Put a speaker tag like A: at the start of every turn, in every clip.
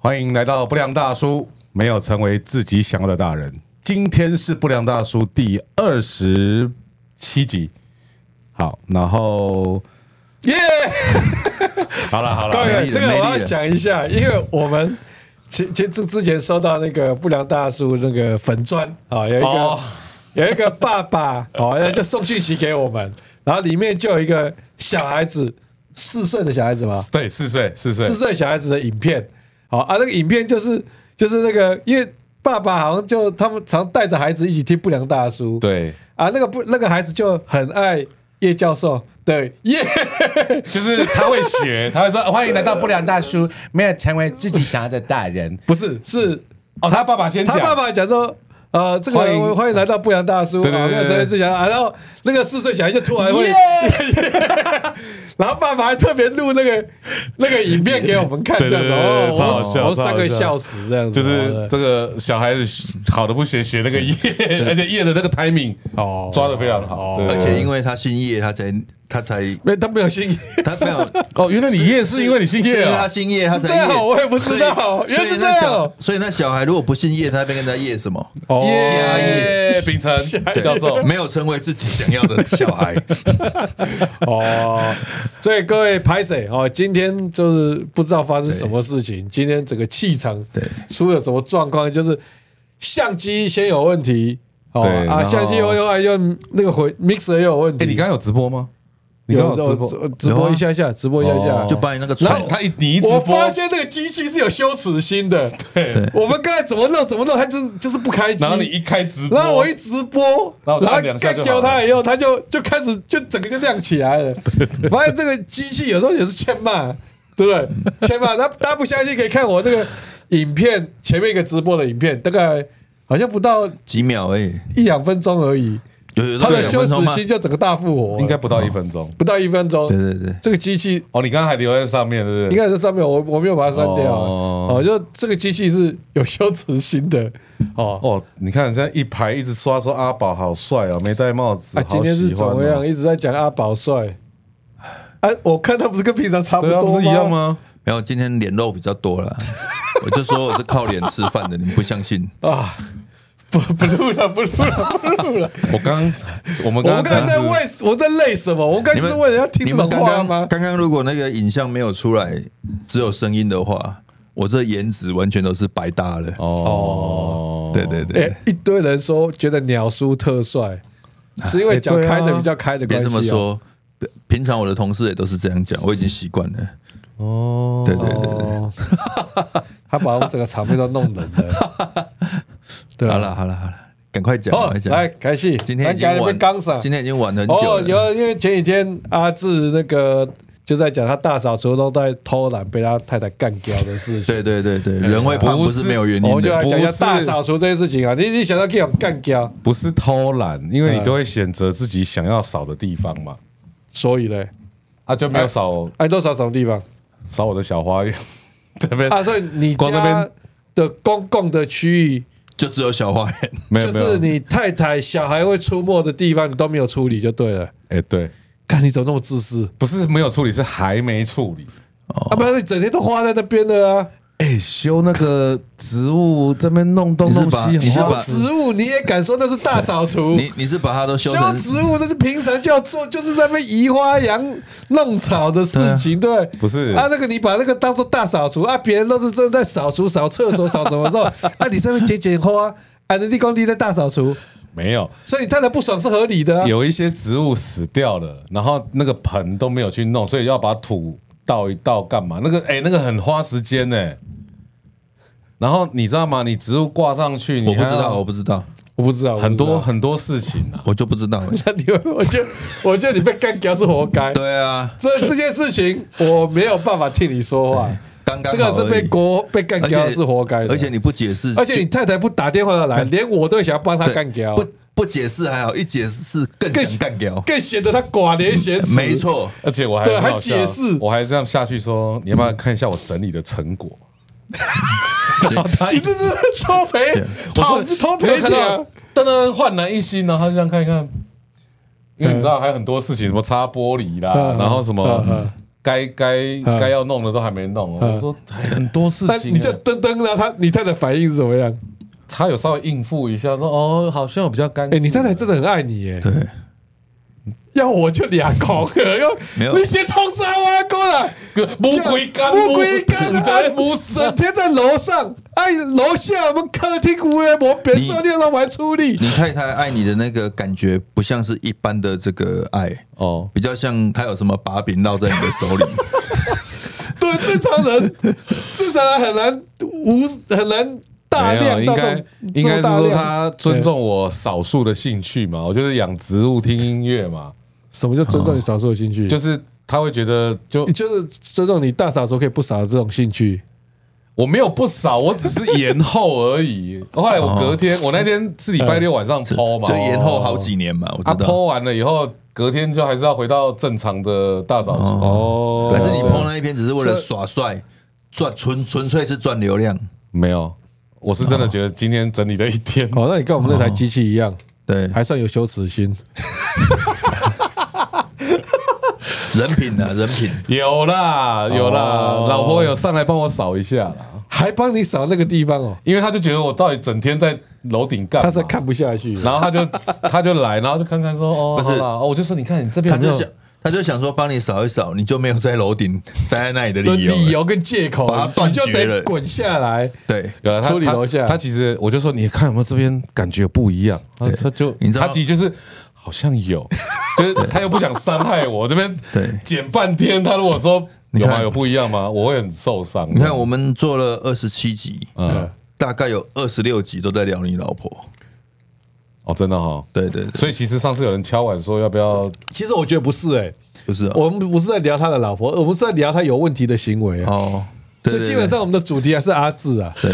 A: 欢迎来到不良大叔，没有成为自己想要的大人。今天是不良大叔第二十七集，好，然后
B: 耶、
A: 好了好了，
B: 导
C: 没
B: 演，
C: 力了
B: 这个
C: 没
B: 我
C: 力
B: 要
C: 了
B: 讲一下，因为我们前前之之前收到那个不良大叔那个粉砖啊，有一个、
A: 哦
B: 有一个爸爸哦，那 就送讯息给我们，然后里面就有一个小孩子四岁的小孩子嘛，
A: 对，四岁四岁
B: 四岁小孩子的影片，好啊，那个影片就是就是那个，因为爸爸好像就他们常带着孩子一起听不良大叔，
A: 对，
B: 啊，那个不那个孩子就很爱叶教授，对叶。
A: 就是他会学，他会说欢迎来到不良大叔，没有成为自己想要的大人。
B: 不是，是
A: 哦，他爸爸先
B: 他
A: 讲，
B: 爸爸讲说。呃，这个
A: 欢
B: 欢
A: 迎
B: 迎欢迎来到不良大叔，
A: 对对对
B: 啊那个
A: 对对
B: 谁最强啊？然后那个四岁小孩就突然会，然后爸爸还特别录那个那个影片给我们看，
A: 对
B: 这
A: 对
B: 样子，
A: 对对
B: 哦
A: 超好笑
B: 我们
A: 超好
B: 三个
A: 笑
B: 笑死这样子，哦
A: 就是这个小孩子好的不学，学那个 叶，而且叶的那个 timing
B: 哦
A: 抓的非常好，对
C: 而
A: 对
C: 且
B: 嗯
A: 对
C: 因为他姓叶，他才他才
B: 没他没有心意，
C: 他没有。
A: 哦，原来你叶是因为你姓
C: 是因
A: 叶
C: 为
A: 啊
C: 他，姓叶，他才
B: 这样
C: 叶
B: 我也不知道
C: 所以
B: 原来是
C: 所以那
B: 这样哦
C: 小所以那小孩如果不姓叶，他会跟他叶什么？
B: 哦
C: 下叶
A: 叶秉承
C: 对
A: 教授，
C: 没有成为自己想要的小孩。
B: 哦，所以各位拍谁哦？今天就是不知道发生什么事情，今天整个气场出了什么状况？就是相机先有问题哦
A: 对
B: 啊，
A: 然后
B: 相机又又来又那个回 mixer 又有问题。
A: 哎，你刚刚有直播吗？你刚
B: 有
A: 刚有直播，
B: 有直播一下下，直播一下下
A: 哦，
C: 就把你那个
A: 他
C: 传，
A: 他一你一直
B: 我
A: 播
B: 发，现那个机器是有羞耻心的。 对，我们刚才怎么弄怎么弄，它就是就是不开机。
A: 然后你一开直播，
B: 然后我一直播，
A: 然后我就
B: 然后
A: 按两下
B: 干
A: 就好
B: 掉
A: 了
B: 他以后，他就就开始就整个就亮起来了。发现这个机器有时候也是欠骂，对不对？欠骂，他大家不相信可以看我那个影片前面一个直播的影片，大概好像不到
C: 几秒而已，
B: 一两分钟而已，
C: 有有
B: 他
C: 到
B: 的
C: 两
B: 羞
C: 分钟
B: 耻
C: 吗？
B: 心就整个大复活了，
A: 应该不到一分钟。
B: 不到一分钟。
C: 对对对
B: 这个机器
A: 哦，你刚刚还留在上面，对不
B: 应
A: 对？
B: 该是上面我我没有把它删掉啊，
A: 哦
B: 哦，就这个机器是有羞耻心 的，哦。
A: 哦，你看现在一排一直刷说阿宝好帅哦，没戴帽子，
B: 啊，今
A: 好
B: 天是
A: 喜
B: 怎
A: 欢
B: 么样？
A: 哦。
B: 一直在讲阿宝帅。哎、我看他不是跟平常差不
A: 对啊，
B: 多
A: 不是一样？吗？
C: 然后今天脸肉比较多了，我就说我是靠脸吃饭的，你们不相信？
B: 啊， 不不录了，不录 了，不录了。
A: 我刚 我们
B: 我们
A: 刚
B: 刚才
A: 刚
B: 在
A: 是
B: 为我在累什么？我们刚才
C: 你
B: 是
C: 们
B: 为了要听
C: 你
B: 这
C: 们
B: 种
C: 刚
B: 话
C: 刚
B: 吗？
C: 刚刚如果那个影像没有出来，只有声音的话，我这颜值完全都是白搭了。
A: 哦，
C: 对对
B: 哎、
C: 对，
B: 一堆人说觉得鸟叔特帅，是因为
A: 哎
B: 脚
A: 对啊
B: 开的比较开的关
C: 别
B: 系、
C: 这
B: 啊。
C: 么说。平常我的同事也都是这样讲，我已经习惯了。
A: 哦，
C: 对对哎对啊对，
B: 哦， 他把我们整个场面都弄冷 了。对啊
C: 好了好了好了，赶快讲，赶
B: 哦
C: 快，讲。
B: 来开戏，
C: 今天已经
B: 来给你们刚上
C: 玩，今天已经玩很久
B: 啊哦，
C: 了。
B: 有，因为前几天阿志那个就在讲他大扫除都在偷懒，被他太太干掉的事情。
C: 对对对
B: 哎
C: 对，人会胖
A: 不
C: 不
A: 是
C: 是没有原
B: 我
C: 因
B: 们就来
C: 的。
B: 讲一
A: 不
B: 下
A: 是
B: 大扫除这件事情啊，你你想到给我们干掉，
A: 不是偷懒，因为你都会选择自己想要扫的地方嘛，
B: 所以嘞，
A: 啊，就没有扫
B: 哎，都扫什么地方
A: 扫我的小花园 这边
B: 啊？所以你
A: 光那
B: 家
A: 边
B: 的公共的区域，
C: 就只有小花园，
A: 没有
B: 就
A: 没有
B: 是，你太太、小孩会出没的地方，你都没有处理就对了。
A: 哎，对，
B: 看你怎么那么自私
A: 不是没有处理，是还没处理。
B: 啊！不然你整天都花在那边的啊。
A: 哎，修那个植物这边弄哦东
C: 你是把你是
A: 很花
C: 把
A: 枝
B: 植物你也敢说那是大扫除？
C: 你你是把它都修
B: 修
C: 成
B: 植物这是平常就要做，就是在那边移花扬弄草的事情，对,、
A: 不是
B: 啊，那个你把那个当做大扫除啊，别人都是正在扫除、扫厕所、扫什么之后， 啊，你这边剪剪花，啊，那地工地在大扫除，
A: 没有，
B: 所以你太太不爽是合理的、啊。
A: 有一些植物死掉了，然后那个盆都没有去弄，所以要把土倒一倒干嘛？那个哎、那个很花时间呢、然后你知道吗？你植物挂上去，你
C: 我不知
A: 还要
C: 道，我不知道，
B: 我不知道
A: 很多，很多事情啊。
C: 我就不知道。
B: 那 你会我觉得我觉得你被干掉是活该。
C: 对啊，
B: 这这件事情我没有办法替你说话，
C: 刚哎刚
B: 这个
C: 好
B: 是
C: 而已
B: 被国被干
C: 而
B: 掉
C: 且
B: 是活该的，
C: 而且你不解释，
B: 而且你太太不打电话来，连我都想要帮她
C: 对
B: 干掉。
C: 不不解释还好，一解释更想干掉。
B: 更显得他寡廉鲜耻。
C: 没，错，
A: 而且我还
B: 对
A: 很好
B: 还
A: 笑
B: 解释
A: 我还这样下去说，你要不要看一下我整理的成 果？
B: 你这是偷赔，
A: 我
B: 偷
A: 是
B: 偷
A: 没有
B: 赔啊
A: 看到
B: 的。
A: 噔噔焕然一新，然后他就这样看一看，因为你知道还有很多事情，什么擦玻璃啦，
B: 嗯
A: 然后什么
B: 嗯嗯
A: 该该该要弄的都还没弄。
B: 嗯
A: 我说哎很多事
B: 但
A: 情啊，
B: 你就噔噔了，他你太太反应是怎么样？
A: 他有稍微应付一下，说哦，好像我比较干
B: 哎，
A: 净。
B: 你太太真的很爱你耶。
C: 对，
B: 要我就俩口了，又
C: 没有
B: 你先冲上我过来，
A: 个不归干，
B: 不归干，
A: 你
B: 啊
A: 家不
B: 整
A: 生。
B: 天在楼上，哎，楼下我们客厅无人我别说
C: 你
B: 练了还出力，
C: 你太太爱你的那个感觉，不像是一般的这个爱，
A: 哦，
C: 比较像她有什么把柄落在你的 手里。
B: 对正 常人，正常人很难无很难大
A: 没有，
B: 量
A: 应
B: 到这
A: 该
B: 种
A: 应该是
B: 这么大
A: 说
B: 量
A: 他尊重我少数的兴趣嘛，我就是养植物、听音乐嘛，
B: 什么叫尊重你少数的兴趣？就
A: 就是是他会觉得就
B: 就是尊重你大傻说可以不傻的这种兴趣。
A: 我没有不少，我只是延后而 已。后来我隔天，我那天是礼拜六晚上剖嘛，
C: 就哦延后好几年嘛，
B: 哦
C: 我
A: 他
C: 知
B: 啊
C: 道。
A: 剖完了以后，隔天就还是要回到正常的大扫除。
B: 哦
C: 还是你碰那一篇只是为了耍帅，赚纯纯粹是赚流量。
A: 没有，我是真的觉得今天整理了一天，
B: 哦，那你跟我们那台机器一样，
C: 对，
B: 还算有羞耻心。
C: 人 品啊，人品。
A: 有啦有
C: 哦
A: 啦，老婆有上来帮我扫一下啦，
B: 还帮你扫那个地方哦，
A: 因为他就觉得我到底整天在楼顶干嘛，
B: 他是看不下去。
A: 然后他就 他就来，然后就看看说哦，
C: 不
A: 好
C: 是
A: 啦，哦，我就说你看你这边有
C: 他
A: 没
C: 就
A: 有
C: 想，他就想说帮你扫一扫，你就没有在楼顶待在那里的
B: 的
C: 理由了。
B: 理由跟借口
C: 把它，断
B: 你就
C: 绝了
B: 得滚下来。
C: 对，
A: 有啊了他
B: 处理
A: 他
B: 楼下啊
A: 他其实我就说你看有没有这边感觉不一样，他他就
C: 你知道
A: 他其实就是好像有，就是他又不想伤害我这边
C: 对
A: 剪半天，他如果说
C: 你
A: 有
C: 看
A: 吗有不一样吗？我会很受伤。
C: 你看我们做了二十七集，
B: 呃
A: 嗯
C: 大概有二十六集都在聊你老婆。
A: 哦真的哈，
C: 对对对，
A: 所以其实上次有人敲碗说要不要
B: 其实我觉得不是哎、
C: 不是啊
B: 我们不是在聊他的老婆，我们是在聊他有问题的行为、啊。
C: 哦，对
B: 所以基本上我们的主题还是阿志啊，
C: 对，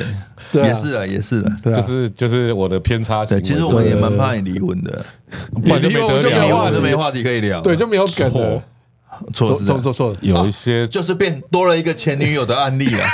B: 对啊
C: 也是啊，也是啊。
B: 对啊，
A: 就是就是我的偏差行
C: 对，
A: 为，
C: 其实我们也蛮怕你离婚的，
A: 不然就没
B: 你我
A: 得
B: 就没
C: 离
B: 有
A: 聊
B: 话
C: 婚
B: 题
C: 就没话题可以聊。啊
B: 对就没有梗
A: 错
B: 了，
C: 错
B: 错
C: 是
B: 错
C: 这
B: 错错，
C: 样，
A: 有一些
C: 就是变多了一个前女友的案例啊。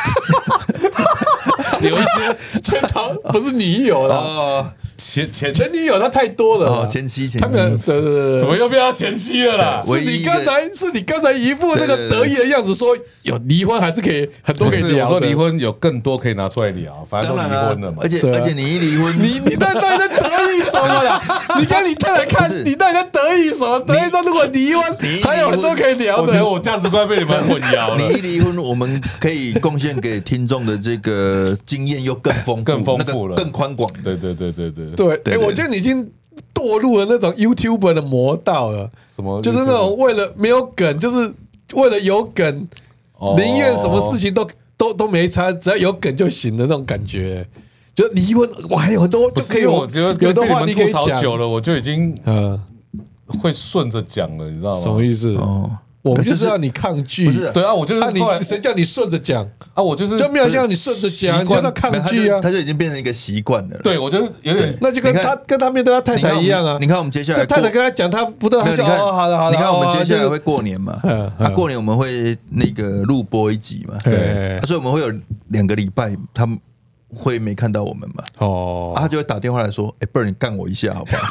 A: 有一些
B: 前桃不是女友啦，
C: 哦
A: 前前
B: 前女友她太多了啦，
C: 哦，前妻前
B: 啊他们
C: 妻，
B: 对对对
A: 怎
B: 对。
A: 么又变到前妻了啦？
C: 唯
B: 是
C: 一一
B: 你
C: 个
B: 刚才是你刚才一副那个
C: 对对对
B: 得意的样子，说有离婚还是可以很多
A: 不
B: 可以
A: 是，
B: 聊
A: 我
B: 的。
A: 说离婚有更多可以拿出来聊，反正
C: 当
A: 都
C: 然
A: 离
C: 啊
A: 婚了嘛，。
C: 而且
B: 对啊
C: 而且你一离婚，
B: 你你那那在得意什么啦？你看 你太太看
C: 不是，
B: 你那在得意什么？得意说如果离婚
C: 你
B: 还有很多可以聊
A: 我觉得
B: 的。
A: 哦我价值观被你们混淆
C: 你一
A: 了。
C: 离婚，我们可以贡献给听众的这个经验又更丰富、
A: 更丰富了
C: 那个更宽广。
A: 对对对对对，
B: 对，哎，
C: 对对
B: 我觉得你已经堕入了那种 YouTuber 的魔道了，
A: 什么
B: 就是那种为了没有梗，就是为了有梗，
A: 哦
B: 宁愿什么事情都都都没差，只要有梗就行的那种感觉。就离婚，我还有很多
A: 不
B: 就是可以
A: 因为
B: 有，
A: 我觉得
B: 有
A: 被
B: 的
A: 你
B: 话
A: 们
B: 题可
A: 吐
B: 以
A: 槽
B: 讲。
A: 久了，我就已经
B: 嗯，
A: 会顺着讲了，你知道吗？
B: 什么意思？
C: 哦，
B: 我们就
C: 就是是
B: 让你抗拒，
C: 不是嗯
A: 对啊，我就是
B: 那
A: 后来
B: 你谁叫你顺着讲？
A: 啊，我就是
B: 就没有像你顺着讲，
A: 习
B: 你
A: 惯
B: 就是要抗
C: 没有他
B: 拒
C: 就
B: 啊
C: 他。就已经变成一个习惯了。，
A: 对我就是有 点
B: 那就跟
C: 你看
B: 他跟他面对他太
C: 你看
B: 太
C: 我
B: 一
C: 们
B: 样啊。
C: 你看我们接下
B: 就
C: 来过
B: 太太跟他讲，他不对，他
C: 没有你
B: 就
C: 看，
B: 哦，好的好的。
C: 你看我
B: 哦
C: 们接下来
B: 就是
C: 会过年嘛
B: 嗯？
C: 啊，
B: 嗯
C: 过年我们会那个录播一集嘛？
B: 对
C: 啊所以我们会有两个礼拜他们会没看到我们嘛？
B: 哦
C: 啊，，他就会打电话来说：“哎，不然你干我一下好 不好？”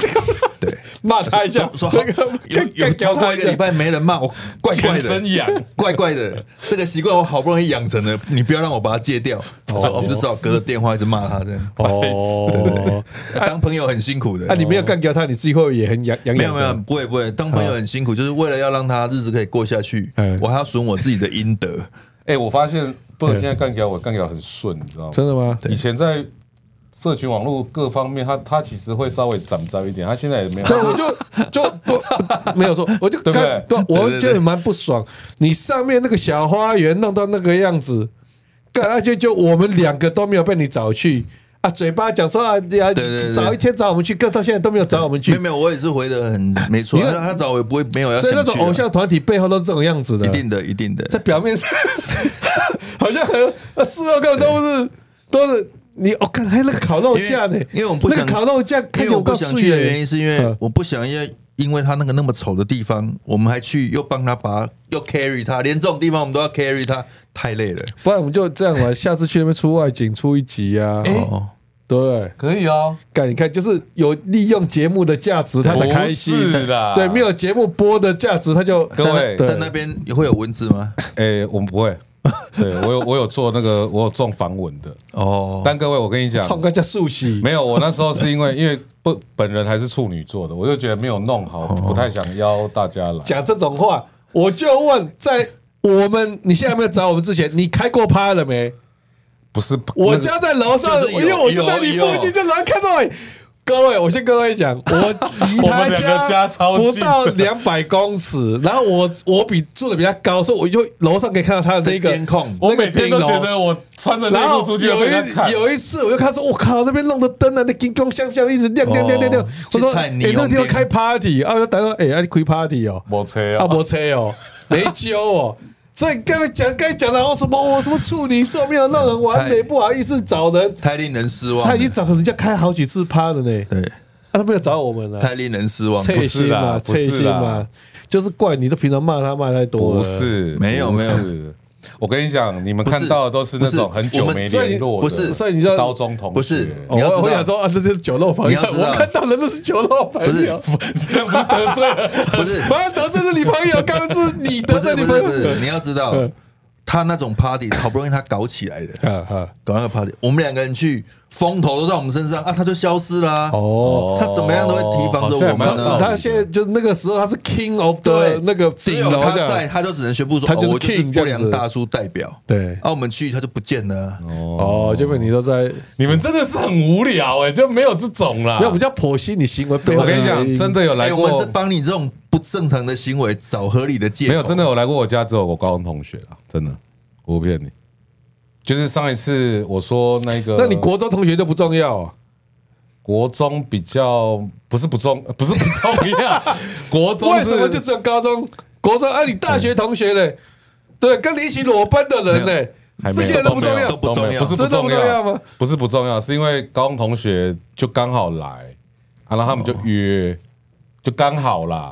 C: 对，
B: 骂他一下
C: 说，说好
B: 那个
C: 有有超过一个礼，拜没人骂我，怪
A: 全
C: 怪
A: 身
C: 的。
A: 痒。
C: 怪怪的，这个习惯我好不容易养成了，你不要让我把它戒
B: 哦
C: 掉，所以我们就只好隔着电话一直骂他这样。啊
B: 干哦，
C: 当朋友很辛苦的
B: 那，啊你没有干掉他，你自己会不会也很痒痒痒？
C: 没有没有，，不会不会，当朋友很辛苦，就是为了要让他日子可以过下去
B: 嗯，
C: 我还要损我自己的阴德。
A: 哎，我发现不能现在干掉我干掉很顺，你知道吗？
B: 真的吗？
A: 以前在社群网络各方面，他他其实会稍微长招一点，他现在也没有。
B: 对，我就就不没有说，我就
A: 对不对
B: 干，对，啊我觉得蛮不爽。你上面那个小花园弄到那个样子，干，而且就我们两个都没有被你找去啊，嘴巴讲说啊，呀
C: 对对
B: 早一天找我们去，干到现在都没有找我们
C: 没
B: 去
C: 有，没有，我也是回的很没错，
B: 你看
C: 他他找我也不会没有要想
B: 所以那种
C: 去啊
B: 偶像团体背后都是这种样子的
C: 一，定的一定的，
B: 在表面上好像很啊事后根本都是都是你，我看还有那个烤肉架呢
C: 因为，因为我们不
B: 那
C: 想
B: 个烤肉架看
C: 因
B: 起来
C: 为我
B: 我
C: 不想去的原
B: 因，
C: 因是因为
B: 嗯
C: 我不想要，因为他那个那么丑的地方，我们还去又帮他拔又 carry 他，连这种地方我们都要 carry 他，太累了。
B: 不然我们就这样玩，下次去那边出外景出一集啊。
A: 哎
C: 哦，
B: 对不对？
C: 可以
A: 哦
C: 啊，
B: 干，你看，就是有利用节目的价值，他才开心啊
A: 不。哦是啊的，
B: 对，没有节目播的价值，他就
A: 各位
B: 对
C: 但那边会有文字吗？
A: 诶，哎我们不会。对我有我有做那个我有中防蚊的，
C: 哦，
A: 但各位我跟你讲，
B: 创个叫素喜，
A: 没有我那时候是因为因为不本人还是处女座的，我就觉得没有弄好，不太想邀大家来。
B: 讲这种话，我就问，在我们你现在有没有找我们之前，你开过趴了没？
A: 不是
B: 我
A: 那个
B: 家在楼上，
C: 就是
B: 因
C: 有
B: 为我就在你附近，
C: 有
B: 就能看到你。各位，我先跟各位讲，我离
A: 我
B: 他
A: 们两个家超
B: 不
A: 近的
B: 到两百公尺，然后我我比住的比他高，所以我就楼上可以看到他的那个
C: 在监控
A: 我每天都
B: 那个
A: 觉
B: 顶楼
A: 得我穿着内
B: 然
A: 裤
B: 后
A: 出去
B: 有
A: 被他看
B: 一。有一次，我就看说，我靠，那边弄的灯啊，那金光相像，一直亮亮亮亮亮
C: 哦。
B: 我说，
C: 去
B: 哎
C: 菜，
B: 那
C: 泥
B: 个地
C: 用
B: 方
C: 电
B: 开 party 啊，我就打说，哎，啊，你开 party 哦，
A: 摩车
B: 啊，
A: 啊，
B: 没车 哦，没救哦。所以刚才讲，刚才讲然后什么我什么处女座没有让人完美，
C: 太
B: 不好意思找人，
C: 太令人失望
B: 他
C: 了
B: 已，经找人家开好几次趴了呢，
C: 对，
B: 啊，他没有找我们了，
C: 太令人失望。
B: 脆
A: 不是
B: 心嘛，
A: 啦不
B: 脆
A: 是
B: 心嘛
A: 啦，
B: 就是怪你都平常骂他骂太多了，
A: 不是，
C: 没有
A: 不
C: 没有
A: 是。我跟你讲，你们
C: 不是
A: 看到的都是那种
C: 不是
A: 很久没联络的，
C: 我们所以不是
B: 所以你知道
A: 高中同学
C: 不是
B: 哦。
C: 你要知
B: 我
C: 道
B: 我想说啊，这就是酒肉朋
C: 你
B: 友，
C: 要知道
B: 我看到的都是酒肉朋
C: 不是
B: 友。
A: 这样不是得罪了？
C: 不是
B: 不要得罪是你朋友，刚刚是你
C: 不
B: 得罪
C: 是
B: 你
C: 不
B: 朋
C: 是
B: 友
C: 不。是，你要知道，
B: 嗯
C: 他那种 party 好不容易他搞起来的，
B: 啊啊！
C: 搞那个 party，我们两个人去，风头都在我们身上啊，他就消失啦、
B: 哦，
C: 他怎么样都会提防着我
A: 好像
C: 们啊
A: 蛮有道
C: 呢、
A: 理
B: 他现在就是那个时候他是 king of
C: 对
B: the，那个
C: 只
B: 顶
C: 有
B: 楼
C: 他
B: 这
C: 在，
B: 样。
C: 他就只能宣布说，
B: 他就是
C: 哦、我就是
B: king
C: 不
B: 这样
C: 良
B: 子
C: 大叔代表。
B: 对
C: 啊，我们去他就不见了。
B: 哦，就被你都在，
A: 你们真的是很无聊哎、就没有这种啦。
B: 要不叫剖析你行为背后
A: 我
B: 的原
A: 跟
B: 因。
A: 你讲，真的有
C: 哎、
A: 来
C: 我们是
A: 过，
C: 帮你这种不正常的行为找合理的借口。
A: 没有真的有来过我家，只有我高中同学啦，真的，我不骗你。就是上一次我说那个，
B: 那你国中同学就不重要啊。
A: 国中比较不是不重， 不是不重 要，国中
B: 为
A: 是
B: 什么就只有高中、国中？啊，你大学同学嘞？对，跟你一起裸奔的人嘞
A: 还，没
B: 这些人都不重
C: 没有
B: 要
C: 都。不重要
A: 不是不
B: 真的不
A: 重
B: 重要
A: 要
B: 吗？
A: 不是不重要，是因为高中同学就刚好来，啊，然后他们就约，就刚好啦，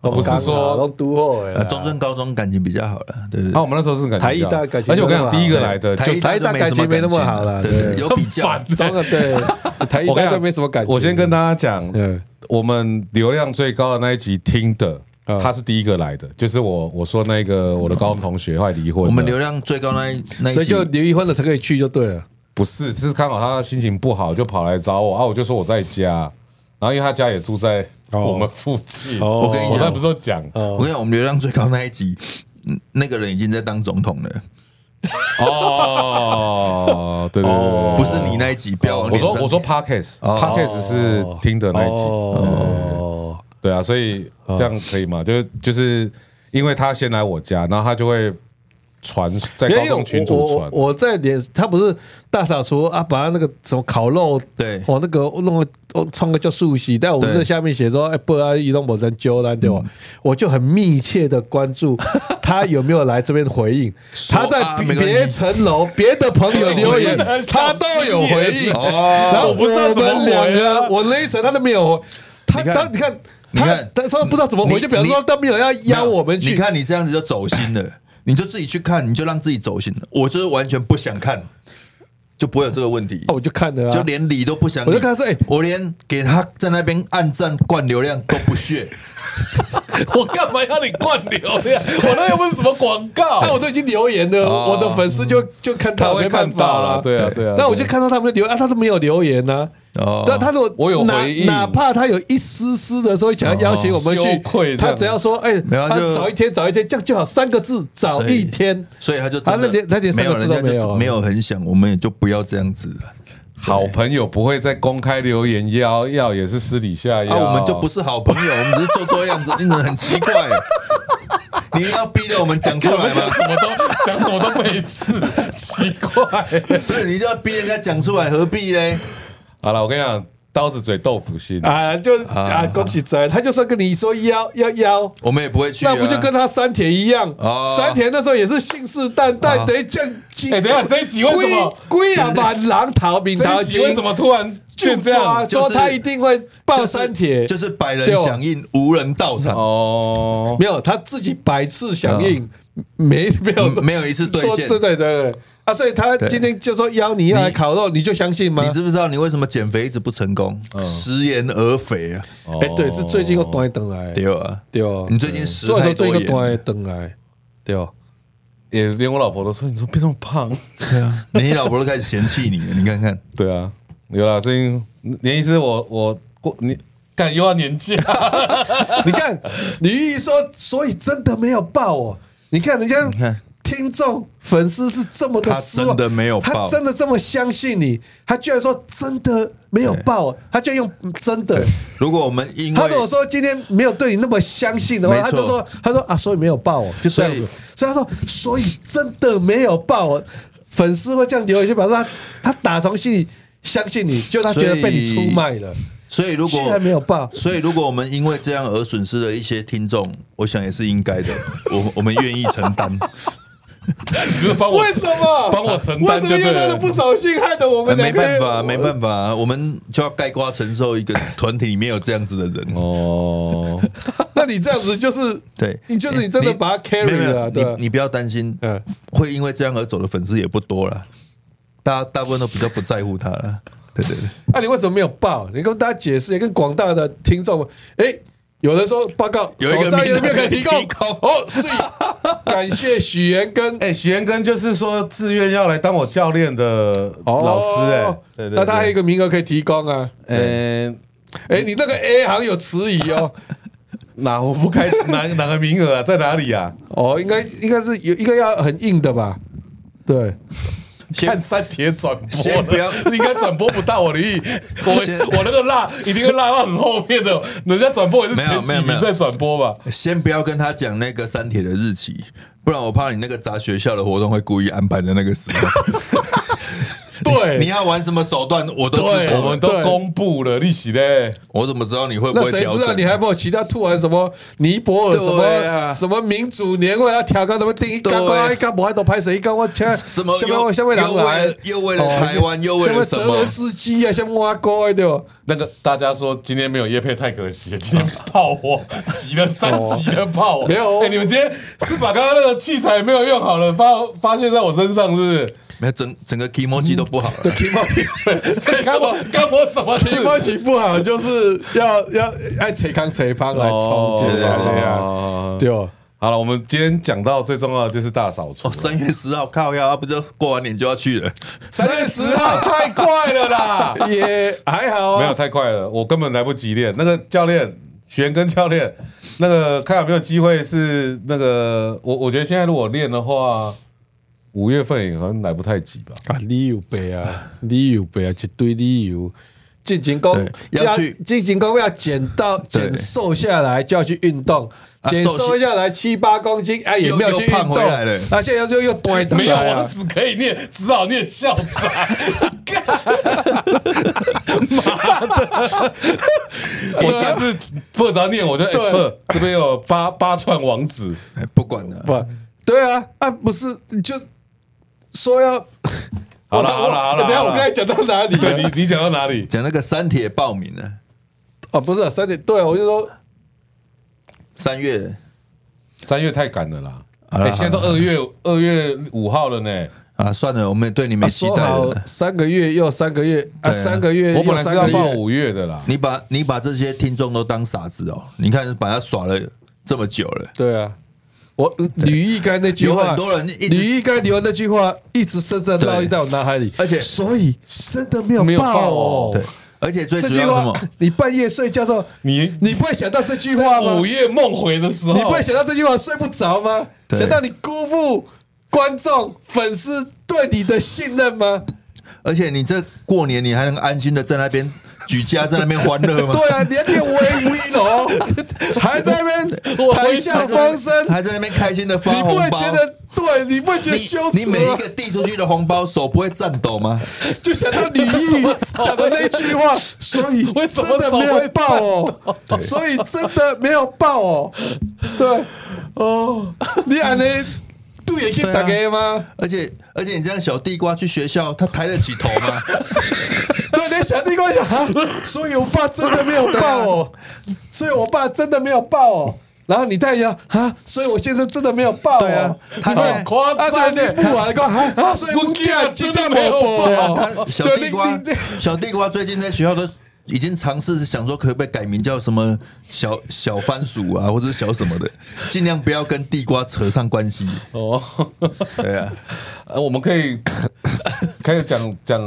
A: 不是说。
B: 哦都后哎
C: 呃，中正高中感情比较好了，对对
A: 啊，
C: 对
A: 我们那时候是感觉
B: 台艺大感情
A: 而且我跟你讲，
B: 比较好啊
A: 第一个来的就
C: 台
A: 是
C: 一大
B: 哦台大
C: 就没
B: 感
C: 什
B: 情没那么
C: 感情
B: 好啦
C: 对
B: 对
C: 对，有比较
A: 烦，啊
B: 中了对，台一
A: 我跟
B: 大
A: 你
B: 就
A: 讲
B: 没什么感觉。
A: 我先跟大家讲，
B: 嗯
A: 我们流量最高的那一集听的
B: 嗯，
A: 他是第一个来的，就是我我说那个我的高中同学后来离婚了，
C: 我们流量最高那一那一
B: 所以
C: 期
B: 就离婚了才可以去就对了。
A: 不是，是刚好他心情不好，就跑来找我啊，我就说我在家，然后因为他家也住在我们附近，
B: 哦
A: 我
C: 我跟你
A: 刚才
C: 讲
A: 不，是有讲
C: 我跟你讲，我们流量最高那一集，嗯那个人已经在当总统了，
A: 哦，对对对对，
C: 不是你那一集，不
B: 哦
C: 要往
A: 我
C: 脸上哦
A: 说我说 podcast，podcast 是听的那一集，
B: 哦，
A: 对啊，所以这样可以吗？就是就是因为他先来我家，然后他就会传在
B: 因
A: 高
B: 为我
A: 中群
B: 我
A: 组
B: 我
A: 传，
B: 我在脸，他不是大扫除啊，把他那个什么烤肉，
C: 对
B: 哦，那个弄个哦创个叫素喜，但我们
C: 对嗯
B: 在下面写说，哎，不啊，移动某人揪了，对吧？我就很密切的关 注他有没有来这边回应，他在
C: 啊没关系
B: 别层楼别的朋 友留言
A: 我，
B: 他都有回应。
C: 哦
B: 然后
A: 我不知道怎么
B: 我们两
A: 回啊
B: 个，我那一层他都没有回，他
C: 你看
B: 他你看。
C: 你
B: 他
C: 看
B: 他他不知道怎么回，
C: 你
B: 就表示说
C: 你
B: 他没有要邀我们去。
C: 你看你这样子就走 心了，你就自己去看，你就让自己走心了。我就是完全不想看，就不会有这个问题
B: 啊，。我就看了啊，
C: 就连理都不想理，
B: 我就跟他说哎
C: 我连给他在那边暗赞灌流量都 不屑，
A: 我 干嘛要你灌流量？我那又不是什么广
B: 那哦我
A: 告，
B: 都已经留言了，
C: 哦
B: 我的粉丝就就看
A: 他
B: 到，
A: 会
B: 没办
A: 看
B: 法
A: 到
B: 啊
A: 了，。对啊对啊。
B: 那我就看到他们的留言啊，他都没有留言呢。
C: 哦
B: 但他如果
A: 我有
B: 哪
A: 回应
B: 哪怕他有一丝丝的说想要邀请我们
A: 羞
B: 去，
A: 愧这
B: 他
A: 样
B: 只要说哎，
C: 没有
B: 啊
C: 就
B: 早一天，早一天，这样就好，三个字，早一天。
C: 所以他就
B: 他
C: 真
B: 那
C: 的
B: 连那连
C: 没
B: 三
C: 有
B: 个字
C: 人
B: 都
C: 家
B: 没有
C: 就
B: 啊，
C: 没有很想，我们也就不要这样子了。
A: 好朋友不会在公开留言要要，也是私底下要。
B: 哎
C: 啊，我们就 不是好朋友，我们只是做做 样子，你怎么很奇怪？你要逼着我们讲出来吗？
A: 什么都讲什么都背刺，奇怪。
C: 不是，你就要逼人家讲出来，何必嘞？
A: 好了，我跟你讲，刀子嘴豆腐心。
B: 啊，就啊，恭喜仔，他就算跟你说邀要邀，
C: 我们也不会去、啊，
B: 那不就跟他三铁一样？
C: 哦
B: 三铁那时候也是信誓旦旦，
C: 哦
B: 等于降级。
A: 哎等一下这一集为什么
B: 龟啊把狼逃兵
A: 这
B: 逃
A: 一集为什么突然
B: 就
A: 就
B: 这
A: 这
B: 样
A: 样？
B: 说他一定会
C: 就
B: 爆
C: 是
B: 三铁，
C: 就是百人
B: 哦
C: 响应，无人到场，
A: 哦，
B: 没有他自己百次响应，没没有
C: 嗯没有一次兑
B: 说
C: 现
B: 对对对对，啊，所以他今天就说邀你要来烤肉，你就相信吗？
C: 你知不知道你为什么减肥一直不成功？食言而肥啊，
A: 哦
B: 哎，对，是最近又端一等来，
C: 对啊，
B: 对哦，
C: 你最近食
B: 所以
C: 太
B: 说最
C: 多
B: 近又端
C: 盐，
B: 一等来，对哦，
A: 也连我老婆都说，你怎么变那么胖？
C: 对啊，你老婆都开始嫌弃你了，你看看，
A: 对啊，有啦，最近年医师我我过你干又要年假，
B: 你 看李玉说，所以真的没有爆哦。你看人家
C: 看
B: 听众粉丝是这么的
C: 他
B: 失望，
C: 真的没有
B: 他
C: 爆
B: 真的这么相信你，他居然说真的没有爆哦，他居然用真的。
C: 如果我们因为
B: 他如果说今天没有对你那么相信的话，
C: 没
B: 他
C: 错
B: 就说他说啊，所以没有爆哦，就这样子。所以他说，所以真的没有爆哦。粉丝会这样留言，就表示他他打从心里相信你，就他觉得被你
C: 所以
B: 出卖了，
C: 所以如
B: 居
C: 果
B: 然没有爆。
C: 所以，如果我们因为这样而损失了一些听众，我想也是应该的。我我们愿意承担，
A: 你就是帮我
B: 为什么
A: 帮我承担
B: 为什
A: 就
B: 么
A: 对
B: 又
A: 了
B: 他的不守信，害 得我们
C: 没
B: 两个
C: 办
B: 人
C: 法，没办法，我们就要盖瓜承受一个团体里面有这样子的人。
A: 哦，
B: 那你这样子就是
C: 对，
B: 你就是你真的把他 carry
C: 没有
B: 了啊，
C: 没
B: 对
C: 有
B: 吧
C: 你你不要担心，
B: 嗯
C: 会因为这样而走的粉丝也不多了，大大部分都比较不在乎他了。对对 对，
B: 那、你为什么没有报？你跟大家解释，也跟广大的听众们，哎、有人说报告
C: 有一个
B: 手上
C: 名
B: 有没有
C: 单
B: 可以提供？
C: 提供
B: 哦，是感谢许岩 跟
A: 哎，许元根就是说自愿要来当我教练的
B: 哦
A: 老师，哎，
C: 欸对对对
B: 那他还有一个名额可以提供啊。
A: 嗯，
B: 哎、你那个 A 行有迟疑哦，
A: 哪我不开哪哪个名额啊，在哪里啊？
B: 哦，应该应该是有一个要很硬的吧？对，
A: 看
C: 先
A: 三铁转播了，
C: 先不要
A: 你应该转播不到我的 意。我
C: 先
A: 我那个辣一定会辣到很后面的，人家转播也是前几
C: 没有没有没
A: 名
C: 有
A: 在转播吧？
C: 先不要跟他讲那个删帖的日期，不然我怕你那个砸学校的活动会故意安排在那个时候。
B: 对，
C: 你要玩什么手段，我都知
A: 对，
C: 道
A: 我。们都
B: 对
A: 公布了利息嘞。
C: 我怎么知道你会不
B: 那
C: 会
B: 谁
C: 调
B: 知道
C: 整？
B: 你还没有其他突然什么尼泊尔什么、
C: 对啊
B: 什么民主年会要调高什么定义，
C: 对
B: 刚刚刚不还都拍谁一个我天，
C: 什么
B: 下
C: 又
B: 面下面狼
C: 又为了
B: 来
C: 又为了台湾又为了
B: 什
C: 什
B: 么
C: 么
B: 泽伦斯基啊，像挖沟对吧？
A: 那个大家说今天没有叶配太可惜了，今天泡我急了三级的泡我，
B: 没有哦
A: 哎、你们今天是把刚刚那个器材没有用好了，发发泄在我身上是不是？
C: 没有整整个 emoji 都不好啊 了。
B: 提莫
A: 干我干我什么事
B: 提？莫奇不好，就是要要爱扯康扯胖来冲击对啊，
A: 哦
B: 对哦。
A: 好了，我们今天讲到最重要的就是大扫除
C: 哦，。三月十号靠呀，啊不就过完年就要去了？
A: 三月十号太快了 啦，
B: 也还好
A: 没有
B: 啊，
A: 太快了，我根本来不及练。那个教练，玄跟教练，那个看有没有机会是那个我，我觉得现在如果练的话，五月份也可能来不太及吧。
B: 啊，理由呗啊，理由呗啊，一堆理由。进行工
C: 对要去
B: 进行工要减到
C: 对
B: 减瘦下来就要去运动，
C: 啊
B: 减
C: 瘦
B: 瘦
C: 下
B: 下来七八公斤，哎也
C: 又
B: 没有去运
C: 又胖
B: 动，
C: 回来了
B: 那现在就又短
A: 没有
B: 来
A: 王
B: 啊，
A: 子可以念，只好念校长。干妈的！ 我下次不着念，我就哎
B: 对
A: 不，这边有八八串王子，
C: 哎不管了，
B: 不，对啊，啊不是你就说要
A: 好了
B: 我
A: 好了好了
B: 等一下
A: 好了
B: 我刚才讲到哪里啊
A: 对
B: 了？
A: 你你讲到哪里？
C: 讲那个删帖报名呢，
B: 啊，不是啊三点，对啊我就说
C: 三月
A: 三月太赶了啦！
C: 啦
A: 哎，现在都二月二月五号了呢。
C: 啊，算了，我们也对你没
B: 啊
C: 期
B: 说
C: 待
B: 好
C: 了。
B: 三个月又三个月啊，
C: 对啊
B: 三个月
A: 我本来
B: 又
A: 是
B: 三个
A: 要
B: 月
A: 报五月的啦。
C: 你把你把这些听众都当傻子哦，你看把他耍了这么久了，
B: 对啊，我吕艺该那句话，
C: 有很多人一直
B: 吕艺该留那句话一直深深烙印在我脑海里，
C: 而且
B: 所以真的没有
A: 没有
B: 爆
A: 爆哦
B: 哦。
C: 对，而且最
B: 这
C: 主
B: 句
C: 要什么
B: 话？，你半夜睡觉的时候，
A: 你
B: 你不会想到这句话
A: 在
B: 吗
A: 午？夜梦回的时候，
B: 你不会想到这句话睡不着吗？
C: 对
B: 想到你辜负观众粉丝对你的信任吗？
C: 而且你这过年你还能安心的在那边举家在那边欢乐吗？
B: 对啊，你还念无为无一楼， 还在那边
A: 我
B: 谈笑
C: 还在那边
B: 风生，
C: 还在那边开心的发
B: 你不
C: 红
B: 会
C: 包
B: 觉。得对？你不会觉得羞
C: 你
B: 耻
C: 你每一
B: 吗？
C: 个递出去的红包，手不会颤抖吗？
B: 就想到李 毅讲的那句话，所 以
A: 为什么
B: 真的没有爆哦？所以真的没有爆哦。对，哦，你安尼对也去打给吗？
C: 而且而且你这样小地瓜去学校，他抬得起头吗？
B: 对，连小弟跟我 啊讲，啊所以我爸真的没有爆哦，所以我爸真的没有爆哦。然后你再要啊，所以我先生真的没有抱
C: 对啊
B: 哦，
C: 他
B: 你
C: 现
B: 说
C: 在
A: 夸张
B: 啊，所以你不玩够啊，所以
A: 我囝
B: 我囝
A: 真
B: 真
A: 的
B: 的
A: 没
B: 没
A: 有
B: 有哦
A: 抱
B: 抱，
C: 对啊，他小地瓜
B: 对
A: 啊
B: 你你，
C: 小地瓜最近在学校都已经尝试想说，可不可以改名叫什么小 小番薯啊，或者是小什么的，尽量不要跟地瓜扯上关系。
A: 哦，
C: 对啊，
A: 呃我们可以 开始讲讲，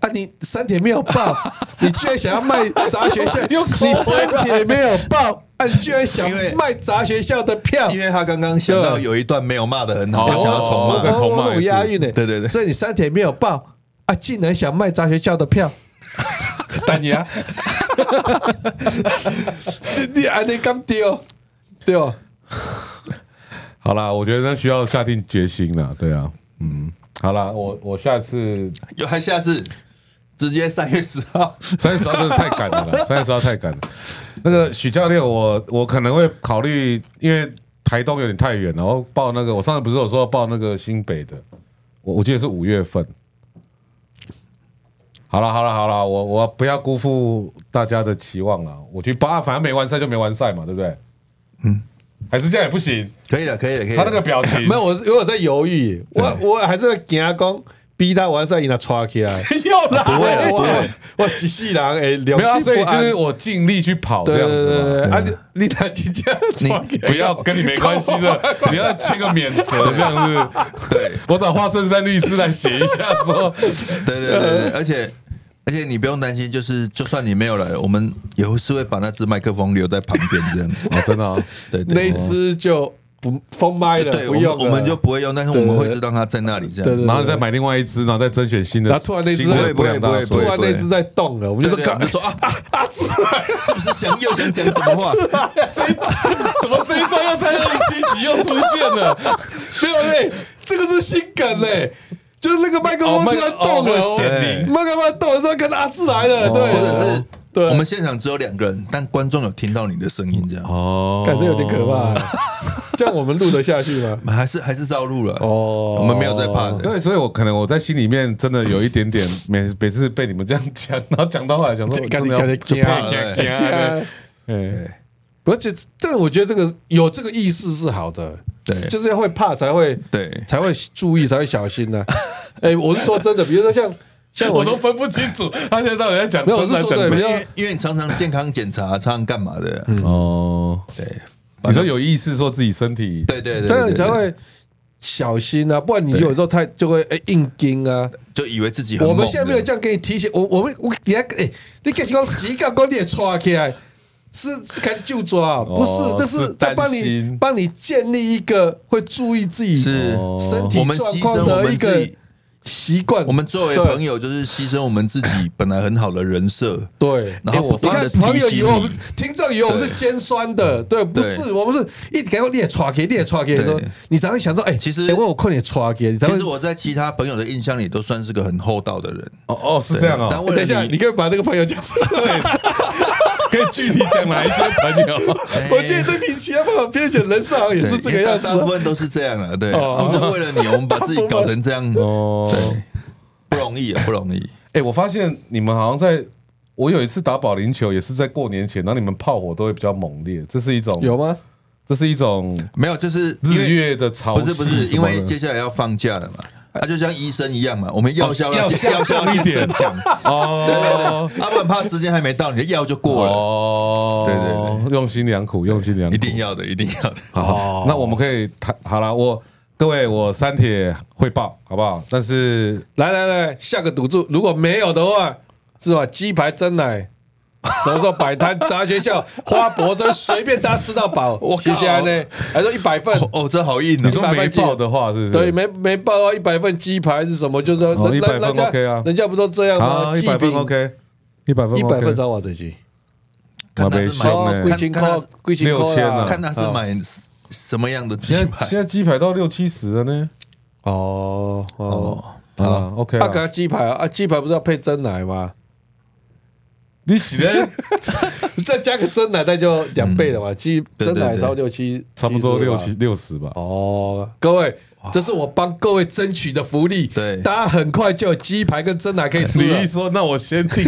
B: 啊，你三铁没有抱，你居然想要卖砸学校，你三铁没有抱，啊，你居然想
C: 因为
B: 卖砸学校的票，
C: 因为他刚刚想到有一段没有骂的很好，
A: 哦
C: 他想要重
A: 我再
C: 骂。
A: 重骂一次
B: 有押韵的，欸
C: 对对对
B: 所以你三铁没有报啊，竟然想卖砸学校的票，
A: 但你啊，
B: 你还得敢丢，对哦，
A: 好啦，我觉得需要下定决心了，对啊，嗯，好啦，我我下次
C: 有还下次直接三月十号，
A: 三月十号真的太赶了 啦，三月十号太赶了。那个许教练，我我可能会考虑，因为台东有点太远，然后报那个，我上次不是有说要报那个新北的，我我记得是五月份。好了好了好了，我我不要辜负大家的期望了，我去报，啊反正没完赛就没完赛嘛，对不对？嗯，还是这样也不行，
C: 可以了，可以了，可以了。
A: 他 那个表情
B: 没有，我我有在犹豫，我我还是给他讲，逼他完赛，给他抓起来，
A: 又来
C: 不会了，不
B: 我
C: 会。
B: 我一世人哎，
A: 没有啊、
B: 良
A: 啊所
B: 心
A: 以
B: 不
A: 就
B: 安
A: 是。我尽力去跑这
B: 对
A: 样
B: 对
A: 子
B: 对
A: 嘛。
B: 对对，啊，你你他直接抓 起来
A: 不要跟你没关 系的，你要签个免责这样子。
C: 对，
A: 我找华盛山律师来写一下说，
C: 对对对对，而且而且你不用担心，就是就算你没有来，我们也是会把那只麦克风留在旁边这样。
A: 哦，真的、哦，
C: 对对
B: 那一只就不封麦了，
C: 对，
B: 不
C: 我们
B: 用了
C: 我们就不会用，但是我们会知道它在那里这
B: 对对
C: 样。
B: 对
A: 然后你再买另外一只，然后再甄选新的，
B: 然后突然那只
A: 新的
C: 不会
A: 良大
C: 不会
A: 叔
B: 突
C: 不会
B: 然那只在动了，我们就说
C: 对对对我们
B: 干
C: 就说啊啊啊！出来，是不是想又想讲什么话？
A: 这一怎么这一段又在二十七集又出现了？
B: 没有嘞，这个是新梗嘞，就是那个麦克
A: 哦
B: 风
A: 麦
B: 突然动
A: 哦
B: 了，
A: 显
C: 灵
B: 麦克风动了之后，看到阿志来了，对，
C: 哦或者是
B: 啊对
C: 我们现场只有两个人，但观众有听到你的声音这样，
A: 哦
B: 感觉有点可 怕，这样我们录得下去吗？
C: 还是还是照录了。
B: 哦
C: 我们没有在怕的。
A: 对，所以我可能我在心里面真的有一点点，每每次被你们这样讲，然后讲到后来 想说，我
B: 感
A: 真
B: 觉
A: 的要
B: 感觉惊
C: 怕了
B: 啊
A: 对
B: 惊啊
A: 嗯
B: 而且这我觉得这个有这个意识是好的，
C: 对
B: 就是要会怕才会
C: 对
B: 才会注意才会小心呢。哎，我是说真的，比如说像像
A: 我
B: 我
A: 都分不清楚他现在到底在讲
B: 没有
A: 真的
B: 我是说
A: 讲
B: 对
C: 没
A: 假
C: 有因为因为你常常健康检查，常常干嘛的？
B: 嗯
A: 哦。
C: 对
A: 你说有意识说自己身体
C: 对对对
B: 这样
C: 对，
B: 你才
C: 对
B: 会小心啊，不然你有时候太就会哎硬盯啊。
C: 就以为自己很
B: 我
C: 猛。
B: 们现在没有这样给你提醒，我我们我底下哎，你开始讲几个光你也抓起来，是是开始就抓，啊
C: 哦
B: 不是，那
A: 是
B: 是在帮
A: 担心
B: 你帮你建立一个会注意自己
C: 是
B: 身哦体
C: 我们
B: 状
C: 牺
B: 况
C: 牲我
B: 的一
C: 们自
B: 个
C: 己，
B: 习惯。
C: 我们作为朋友就是牺牲我们自己本来很好的人设。
B: 对，
C: 然后
B: 哎我
C: 不断地
B: 你看朋友
C: 提醒
B: 以为我们
C: 你
B: 听众以为我们是尖酸的，对，不是，我们是一给我你也抓给，你也抓给，说你才会想说，哎，
C: 其实
B: 哎我有困也抓给，你才
C: 其
B: 会
C: 实。我在其他朋友的印象里都算是个很厚道的人，
A: 哦哦是这样哦，
C: 但为
B: 等一下，
C: 了
B: 你
C: 你，
B: 可以把那个朋友讲出来。
A: 可以具体讲哪一些朋 友？
B: 我觉得对比其他朋友编写人设好像也
C: 对
B: 是这个样子
C: 因为大大部
B: 啊。
C: 分都是这样了。对，
B: 哦
C: 就为了你，我们把自己搞成这样，
A: 哦，
C: 对，不容易啊，不容易。
A: 哎，我发现你们好像在，我有一次打保龄球也是在过年前，然后你们炮火都会比较猛烈，这是一种，
B: 有吗？
A: 这是一种
C: 没有，就是因
A: 日
C: 为
A: 月的潮
C: 不
A: 汐
C: 是不是，
A: 什
C: 因
A: 么的
C: 为接下来要放假了嘛，他就像医生一样嘛，我们药效
A: 哦药效
C: 药效
A: 降一
C: 要
A: 点
C: 增强，
A: 哦
C: 要不然怕时间还没到，你的药就过了，
A: 哦，
C: 对对
A: 对，用心良苦，用心良苦，
C: 一定哦要的，一定要的。
A: 好，那我们可以谈好了，我各位我三铁汇报好不好？但是
B: 来来来，下个赌注，如果没有的话，是吧？鸡排蒸奶，什么时候摆摊？砸学校，花博真随便大家吃到饱。
C: 我靠
B: 接下来呢，还说一百份，
C: 哦哦，这好硬
A: 你
C: 啊！
A: 说没报的话，是不是？
B: 对，没没报啊到一百份鸡排是什么？就是说
A: 哦
B: 人
A: 100份
B: 人家
A: OK 啊
B: 人家不都这样吗？
A: 好，一百分
B: 寄饼
A: OK，一百分
B: 一
A: OK，
B: 百份找我最近
C: 看他是买
A: 哦
B: 哦，
A: 呢
B: 贵
C: 看
B: 金
C: 看
B: 块
C: 他是，
B: 贵金
A: 六
B: 块
A: 千啊
C: 看他是买什么样的鸡
A: 现在
C: 排
A: 现在鸡排到六七十了呢，
B: 哦哦，
C: 哦。
A: 啊，OK
B: 那给
A: 啊
B: 他，鸡排啊啊，鸡排不是要配蒸奶吗？
A: 你洗的
B: 再加个蒸奶，那就两倍了嘛。鸡
C: 对
B: 蒸奶
C: 对
B: 烧六七，
A: 差不多
B: 70
A: 六
B: 吧
A: 七。六十吧，
B: 哦，各位，这是我帮各位争取的福利。
C: 对
B: 大家很快就有鸡排跟蒸奶可以吃
A: 你
B: 了
A: 一，说，那我先定。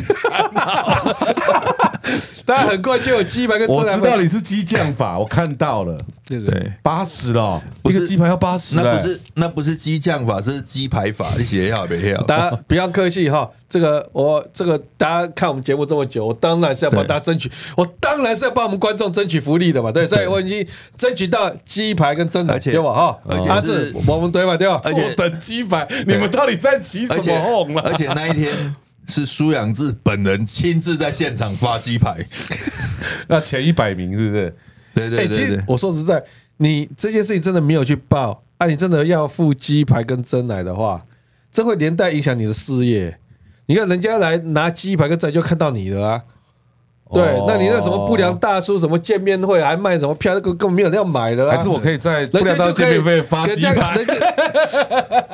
B: 大家很快就有鸡排跟 蒸
A: 我
B: 奶。
A: 知道你是激将法，我看到了，
B: 对不对？
C: 对，
A: 八十了，
C: 不
A: 一
C: 是
A: 个鸡排要八十，
C: 那不 是那不是激将法，是鸡排法，你写要没要？
B: 大家不要客气哈，这个我这个大家看我们节目这么久，我当然是要帮大家争取，我当然是要帮我们观众争取福利的嘛，对，所以我已经争取到鸡排跟蒸奶
C: 而且
B: 对吧？哈，
C: 而且是
B: 啊我们对吧？对吧？
C: 而且
A: 坐等鸡排，你们到底在起什
C: 而且
A: 么哄啊了？
C: 而且那一天是苏养志本人亲自在现场发鸡排，
A: 那前一百名是不是？
C: 对
B: 哎，
C: 对
B: 其
C: 对
B: 实
C: 对，
B: 我说实在，你这件事情真的没有去报，啊，你真的要付鸡排跟蒸奶的话，这会连带影响你的事业。你看人家来拿鸡排跟蒸奶就看到你了啊。对
A: 哦，
B: 那你那什么不良大叔什么见面会还卖什么票，那个根本没有人要买的、啊。
A: 还是我可以在不
B: 人
A: 了
B: 家
A: 到
B: 就
A: 见
B: 可以
A: 面会发
B: 人
A: 鸡
B: 家
A: 排，
B: 人家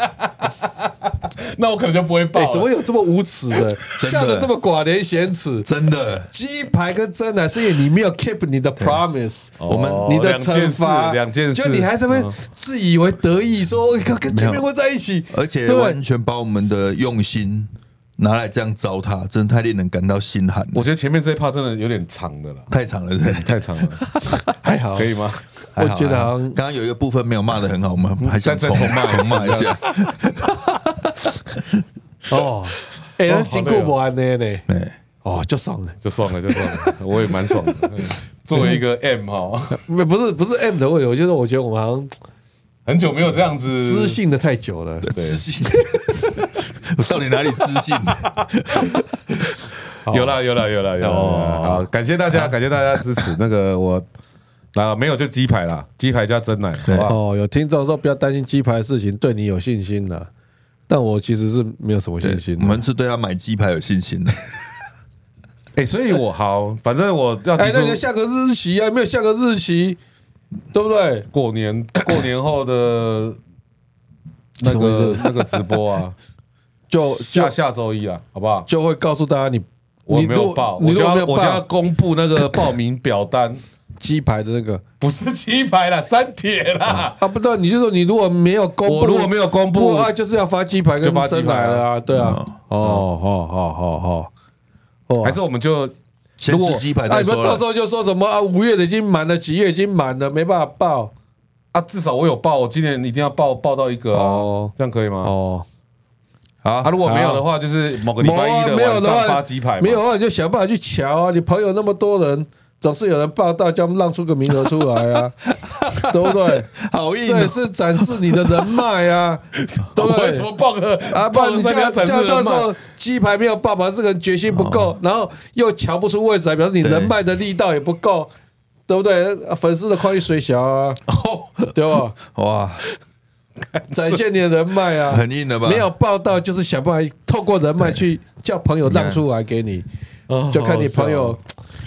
A: 那我可能就不会报
B: 哎
A: 了。
B: 怎么有这么无耻 的，
C: 真的
B: 笑得这么寡廉鲜耻？
C: 真的，
B: 鸡排跟真奶是因为你没有 keep 你的 promise，
C: 我们
A: 哦
B: 你的
A: 两件
B: 惩
A: 事
B: 罚，
A: 两件事，
B: 就你还这边
A: 嗯
B: 自以为得意，说我靠跟前面会在一起，
C: 而且
B: 对
C: 完全把我们的用心拿来这样糟蹋，真的太令人感到心寒了
A: 我，觉得前面这一趴真的有点长的啦，
C: 太长了，真的。
A: 太长了，
B: 还 好
A: 可以吗？
C: 还
B: 我
C: 好
B: 觉得
C: 还好
B: 好像嗯
C: 刚刚有一个部分没有骂的很好，我们还想
A: 再
C: 重
A: 再重骂一次
C: 重骂一 下。
B: 哦。哎，那经过
A: 好累哦
B: 我安呢呢，
C: 对，
B: 哦，就爽了。
A: 就算了，就算了，我也蛮爽的。 嗯作为一个 M 哈，
B: 不不是不是 M 的问题，我就是我觉得我们好像
A: 很久没有这样子
B: 知性的太久了。
C: 自信， 我到底哪里自信？
A: 有啦有啦有啦有啦有啦。哦好，感谢大 家，感谢大家支持。那个我啊，没有就鸡排啦，鸡排加蒸奶，好不好？
B: 哦，有听众说不要担心鸡排的事情，对你有信心了。但我其实是没有什么信啊心
C: 我
B: 的。
C: 们是对他买鸡排有信心的。
A: 哎，所以我好，反正我要
B: 哎
A: 提，
B: 那你要
A: 出
B: 下个日期啊，没有下个日期，对不对？
A: 过 年过年后的那
B: 什么意
A: 个
B: 思
A: 那个直播 啊，
B: 就
A: 下
B: 就
A: 下周一啊，好不好？
B: 就会告诉大家你
A: 我
B: 你
A: 没有
B: 如
A: 报，
B: 你
A: 我
B: 如
A: 就
B: 果
A: 要
B: 没有
A: 我就要
B: 报
A: 公布那个报名表 单，
B: 鸡排的那个
A: 不是鸡排啦，三铁啦。
B: 啊，不对，你就说你如果没有公布，
A: 我如果没有公布哦
B: 不啊，就是要发鸡排
A: 就
B: 跟
A: 发鸡
B: 蒸
A: 排
B: 奶
A: 啊
B: 了啊，对啊。哦哦哦哦哦，
A: 还是我们就
C: 先吃鸡排
B: 啊，
C: 再
B: 你们
C: 说
B: 到时
C: 了。
B: 候就说什么啊？五月的已经满了，几月已经满了，没办法报。
A: 啊，至少我有报，我今年一定要报报到一个哦
B: 哦，
A: 这样可以吗？
B: 哦，
A: 啊，
C: 好，
A: 如果没有的话，就是某个礼拜一的
B: 没有
A: 晚
B: 的
A: 上
B: 话
A: 发鸡排嘛，
B: 没有啊的话你就想办法去瞧啊！你朋友那么多人，总是有人报道，叫他们让出个名额出来 啊，对不对？
C: 好硬
B: 这也
C: 哦，
B: 是展示你的人脉 啊，对不
A: 为
B: 对
A: 什？么报个
B: 啊，不
A: 报
B: 然
A: 个
B: 你
A: 三
B: 叫
A: 家展
B: 叫
A: 示
B: 到
A: 人
B: 时
A: 脉？哦
B: 候鸡排没有爆满，这个人决心不够，然后又瞧不出位置来，表示你人脉的力道也不够，对不对？粉丝的跨越水小啊，
A: 哦
B: 对 吧？
C: 哇，
B: 展现你的人脉啊，
C: 很硬的吧？
B: 没有报道就是想办法透过人脉去叫朋友让出来给你，
A: 哦哦
B: 就看你朋友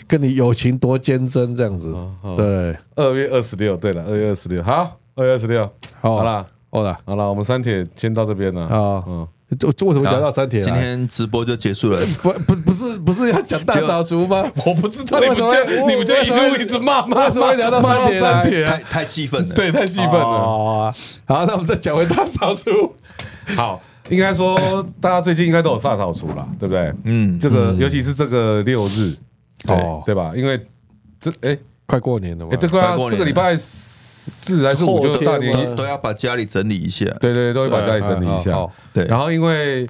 B: 跟你友情多坚贞这样子
A: 好。
B: 对，
A: 二月二十六，对了，二月二十六，好，二月二十六，好啦，
B: 好了
A: 好了，我们三铁先到这边了
B: 哦啊，
A: 嗯
B: 嗯，这为什么聊到三铁
C: 今
B: 啊？
C: 天直播就结束了。
B: 不不不是不是要讲大扫 除吗？
A: 我不知道你
B: 为
A: 们
B: 什
A: 就
B: 么
A: 你们就
B: 为
A: 一
B: 什么
A: 路一直骂骂
B: 为什么
A: 骂
B: 会聊到
A: 骂
B: 三铁
A: 三
B: 来
A: 铁啊
C: 太太气愤了，
A: 对，太气愤了。
B: 哦好，那我们再讲回大扫 除。
A: 好，应该说大家最近应该都有大扫除啦，对不对？
C: 嗯，
A: 这个尤其是这个六日，
B: 哦，
A: 对吧？因为这哎
B: 快过年了嘛
A: 哎，对啊
C: 快，过年了
A: 这个礼拜四还是五就
B: 后天
A: 大年，
B: 吗
C: 都要把家里整理一下。
A: 对对，都会把家里整理一
B: 好
A: 下
B: 好。
C: 对
A: 然后因为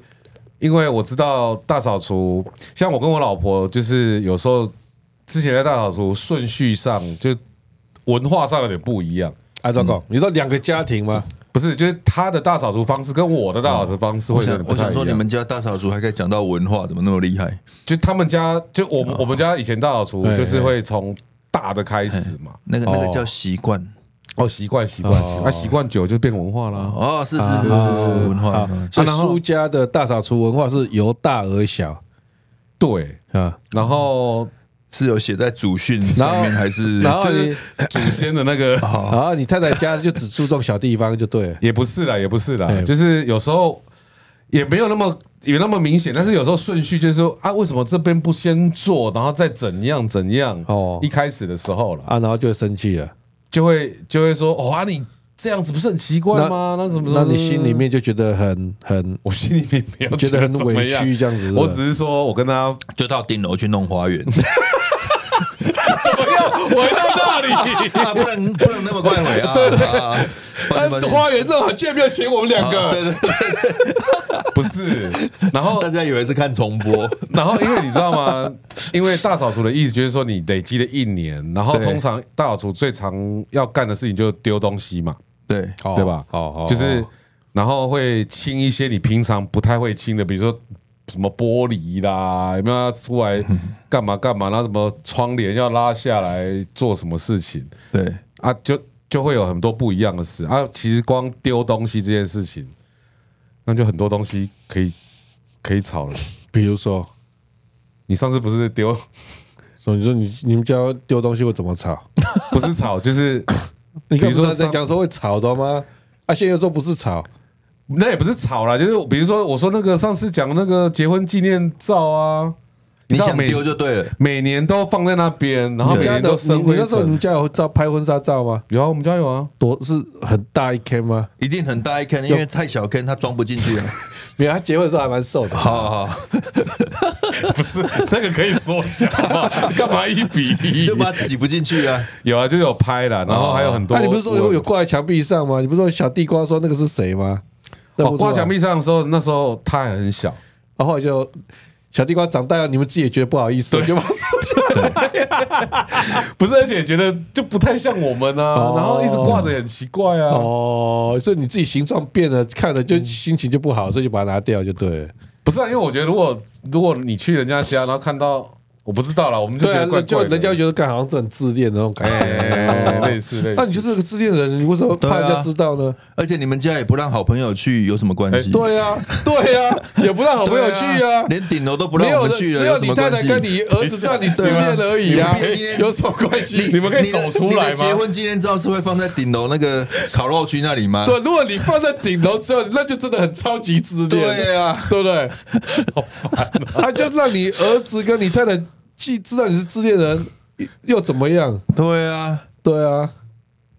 A: 因为我知道大扫除，像我跟我老婆，就是有时候之前在大扫除顺序上就文化上有点不一样。
B: 哎，糟糕，你说两个家庭吗？
A: 不是，就是她的大扫除方式跟我的大扫除方式
C: 我
A: 会有
C: 想
A: 点，不
C: 我
A: 太
C: 想
A: 一
C: 说，你
A: 样。
C: 们家大扫除还可以讲到文化，怎么那么厉害？
A: 就他们家，就我们我们家以前大扫除
C: 哦
B: 哎
A: 就是会从大的开始嘛。
C: 那个那
B: 哦
C: 个叫习惯
A: 哦，习惯习惯，那习惯久就变文化啦。
C: 哎哦，是是是是是
A: 啊
C: 是文化。嗯
B: 所以
A: 然后
B: 苏家的大扫除文化是由大而小
A: 对，
B: 啊。
A: 然后
C: 是有写在祖训上面，
B: 然后
C: 还是
B: 然后
A: 就
B: 哦你哦
A: 是， 祖先的那个。
B: 啊然后你太太家就只注重小地方就对了
A: 也不是啦，也不是啦，
B: 哎
A: 就是有时候也没有那么也那么明显，但是有时候顺序就是说啊，为什么这边不先做，然后再怎样怎样？哦
B: 哦，
A: 一开始的时候啦，
B: 啊，然后就生气了。
A: 就会就会说哦啊，你这样子不是很奇怪吗？那怎么？
B: 那你心里面就觉得很很
A: 我心里面没有
B: 觉得很
A: 怎么
B: 委
A: 样
B: 屈，这样子。
A: 我只是说我跟他
C: 就到顶楼去弄花园，。
A: 怎么样回到那 里
C: 啊，不能不能那么快 回啊！啊啊抱歉抱歉
B: 花园这好居然没有请我们两
C: 啊
B: 个，
C: 对对 对，
A: 不是，然后
C: 大家以为是看重播，
A: 然后因为你知道吗？ 因为大扫除的意思就是说你累积了一年，然后
C: 对
A: 通常大扫除最常要干的事情就是丢东西嘛，
C: 对，
B: 哦
A: 对吧？
B: 好好，
A: 就是然后会清一些你平常不太会清的，比如说什么玻璃啦，有没有要出 来干嘛干嘛？然后什么窗帘要拉下来做什么事情
C: 对，
A: 啊？就就会有很多不一样的事啊。其实光丢东西这件事情，那就很多东西可以可以吵了。
B: 比如说，
A: 你上次不是丢，
B: 所以你说你你们家丢东西会怎么吵？
A: 不是吵，就是
B: 你
A: 比
B: 刚
A: 如
B: 不
A: 说
B: 是在
A: 上
B: 讲说会吵的吗？啊，现在又说不是吵，
A: 那也不是吵啦，就是比如说我说那个上次讲那个结婚纪念照啊，
C: 你
A: 知道
C: 想
A: 每
C: 丢就对了，
A: 每年都放在那边，然后
B: 你
A: 每
B: 家
A: 年
B: 的
A: 都
B: 你
A: 生
B: 你
A: 灰
B: 那时候你
A: 尘
B: 们。家有照拍婚纱照吗？
A: 有啊，我们家有 啊。
B: 多是很大一 K 吗？
C: 一定很大一坑，因为太小坑它装不 进去啊。
B: 没有，他结婚的时候还蛮瘦的。
C: 好好，好
A: 不是那个可以缩小吗，干嘛一比一
C: 就把它挤不进去啊。
A: 有啊，就有拍了，然后还有很 多。
B: 哦啊那你不是说有
A: 我
B: 有挂在墙壁上吗？你不是说小地瓜说那个是谁吗？认
A: 哦
B: 不出来
A: 挂墙，壁上的时候，那时候他还很小，
B: 然后就小地瓜长大了，你们自己也觉得不好意思，就把它 收起来
A: 不是，而且觉得就不太像我们啊
B: 哦，
A: 然后一直挂着也很奇怪啊。
B: 哦，所以你自己形状变了，看了就心情就不好，所以就把它拿掉就对了。
A: 不是啊，因为我觉得如果如果你去人家家，然后看到我不知道啦，我们就
B: 对
A: 觉
B: 啊
A: 得怪，
B: 就
A: 怪的
B: 人家觉得干好像是很自恋的那种感
A: 哎， 类
B: 觉。
A: 似类似。
B: 那你就是个自恋的人，你为什么怕人
C: 对
B: 家
C: 啊
B: 知道 呢？
C: 而且你们家也不让好朋友去，有什么关
A: 哎
C: 系？
B: 对啊，对啊，也不让好朋友去
C: 对
B: 啊。
C: 连顶楼都不
B: 没
C: 让我
B: 有
C: 们
B: 的，
C: 去了，
B: 只有
C: 什
B: 你
C: 么
B: 太太
C: 关系？
B: 跟你儿子让你自恋而已啊，有什么关系？
A: 你们可以
C: 你的
A: 走出来
C: 你的结
A: 吗？
C: 婚纪念照是会放在顶楼那个烤肉区那 里吗？
A: 啊
B: 对，如果你放在顶楼之后，那就真的很超级自恋，
C: 对啊，
B: 对不对？好烦、他就让你儿子跟你太太既知道你是自恋人，又怎么样？
C: 对啊，
B: 对啊，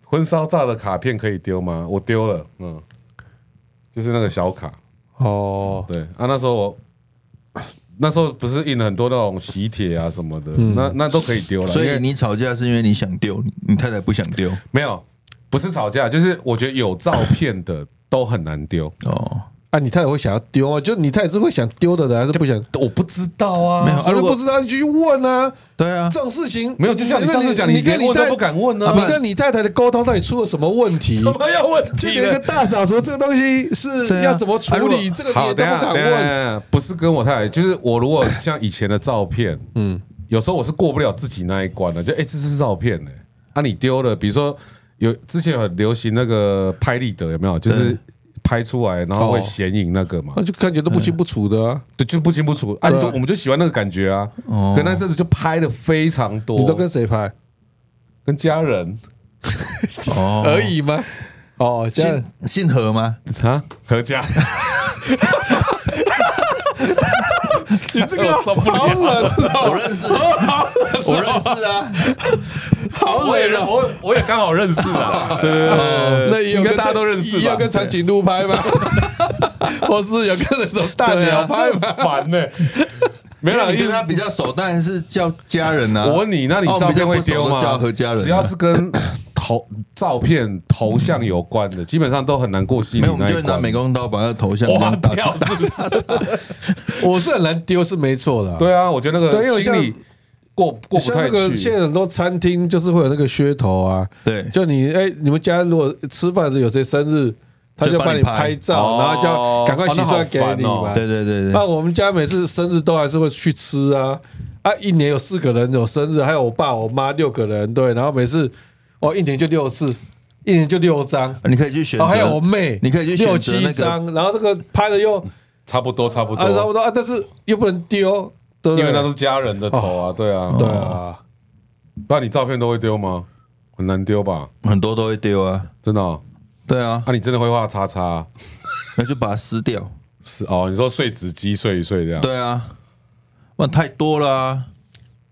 A: 婚纱照的卡片可以丢吗？我丢了，嗯，就是那个小卡。
B: 哦，
A: 对啊，那时候我那时候不是印了很多那种喜帖啊什么的，
B: 嗯
A: 那那都可以丢了。
C: 所
A: 因
C: 以
A: 为
C: 你吵架是因为你想丢，你你太太不想丢
A: 没有不是吵架，就是我觉得有照片的都很难丢。
C: 哦。
B: 啊，你太太会想要丢啊？就你太太是会想丢的人，还是不想？
A: 我不知道啊，
C: 没有
B: 啊，
C: 如
B: 如
C: 果
B: 果不知道，你就去问啊。
C: 对啊，
B: 这种事情
A: 没有就像你上次讲
B: 你
A: 你连
B: 跟你
A: 问都
B: 太
A: 不敢问啊
B: 你跟你太太的沟通到底出了什么问题？
A: 么要问
B: 就连一个？大扫除这个东西是
C: 对啊
B: 要怎么处
C: 啊如
B: 理，
C: 果
B: 这个你
A: 哎好，
B: 也都
A: 等一
B: 不
A: 下，
B: 敢
A: 等一下等一
B: 问。
A: 下，不是跟我太太，就是我如果像以前的照片，嗯，有时候我是过不了自己那一关的，就哎、这是照片呢、啊，你丢了，比如说有之前很流行那个拍立得，有没有？就是拍出来然后会
B: 哦
A: 显影那个嘛，
B: 那就感觉都不清不楚的啊，
A: 对，就不清不楚啊，
B: 对啊
A: 你就我们就喜欢那个感觉啊。
C: 哦
A: 可那阵子就拍的非常多，
B: 你都跟谁拍
A: 跟家人
C: 哦
B: 而已吗？哦，这
A: 呃
B: 样
C: 姓 姓何吗？
A: 啊合家，
B: 你这
A: 哦
B: 个好冷
C: 我
B: 哦，
C: 认识，我认识啊。
B: 好
A: 我也
B: 冷
A: 认
B: 哦。
A: 我我也刚好认识啊， 对对对对，
B: 那也有
A: 应该
B: 跟
A: 大家都认识
B: 也
A: 吧
B: 有？跟长颈鹿拍吗？ 或是有跟那种大鸟拍
A: 啊
B: 吗？
A: 烦 呢，没有啦，
C: 啊你
A: 意
C: 跟
A: 思
C: 他比较熟，当然是叫家人啊。
A: 我问你，那你
C: 哦
A: 照片会
C: 比较
A: 丢
C: 不熟
A: 吗？
C: 都叫和家人啊
A: 只要是跟头照片头像有关的，基本上都很难过心里
C: 没有，我们
A: 那
C: 就
A: 一
C: 会拿
A: 关
C: 美。工刀把他的头像这
A: 哇
C: 样打
A: 掉
C: 字
A: 是不是？
B: 我是很难丢，是没错的啊。
A: 对啊，我觉得那
B: 对因为
A: 个心
B: 像
A: 里过过不
B: 像
A: 太
B: 那个现
A: 去。
B: 在很多餐厅就是会有那个噱头啊，
C: 对
B: 就你哎、你们家如果吃饭时有谁生日，他就
C: 就帮
B: 帮
C: 你
B: 你拍
C: 拍
B: 照，
A: 哦
B: 然后就要赶快
A: 哦
B: 洗
A: 那好
B: 算给
A: 烦
B: 你
A: 哦
B: 嘛。
C: 对对对
B: 那
C: 对，
B: 我们家每次生日都还是会去吃啊，啊，一年有四个人有生日，还有我爸我妈六个人，对，然后每次哦一年就六次，一年就六张，
C: 你可以去哎选
B: 然
C: 择。
B: 后哦还有我妹，
C: 你可以去
B: 六
C: 选择
B: 七
C: 那个。
B: 张，然后这个拍的又
A: 差不多，差不多，
B: 啊差不多啊，但是又不能丢，对不
A: 因为
B: 对
A: 那都？是家人的头啊，对啊，
B: 对啊，
A: 不然你照片都会丢吗？很难丢吧？
C: 很多都会丢啊。
A: 真的哦？
C: 对啊，
A: 那你真的会画叉叉啊？
C: 那就把它撕掉。
A: 是哦，你说碎纸机碎一碎这样？
C: 对啊，那太多了啊。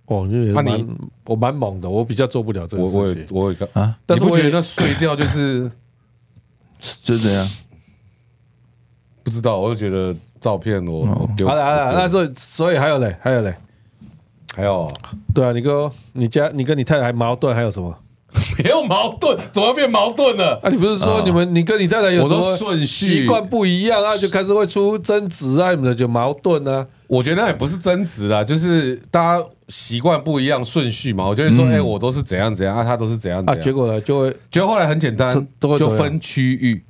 B: 哦，因为
A: 那
B: 蛮
A: 啊你
B: 我蛮猛的，我比较做不了这个
A: 我我
B: 事
A: 也
B: 情。
A: 我也
C: 啊
A: 啊，
B: 但
A: 但
B: 是
A: 是
B: 我
A: 我
B: 也
A: 觉得那碎掉就是
C: 就这样。
A: 不知道，我就觉得照片我我丢
B: 好了好了，那
A: 我丢
B: 所以所以还有嘞，还有嘞，
A: 还有
B: 对啊，你跟你家你跟你太太矛盾还有什么？
A: 没有矛盾，怎么变矛盾了？
B: 啊，你不是说你们、你跟你太太有
A: 我
B: 时
A: 说
B: 候
A: 顺序
B: 习惯不一样啊，就开始会出争执啊什么的，就矛盾啊。
A: 我觉得那也不是争执啦，就是大家习惯不一样顺序嘛。我就会说，哎、我都是怎样怎样，啊，他都是怎样
B: 嗯
A: 怎
B: 啊，
A: 样。
B: 结果呢就会
A: 结果后来很简单
B: 都都，会怎
A: 就
B: 样
A: 分区域，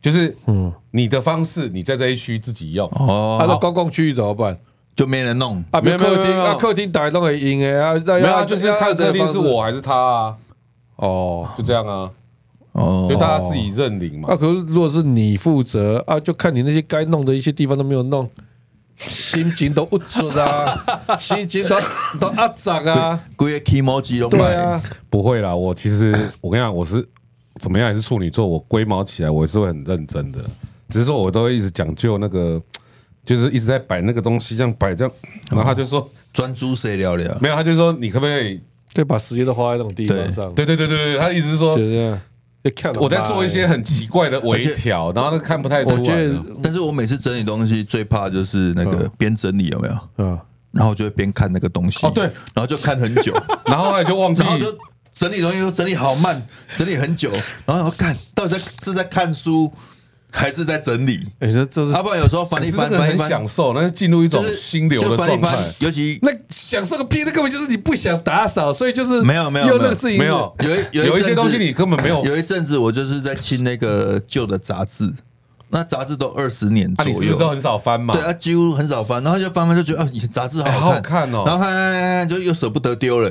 A: 就是嗯，你的方式你在这一区自己用，
C: 哦，
B: 啊，那公共区域怎么办？
C: 就没人弄。
B: 啊，
A: 没
B: 没
A: 有没有
B: 有客
A: 没
B: 厅
A: 有
B: 啊，客厅打都很赢哎啊，那
A: 没有
B: 要
A: 啊，就是看客定是我还是他啊，
B: 哦。
A: 就这样啊，
C: 哦
A: 就，大家自己认领嘛
B: 啊，。可是如果是你负责啊，就看你那些该弄的一些地方都没有弄，心情都不准 啊，心情都都阿长啊，
C: 规个 emoji 都
B: 对
C: 买
B: 啊，
A: 不会啦，我其 实我跟你讲，我是怎么样也是处女座，我龟毛起来我也是会很认真的，只是说我都会一直讲究那个，就是一直在摆那个东西，这样摆
C: 哦
A: 这样，然后他就说
C: 专注谁聊聊？
A: 没有，他就说你可不可以？
B: 对，把时间都花在那种地方上，
A: 对对对对对，他一直是说
B: 就这样。就看
A: 我在做一些，很奇怪的微
C: 而且
A: 调，然后那看不太出
B: 我
A: 来
B: 觉
A: 的。
B: 得
C: 但是我每次整理东西最怕就是那
B: 嗯
C: 个边整理有没有，
B: 啊，
C: 然后我就会边看那个东西。
A: 哦对
C: 然后就看很 久，
A: 然后后来就忘记
C: 然，后就整理东西都整理好慢，整理很久，然后我看到底在是在看书还是在整理？啊
B: 哎，这这是
C: 要不然有时候
A: 可
C: 翻一
A: 是那
C: 翻
A: 个
C: 翻
A: 很
C: 一翻
A: 享，受，那是进入一种
C: 就是
A: 心流的
C: 就翻哎
A: 状
C: 一
A: 态
C: 翻。，尤其
B: 那享受个屁，那根本就是你不想打扫，所以就是
C: 没有没有
B: 用
C: 没有
B: 那个事情
A: 没有
C: 有一有一
A: 有一些
C: 阵子
A: 东西你根本没有，
C: 有一阵子我就是在清那个旧的杂志，那杂志都二十年
A: 啊，
C: 左
A: 你是不是都
C: 右。
A: 很少翻嘛
C: 对？啊，几乎很少翻，然后就翻翻就觉得，啊，以前杂志好
A: 哎好好看哦啊
C: 然后看看看看就又舍不得丢了。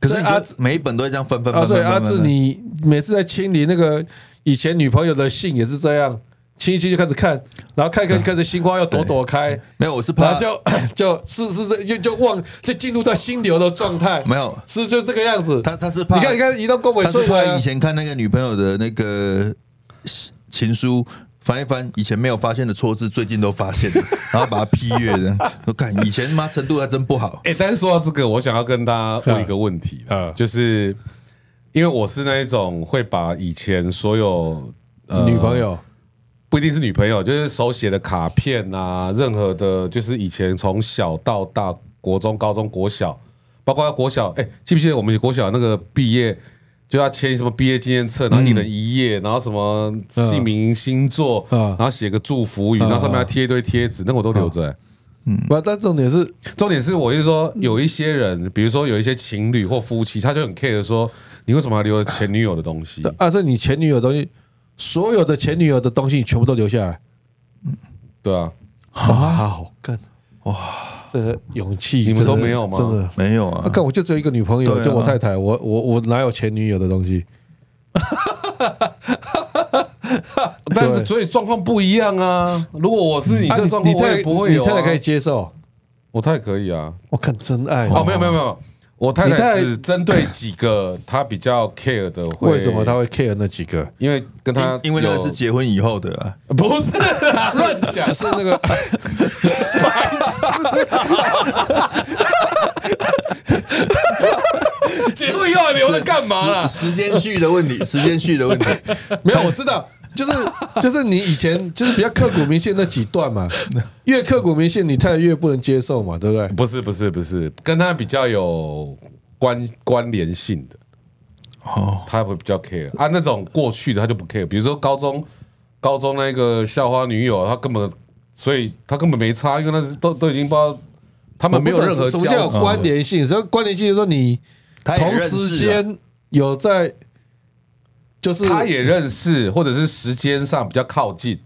C: 可是
B: 所以
C: 你
B: 阿
C: 就
B: 志
C: 每一本都会这样翻翻
B: 啊，
C: 翻
B: 所以
C: 翻
B: 阿
C: 翻翻
B: 志，
C: 翻。
B: 你每次在清理那个以前女朋友的信也是这样，清一清就开始看，然后看一看就开始心花又朵朵开，
C: 没有，我是
B: 然
A: 啊
C: 怕
B: 后就 就是是这就就忘就进入到心流的状态，
C: 没有
B: 是不是就这个样子。
C: 他他是怕
B: 你看你看，移到郭伟
C: 他是
B: 顺
C: 怕
B: 了
A: 啊
C: 以，前看那个女朋友的那个情书，翻一翻以前没有发现的错字，最近都发现了，然后把它批阅这样。 我看以前妈程度还真不好，
A: 哎、但是说到这个，我想要跟大家问一个问题啊，
B: 嗯
A: 就是因为我是那一种会把以前所有、呃
B: 女朋友
A: 不一定是女朋友，就是手写的卡片啊，任何的，就是以前从小到大，国中、高中、国小，包括国小，哎、记不记得我们国小那个毕业就要签什么毕业纪念册，
B: 嗯
A: 然后一人一页，然后什么姓名、星座，
B: 嗯
A: 然后写个祝福语，然后上面还贴一堆贴纸，那个我都留着、哎
B: 嗯不，但重点是
A: 重点是，我是说，有一些人，比如说有一些情侣或夫妻，他就很 care 说，你为什么要留前女友的东西？
B: 啊，是你前女友的东西，所有的前女友的东西你全部都留下来，
A: 对啊，
B: 哇，好干哇，这个勇气
A: 你们都
B: 真的
A: 没有吗
B: 真的。
C: 没有
B: 啊，
C: 啊，
B: 看我就只有一个女朋友，
C: 对啊
B: 就我太太，我我我哪有前女友的东西？
A: 但
B: 对
A: 所以状况不一样啊。如果我是你
B: 你
A: 这个状况，我
B: 太
A: 也
B: 太
A: 不会有、
B: 你太太
A: 啊
B: 可。以接受？
A: 我太可以啊。
B: 我看真爱
A: 哦，没有没有没有，我太
B: 你太
A: 太
B: 太
A: 只针对几个她比较 care 的。会
B: 为什么她？会 care 那几个？
A: 因为跟她
C: 因因为那个是
A: 有
C: 结婚以后的啊，
A: 不 是啦乱讲，
B: 是 那个
A: 结婚要留着干嘛啊啦？
C: 时时间序的问题，时间序的问题，
B: 没有，我知道，就是就是你以前就是比较刻骨铭心那几段 嘛，越刻骨铭心，你太太越不能接受嘛，对不对？
A: 不是不是不是，跟她比较有关关联性的。
C: 哦，
A: 他会比较 care 啊，那种过去的他就不 care，比如说高中高中那个校花女友，他根本所以他根本没差，因为那是都都已经不知道他们没有任何
B: 什么叫
A: 交
B: 有
A: 集
B: 关联性？所以关联性就是说你
C: 他也
B: 同
C: 认识啊
B: 时间有在，就是
A: 他也认识，或者是时间上比较靠近，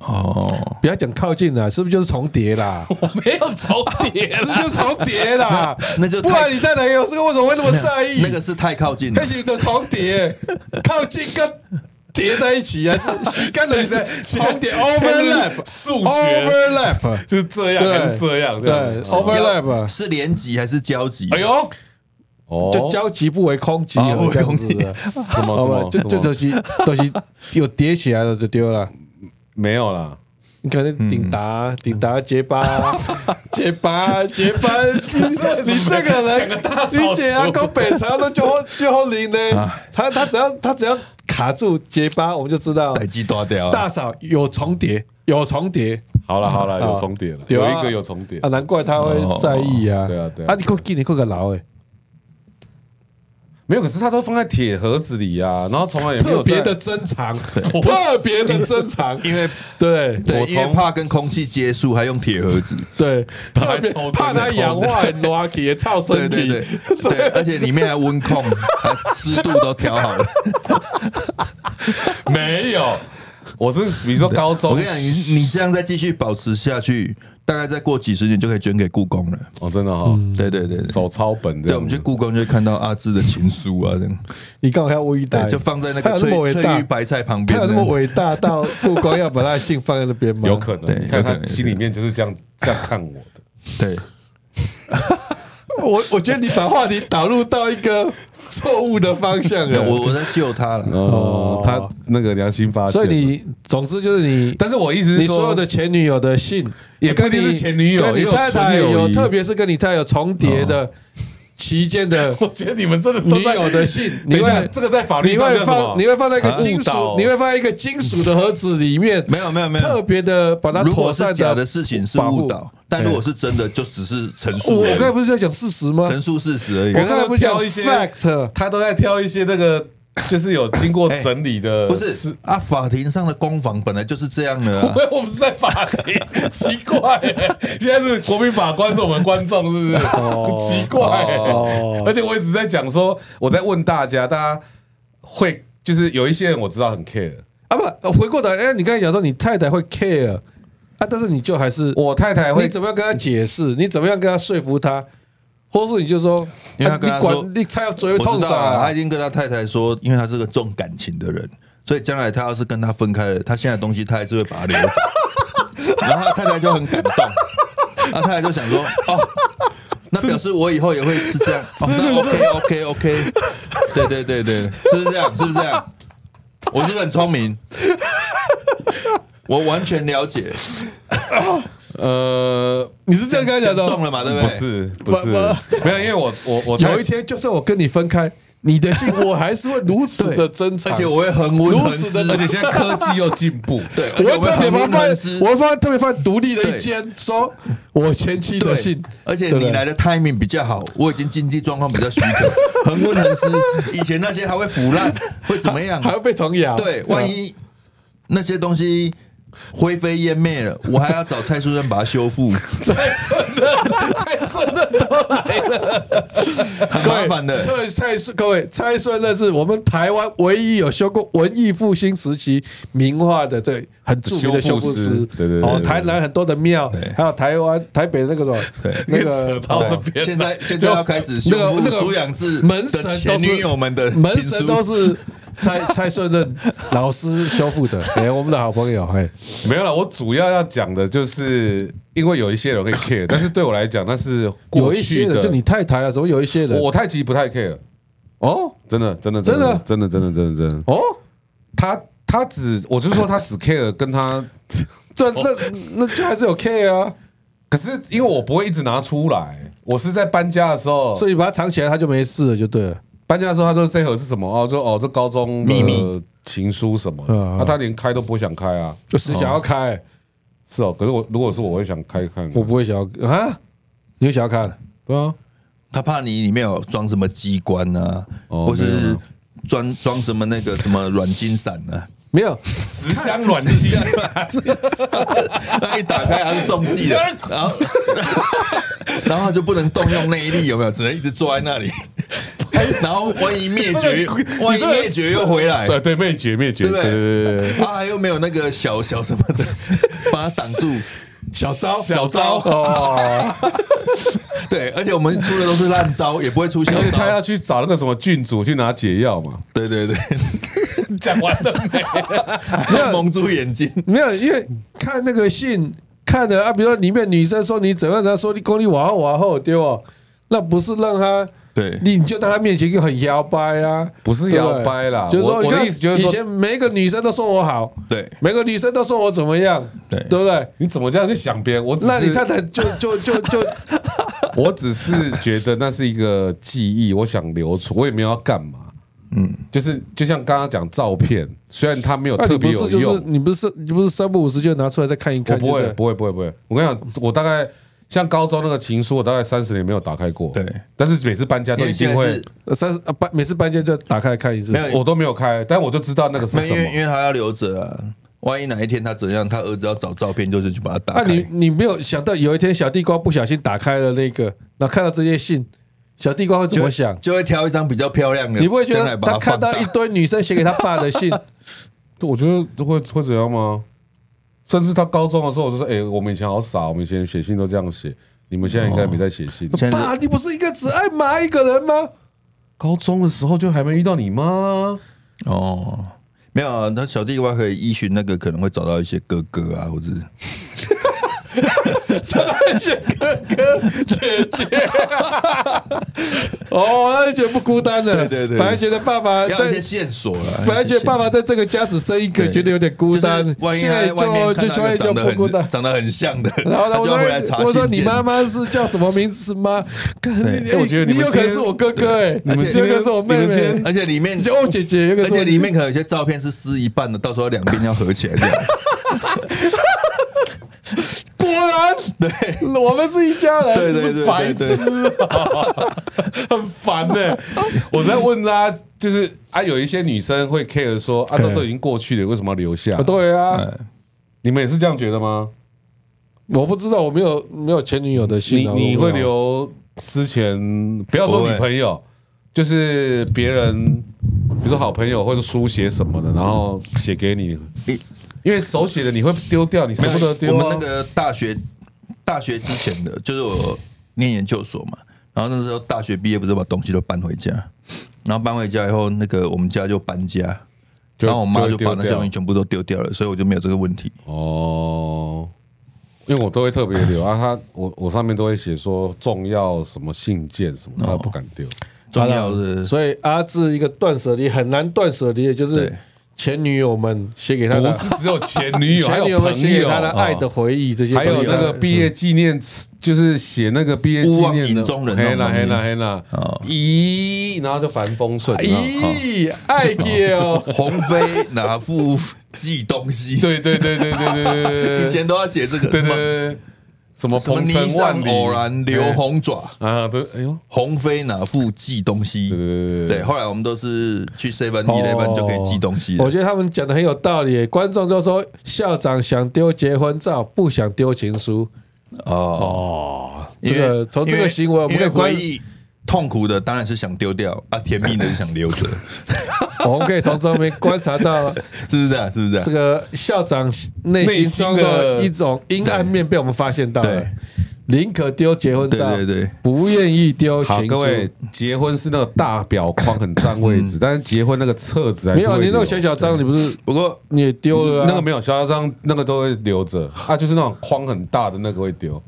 C: 哦，，
B: 不要讲靠近啦，是不是就是重叠啦？
A: 我没有重叠
B: 是就重叠啦
C: 那就
B: 不然你在哪有这个为什么会那么在意？
C: 那个是太靠近了
B: 开，始的重 叠，靠近跟叠在一起啊，干脆在重叠 overlap
A: 数学
C: 哦
B: overlap
A: 就是这样，
B: 对
A: 还是这样，这样
B: 对
A: 子
B: overlap
C: 是连级还是交集？啊
A: 哎呦，哦，
B: 就交集不为空集，
C: 哦
B: 有这样子
C: 不为
B: 的
C: 空，
A: 什么
B: 好
A: 什
B: 吧？
A: 么
B: 就就
A: 什么
B: 东西东西有叠起来了就丢了。
A: 没有啦，
B: 你可能顶
A: 嗯
B: 达、顶达 结巴、结巴、结巴，你你这个人，啊
A: 讲个大扫除 啊
B: 你姐阿公北朝都就就灵呢，他他只要他只要卡住结巴，我们就知道
A: 哎
C: 逮鸡抓掉
B: 大
C: 啊，
B: 嫂有重叠，有重叠
A: 好了好了，有重叠了，有一个有重叠
B: 啊，，难怪他会在意啊。
A: 哦对啊对啊
B: 啊，你快给你快个牢哎，
A: 没有，可是它都放在铁盒子里啊，然后从来也没有
B: 特别的
A: 在
B: 珍藏，特别的珍藏，
C: 因为
B: 对
C: 对，
A: 我
C: 因为
A: 从
C: 怕跟空气接触，还用铁盒子，
B: 对，特别
A: 抽真的
B: 怕他氧化很 lucky 也操
C: 对
B: 身
C: 对
B: 体，
C: 对对，而且里面还温控，还湿度都调好了。
A: 没有。 我是比如说高中，
C: 我跟你讲，你你这样再继续保持下去，大概再过几十年就可以捐给故宫了。
A: 哦，真的哈，
C: 对对对对，
A: 手抄本这
C: 嗯对，我
A: 样
C: 们
A: 子
C: 去，故宫就会看到阿志的情书啊，这样，
B: 你干嘛要微大？
C: 对，就放在那
B: 他
C: 个
B: 哎有那么
C: 翠
B: 伟
C: 翠
B: 大
C: 玉，白菜旁
B: 他
C: 边
B: 有
C: 这
B: 那么
C: 样。
B: 伟大到不光要把他的信放在那边吗？
A: 有可能，
C: 对
A: 你看
C: 有可
A: 他
C: 能
A: 心里面就是这样这样看我的。
C: 对，
B: 我我觉得你把话题导入到一个错误的方向啊了。
C: 我我在救他
B: 嗯
C: 了。
A: 哦，他那个良心发现，
B: 所以你总之就是你，
A: 但是我意思是
B: 你
A: 说
B: 所有的前女友的信
A: 也不一
B: 跟
A: 定
B: 你
A: 是前女友
B: 跟
A: 也
B: 你
A: 有
B: 太太
A: 纯友
B: 有，
A: 谊哦
B: 特别是跟你太太有重叠的期 间的
A: 我觉得你们真的都
B: 女
A: 在
B: 友的信，
A: 等
B: 你
A: 一下
B: 会
A: 这个在法律
B: 你
A: 上
B: 会
A: 叫什么
B: 放你会放在一个
C: 啊
B: 金
A: 误导
B: 属，你会放在一个金属的盒子里面，
C: 没有没有没
B: 特
C: 有，
B: 别的把它
C: 如
B: 妥
C: 果是
B: 善
C: 假
B: 的
C: 的事情是误导，但如果是真的，就只是陈
B: 我
C: 述
B: 我刚才
C: 而
B: 不是在讲事实吗
C: 已，？陈述事实而已
B: 我。
A: 可
B: 刚才不是讲
A: 挑一些
B: fact，
A: 他都在挑一些那个就是有经过整理的，
C: 不是啊，法庭上的攻防本来就是这样 的啊。
A: 喂，我们是在法庭， 奇怪、欸现在是国民法官是我们观众，是不是？奇怪、欸
B: 哦
A: 而且我一直在讲说，我在问大家，大家会就是有一些人我知道很 care，
B: 啊不，回过头来，哎，你刚才讲说你太太会 care 啊，但是你就还是
A: 我太太
B: 你
A: 会
B: 怎么样跟他解释？你怎么样跟他说服他？或是你就说，
C: 因为他跟
B: 啊
C: 他
B: 你
C: 说
B: 管你猜要嘴会
C: 我知
B: 冲
C: 道
B: 啥
C: 啊，他
B: 啊
C: 已？经跟他太太说，因为他是个重感情的人，所以将来他要是跟他分开了，他现在的东西他还是会把它留着。然后他太太就很感动，啊他太太就想说，哦，那表示我以后也会是这样，哦、那 OK OK OK，对对对对，是不是这样？是不是这样？我是不是很聪明？我完全了解，
A: 呃，
B: 你是这样跟他讲的
C: 中
B: 哦？
C: 了嘛，对不对？
A: 嗯不是不是，没有，因为我我我太
B: 有一天，就算我跟你分开，你的信我还是会如此
C: 对
B: 的珍藏，
C: 而且我会恒温
B: 如
C: 恒
B: 此
C: 湿
B: 的，
A: 而且现在科技又进步，
C: 对，
B: 我
C: 而且
B: 会
C: 我会
B: 特别把
C: 恒
B: 它
C: 温
B: 放
C: 恒
B: 在，
C: 湿
B: 我。会放特别放在独立的一
C: 对
B: 间，说我前妻的信，
C: 而且
B: 对不
C: 你
B: 对
C: 来的 timing 比较好，我已经经济状况比较许 可，恒温恒湿。以前那些还会腐烂，会怎么样
B: 还？要被嗯虫咬，
C: 对，万一那些东西灰飞烟灭了，我还要找蔡书生把它修 复，
B: 再生的，再生的都来了。
C: 很麻烦的。
B: 蔡蔡顺，各位蔡顺那是我们台湾唯一有修过文艺复兴时期名画的这很著名的修复
A: 修复
B: 师
A: 师。对对对
B: 哦，
A: 对
B: 台南很多的庙，还有台湾台北那个什么 那
A: 扯
B: 个。
A: 到这
C: 对
A: 边，
C: 现在现在要开始修
B: 那个
C: 复
B: 那个
C: 苏养志
B: 门神
C: 的
B: 都
C: 前
B: 是
C: 女友们的
B: 门
C: 情
B: 神
C: 书
B: 都是蔡蔡顺任老师修复的，哎，我们的好朋友，哎，
A: 没有了，我主要要讲的就是，因为有一些人会 care，但是对我来讲，那是
B: 有
A: 过
B: 一些
A: 去
B: 人
A: 的。
B: 就你太太啊，什么有一些人
A: 我太极不太 care，
B: 哦
A: 真的，真的，
B: 真的
A: 真的，真的，真的，真的。
B: 哦，
A: 他他只，我就说他只 care 跟他，
B: 这那那就还是有 care 啊，
A: 可是因为我不会一直拿出来，我是在搬家的时候，
B: 所以把它藏起来，他就没事了，就对了。
A: 搬家的时候他说这盒是什么？哦，就哦这高中
C: 秘
A: 的
C: 密
A: 情书什么的，啊
B: 嗯嗯
A: 那他连开都不会想开啊。
B: 谁想要开？
A: 是哦，可是我如果是我会想开看看，
B: 我不会想要啊，你会想要看？
A: 对啊，
C: 他怕你里面有装什么机关啊，
A: 哦
C: 或
A: 没有没
C: 是
A: 有
C: 装装什么那个什么软筋散啊，
B: 没有，
A: 十香软 鸡，啊
C: 那一打开还是中计 的，然后然后他就不能动用内力，有没有？只能一直坐在 那里，然后万一灭绝，万一灭绝又回来，
A: 对对，灭绝灭绝，
C: 对不
A: 哎对
C: 对
A: 对对对。
C: 啊，又没有那个小小什么的把它挡住。小招，小招，
B: 哦，
C: 对，而且我们出的都是烂招，也不会出小
A: 而且他
C: 招
A: 要。去找那个什么郡主去拿解药嘛。
C: 对对对，
A: 讲完了没？
C: 蒙住眼睛。
B: 没有，因为看那个信看的啊，比如说里面女生说你怎样，她说你公你娃后娃后对哦，那不是让她
C: 对
B: 你你就在她面前就很摇摆啊，
A: 不是
B: 对对
A: 摇摆啦
B: 就是
A: 我我
B: 说
A: 的
B: 你看
A: 意思就是说
B: 以前每一个女生都说我好，
C: 对
B: 每个女生都说我怎么样，
C: 对
B: 对不对？
A: 你怎么这样去想别人？我只
B: 那你太
A: 是
B: 太就就 就就
A: 我只是觉得那是一个记忆，我想留存，我也没有要干嘛。嗯，就是就像刚刚讲照片，虽然它没有
B: 那
A: 特
B: 你不
A: 别
B: 是
C: 啊
A: 有
B: 就是
A: 用，
B: 你不是你不是三不五时就拿出来再看一
A: 我
B: 看？
A: 不会
B: 对对
A: 不会不会不会。我跟你讲，我大概像高中那个情书，我大概三十年没有打开过。
C: 对，
A: 但是每次搬家都
C: 因为
A: 一定
C: 现在
A: 会
C: 是，
B: 呃三十啊搬每次搬家就打开来看一次
C: 没。有
A: 我都没有开，但我就知道那个是
C: 没
A: 什
C: 有因为因
A: 么。
C: 为他要留着啊，万一哪一天他怎样，他儿子要找照片，就是去把它
B: 那
C: 打
B: 你
C: 开。
B: 你没有想到有一天小地瓜不小心打开了那个，然后看到这些信，小地瓜会怎
C: 就
B: 么
C: 会
B: 想？
C: 就会挑一张比较漂亮的，
B: 你不会觉
C: 将来
B: 得
C: 把
B: 他
C: 它
B: 看
C: 放
B: 到
C: 大
B: 一堆女生写给他爸的 信，
A: 我觉得会会怎样吗？甚至他高中的时候，我就说：“哎、我们以前好傻，我们以前写信都这样写，你们现在应该没在写信。
C: 现在
B: 爸，你不是应该只爱妈一个人吗？
A: 高中的时候就还没遇到你妈，
C: 哦，没有啊，那小地瓜可以依循那个，可能会找到一些哥哥啊，或者是
B: 姐姐，哦，他就觉得不孤单了。
C: 对对对
B: 本来觉得爸爸
C: 要一些
B: 在，
C: 线索啦。
B: 呃本来觉得爸爸
C: 一些
B: 在这个家只生一个，
C: 对
B: 觉得有点孤
C: 线
B: 单
C: 就是，万一
B: 现
C: 他
B: 在
C: 在外
B: 就
C: 面
B: 就就
C: 看到
B: 会
C: 一个
B: 就
C: 长
B: 不
C: 得
B: 孤单
C: 很。 长得很像的，
B: 然后呢，
C: 他
B: 我
C: 就
B: 说
C: 会回来查
B: 我说
C: 信
B: 你
C: 件。
B: 妈妈是叫什么名字吗？干
C: 对
B: 你
A: 哎我觉得你
B: 你
A: 们
B: 有可
A: 今
B: 能
A: 天
B: 是我哥哥哎，
A: 你们
B: 这个是我妹
A: 你们今
B: 妹
A: 天，
C: 而且里面
B: 你就哦姐姐，有个
C: 而且里面可能有些照片是撕一半的，到时候两边要合起来 这样。
B: 果然，对，我们是一家人，
C: 对对对
B: 是白
C: 对
B: 痴啊，
A: 很烦呢、 我在问他，就是啊，有一些女生会 care 说啊，那都已经过去了，为什么要留下？
B: 对
C: 哎
B: 啊，
A: 你们也是这样觉得吗？
B: 我不知道，我没有没有前女友的
A: 你
B: 信啊，
A: 你
B: 我
A: 会
B: 没有？
A: 留之前，不要
C: 不
A: 说
C: 会
A: 女朋友，就是别人，比如说好朋友或者书写什么的，然后写给你
C: 一，
A: 因为手写的你会丢掉，你舍不得丢
C: 我
A: 啊。
C: 们那个大学大学之前的，就是我念研究所嘛，然后那时候大学毕业不是把东西都搬回家，然后搬回家以后，那个我们家就搬家，
A: 就
C: 然后我妈就
A: 就
C: 把
A: 会
C: 那
A: 丢
C: 些
A: 掉
C: 东西全部都丢掉了，所以我就没有这个问题。
A: 哦，因为我都会特别留啊，他我我上面都会写说重要什么信件什么，他不敢丢。
C: 重要的
B: 所以阿志一个断舍离很难断舍离，的就是
C: 对
B: 前女友们写给他
A: 不
B: 的，
A: 是只有前女友，还
B: 前女
A: 有
B: 友们
A: 朋
B: 写给
A: 友，
B: 他的爱的回忆这些东
A: 还
B: 西，
A: 有那个毕业纪念词，就是写那个毕业纪
C: 勿忘
A: 念的
C: 影中人
A: 黑
C: 那种
A: 啦
C: 东西
A: 黑啦黑啦，咦，然后就凡风顺，哦有没有
B: 咦，哎爱给哦，
C: 鸿飞拿副寄东西，
A: 对对对对对对对对对
C: 以前都要写这个，
A: 对对
C: 什么
A: 对，什么
C: 什么
A: 鹏
C: 霓
A: 程万
C: 裳
A: 里
C: 偶然留红爪，
A: 啊，对，哎呦，
C: 鸿飞拿副寄东西。
A: 对哦
C: 对，后来我们都是去 Seven Eleven 就可以寄东西了
B: 我。觉得他们讲的很有道理。观众就说校长想丢结婚照，不想丢情书。哦，这
C: 因
B: 个
C: 为
B: 从这
C: 因
B: 个
C: 为
B: 行为，我们
C: 因
B: 可
C: 为
B: 以观
C: 回，忆痛苦的当然是想丢掉啊，甜蜜的就 想留着，
B: 我们可以从这边观察到
C: 是不是啊？是不是啊
B: 这？个校长内
A: 内
B: 心
A: 心
B: 中
A: 的
B: 的一种阴暗面被我们发现到了
C: 对。
B: 宁可丢结婚照，
C: 对对对
B: 不愿意丢
A: 好，
B: 情
A: 各
B: 书。
A: 位，结婚是那个大表框很占位 置，但是结婚那个册子还
B: 没
A: 是
B: 有
A: 会
B: 你那
A: 留
B: 种小小张，你不是
C: 不过
B: 你也丢了啊？
A: 那个没有小小张，那个都会留着啊，就是那种框很大的那个会丢，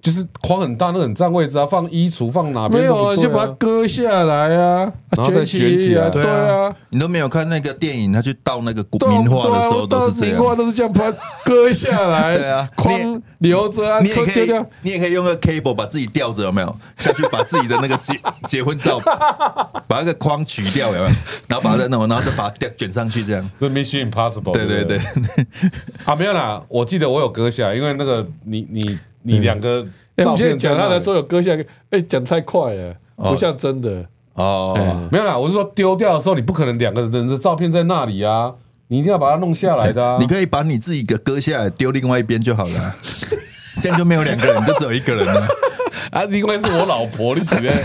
A: 就是框很大那个很占位置啊，放衣橱放哪边
B: 没
A: 都
B: 有
A: 不
B: 啊，你
A: 对
B: 就把它割下来啊，
A: 然后再
B: 起
A: 卷起来
B: 对
C: 对
B: 啊
C: 啊。，你都没有看那个电影，他去倒那个古
B: 对啊
C: 名画
B: 对
C: 的
B: 啊
C: 时候都是
B: 我
C: 这
B: 名画
C: 样。
B: 都是这样把它割下来，
C: 对啊你也
B: 框留着啊，
C: 你也
B: 框
C: 可
B: 丢
C: 以
B: 掉。，
C: 你也可以用个 cable 把自己吊着，有没有？下去把自己的那个结结婚照，把那个框取掉，有没有？然后把它再弄，然后再把它吊卷上去，这样。
A: 这 Mission Impossible，
C: 对对
A: 对
C: 对，
A: 啊，没有啦，我记得我有割下来，因为那个你你你
C: 嗯
A: 两个
B: 哎，我
A: 照
B: 们现在
A: 片
B: 讲
A: 在
B: 他
A: 那
B: 的
A: 里
B: 时候有割下来，哎，讲太快了，不像真的。
C: 哦，
A: 没有啦，我是说丢掉的时候，你不可能两个人的照片在那里啊，你一定要把它弄下来的啊
C: 你。可以把你自己的割下来丢另外一边就好了啊， 这样就没有两个人，就只有一个人了。
A: 啊，另外是我老婆，你起来。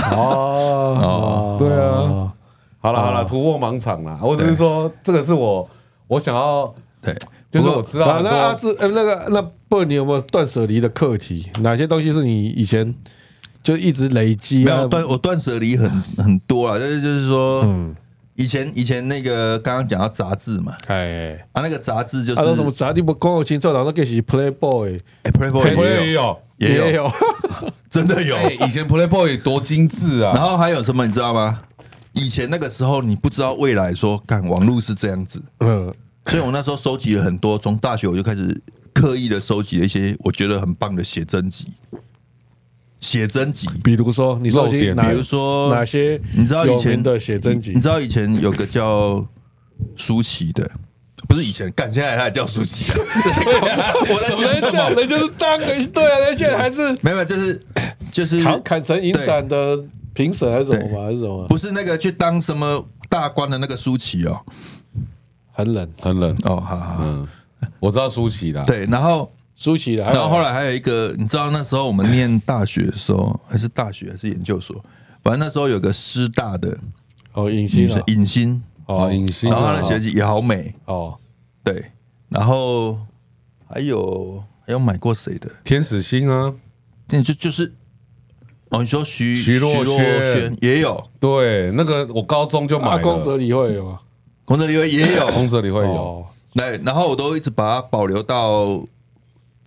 B: 哦，对啊，
A: 好了好了，突破盲场啦，我只是说这个是我我想要，
C: 对，
A: 就是
C: 不过
A: 我知道
B: 啊，
A: 很
B: 那
A: 多
B: 阿志，呃，那个那不，你有没有断舍离的课题？哪些东西是你以前就一直累积
C: 没
B: 啊
C: 有？断我断舍离很很多啊，就是就是说，以前以前那个刚刚讲到杂志嘛，
B: 哎，
C: 啊，那个杂志就是
B: 他说什么杂志不公共情操，然后给是 Playboy，
C: 哎 Playboy 也有
A: 有。
C: 也有
B: 有，
C: 真的有，
A: 哎，以前 Playboy 多精致
C: 然
A: 啊！
C: 后还有什么你知道吗？以前那个时候你不知道未来说，干网络是这样子，
B: 嗯，
C: 所以我那时候收集了很多，从大学我就开始刻意的收集了一些我觉得很棒的写真集。写真集。
B: 比如说你收
A: 漏
B: 集
A: 点
B: 哪，
A: 比
C: 如说
B: 哪些
C: 你知道以
B: 有名
C: 前
B: 的写真集
C: 你，知道以前有个叫舒淇的，不是以前，干现在他还叫舒淇啊。 我 在
B: 人
C: 讲什
B: 家
C: 么？
B: 人就是当个对啊，人现在还是
C: 没有，就是就是
B: 好像砍城影展的评审还是什么嘛，还是什么啊，
C: 不是那个去当什么大官的那个舒淇哦。
B: 很冷。
A: 很冷。
C: 哦，好好，好
A: 嗯，我知道舒淇啦，
C: 对，然后。
B: 舒淇的，还有
C: 然后后来还有一个，你知道那时候我们念大学的时候，还是大学还是研究所，反正那时候有个师大的
B: 哦，影星啊，
C: 影星，
A: 哦，影星
C: 然后她的
A: 啊，
C: 学姐也好美，
B: 哦，
C: 对，然后还有还有买过谁的？
A: 天使星啊，
C: 那就就是哦，你说徐
A: 徐若瑄
C: 瑄也有，
A: 对，那个我高中就买
B: 啊，宫
A: 了，
B: 泽
A: 哎
B: 理惠有啊，
C: 洪哲立威也有，
A: 宫泽里会有，
B: 哦，
C: 对，然后我都一直把它保留到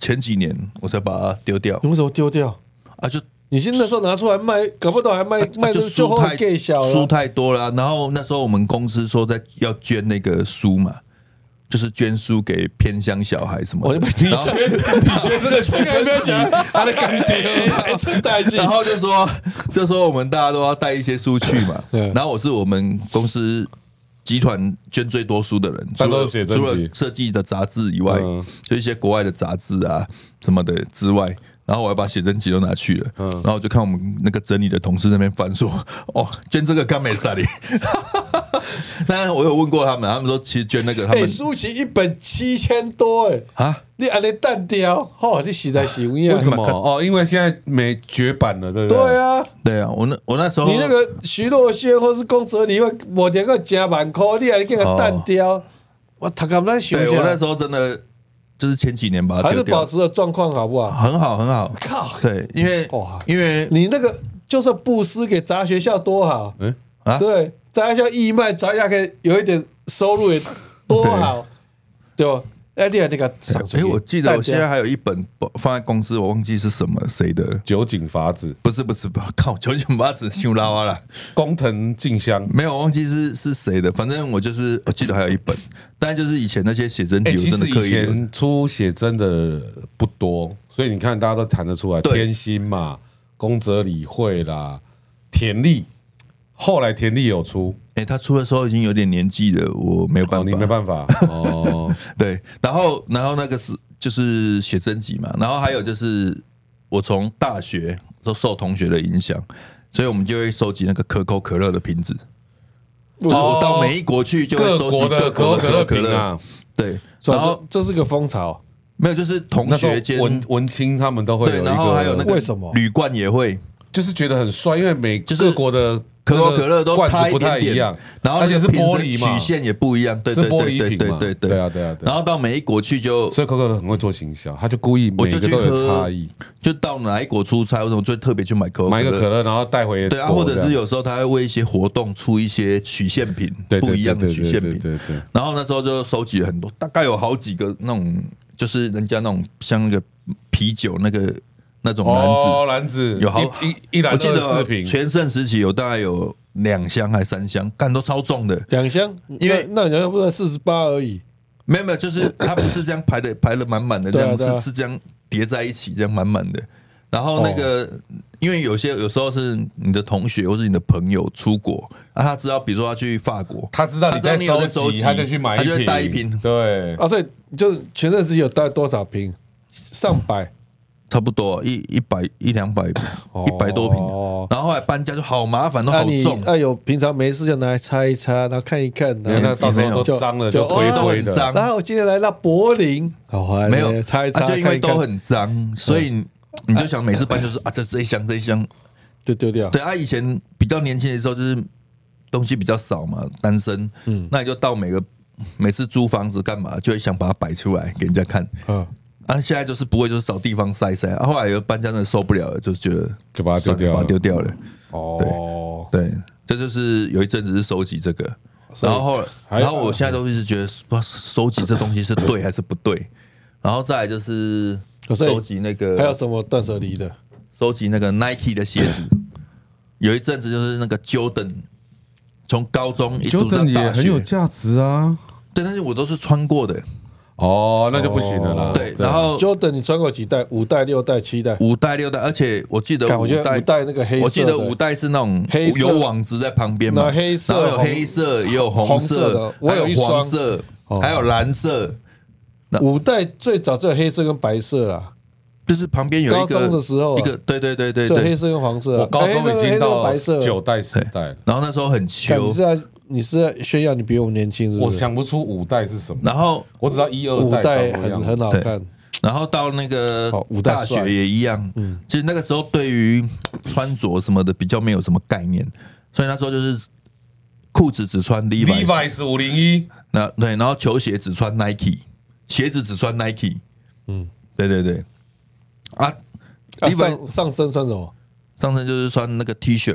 C: 前几年，我才把它丢掉
B: 你为什么丢掉？
C: 啊，就
B: 你现在那时候拿出来卖，搞不懂还卖卖
C: 就
B: 出就
C: 书
B: 后
C: 太
B: 给小
C: 书
B: 了。
C: 太多了啊、然后那时候我们公司说在要捐那个书嘛，就是捐书给偏乡小孩什么
B: 我
C: 的
B: 就被，你
C: 然后
B: 捐，你捐这个写真集，他的干爹，还真带劲
C: 然。后就说就说我们大家都要带一些书去 嘛
B: 对，
C: 然后我是我们公司。集团捐最多书的人，除
A: 但都
C: 了
A: 是写真集
C: 除了设计的杂志以外，
A: 嗯
C: 就一些国外的杂志啊什么的之外，然后我还把写真集都拿去了，
A: 嗯
C: 然后我就看我们那个整理的同事那边翻说， 哦，捐这个干没 啥哩。当然我有问过他们，他们说其实捐那个他
B: 哎，
C: 们
B: 舒淇一本七千多哎，
C: 啊，
B: 你安尼淡掉，吼，你实在是有影
A: 为。什么？哦，因为现在没绝版了，对不对？
B: 对，啊，
C: 对啊，我那我那时候
B: 你那个徐若瑄或是宫泽理惠，我两个加万块，你还给个淡掉，我他敢那想
C: 对我那
B: 想，
C: 时候真的就是前几年把
B: 啊
C: 它
B: 还
C: 丢
B: 是保
C: 掉，
B: 持了状况好不好？
C: 很好很好，
B: 靠
C: 对，因为
B: 哇
C: 因为
B: 你那个就算布施给杂学校多好，
A: 嗯，
C: 啊
B: 对，杂学校义卖，杂学校可以有一点收入也多好，对吧？哎，你看那个赏出
C: 哎，
B: 去，
C: 我记得我现在
B: 淡
C: 还有一本放在公司，我忘记是什么谁 的，
A: 酒井法子、
C: 不是不是不，靠，九九八只修拉花了，
A: 工藤静香，
C: 啊没有，我忘记是是谁的，反正我就是我记得还有一本，但就是以前那些写真集
A: 哎，
C: 我
A: 其
C: 真的
A: 实
C: 刻
A: 以
C: 意留着，
A: 前出写真的不多，所以你看大家都谈得出来，
C: 对
A: 天心嘛，宫泽理惠啦，田丽，后来田丽有出，
C: 哎，他出的时候已经有点年纪了，我没有
A: 哦，
C: 办
A: 你没
C: 法，
A: 办法哦，
C: 对，然后然后那个是就是写真集嘛，然后还有就是我从大学都受同学的影响，所以我们就会收集那个可口可乐的瓶子。
B: 掉
C: 就是我到每一国 去就会
A: 哦各
C: 收
A: 国
C: 集
A: 的可口可乐
C: 乐
A: 瓶啊，
C: 对，
B: 所以
C: 然
B: 我
C: 后
B: 说这是个风潮，
C: 没有就是同
A: 那时
C: 学间
A: 候文文青他们都会有
C: 对，
A: 一
C: 然后还有那
A: 个，
C: 个
B: 为什么
C: 铝罐也会
A: 就是觉得很帅，因为每
C: 就是
A: 各国的
C: 可口可乐都
A: 罐
C: 差
A: 子
C: 一
A: 不太
C: 点
A: 一
C: 点
A: 样，，
C: 然后
A: 而
C: 那
A: 且
C: 个
A: 是
C: 瓶
A: 玻
C: 身
A: 璃嘛
C: 曲，线也不一样，对
A: 是
C: 对
A: 玻
C: 对
A: 璃
C: 对
A: 瓶
C: 对
A: 嘛
C: 对
A: 对啊对啊对啊
C: 然后到每一国去就
A: 所以可口可乐很会做行销，他就故意
C: 我
A: 每
C: 就
A: 个
C: 去
A: 都有
C: 喝
A: 差异，，
C: 就到哪一国出差，我总就会特别去买可口
A: 买一
C: 可
A: 个可
C: 乐。
A: 乐然后带回
C: 对啊，
A: 国
C: 或者
A: 这样
C: 是有时候他会为一些活动出一些曲线品，
A: 对对
C: 不一样的
A: 对对
C: 曲
A: 对
C: 线
A: 对
C: 品。
A: 对对。
C: 然后那时候就收集了很多，大概有好几个那种，就是人家那种像那个啤酒那个那种篮子，
A: 哦，篮子
C: 有好
A: 一一一篮
C: 我记
A: 二四
C: 得
A: 瓶，
C: 全盛时期有大概有两箱还三箱，干都超重的。
B: 两箱，
C: 因为
B: 那那两箱不是四十八而已，
C: 没有没 有，就是它不是这样排的，排的满满的这
B: 对啊
C: 样，
B: 对啊
C: 是是这样叠在一起，这样满满的。然后那个，
A: 哦
C: 因为有些有时候是你的同学或是你的朋友出国，啊，他知道，比如说他去法国，
A: 他知道你
C: 他知道你有在
A: 收
C: 收
A: 集，
C: 集
A: 他就去买一
C: 他就
A: 瓶，
C: 会带一瓶
A: 对，
B: 啊，所以就是前阵子有带多少瓶，上百，
C: 差不多一一百一两百一百多瓶啊
B: 哦，
C: 然后后来搬家就好麻烦，都
B: 那
C: 哦好
B: 啊你
C: 重，
B: 那有平常没事就拿来擦一擦，然后看一看，
A: 你看
B: 然后
A: 那到时候都脏了，
B: 就
A: 就灰灰
C: 哎就
A: 的
C: 哦。
B: 然后我今天来到柏林，好啊
C: 没
A: 呃
C: 有
B: 擦一擦，
C: 啊就因
B: 看
C: 为
B: 一看
C: 都很脏，所以你你就想每次搬就是啊，这这一箱这一箱，
B: 就丢掉。
C: 对啊，以前比较年轻的时候就是东西比较少嘛，单身，嗯，那你就到每个每次租房子干嘛，就会想把它摆出来给人家看。
B: 嗯，
C: 啊，现在就是不会，就是找地方塞一塞。啊、后来有搬家真的受不了了，就觉得
A: 就把它丢掉了
C: 算了把它丢掉了。
B: 哦，
C: 对，这就是有一阵子是收集这个，
B: 所以
C: 然后后来
B: 还有
C: 然后我现在都一直觉得不知道收集这东西是对还是不对。然后再来就是
B: 所以
C: 收集那个
B: 还有什么断舍离的？
C: 收集那个 Nike 的鞋 子，有一阵子就是那个 Jordan，从高中一读到
A: Jordan 也
C: 大
A: 很
C: 学
A: 有，价值啊，
C: 对，但是我都是穿过的，
A: 哦，那就不行了啦。
C: 对，然
A: 哦
C: 后
B: 啊 Jordan，你穿过几代？五代、六代、七代？
C: 五代六代，而且我记得
B: 干我
C: 五
B: 觉得
C: 代
B: 五代那个黑色的
C: 我记得五代是那种
B: 黑色
C: 有网子在旁边嘛，
B: 那黑色
C: 然后有
B: 红
C: 黑色，也有红
B: 红色的我
C: 还
B: 有一
C: 有
B: 双哦
C: 黄色，还有蓝色，
B: 五代最早只有黑色跟白色啦，
C: 就是旁边有一
B: 高
C: 个
B: 中的时候啊
C: 一个对对对对
B: 只有黑
C: 对，
B: 色跟黄色啊。
A: 我高
B: 哎黑色
A: 中已
B: 跟
A: 经
B: 黑色跟
A: 到
B: 白色。
A: 九代十代了，
C: 然后那时候很
B: 干你
C: 秋
B: 是，在你是在炫耀你比我们年轻是不
A: 我
B: 是？
A: 想不出五代是什么，
C: 然后
A: 我只知道一二
B: 五代
A: 代长什么
B: 很
A: 样
B: 很好看，
C: 然后到那个
B: 哦五代
C: 大
B: 帅嗯
C: 学也一样，其实那个时候对于穿着什么的比较没有什么概念，所以那时候就是裤子只穿 Levi's，
A: Levi's 五零一，
C: 那对，然后球鞋只穿 Nike，鞋子只穿 Nike，嗯，对对对，啊，
B: 啊
C: Levi-
B: 上上身穿什么
C: 上身就是穿那个 T 恤，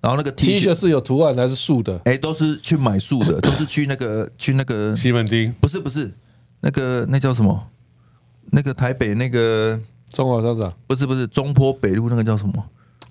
C: 然后那个
B: ？T
C: T
B: 恤
C: 恤，
B: 是有图案还是竖的？
C: 哎，都是去买素 的，都是去那个去那个，
A: 西门町
C: 不是不是，那个那叫什么？那个台北那个
B: 中华商场
C: 不是不是中坡北路那个叫什么？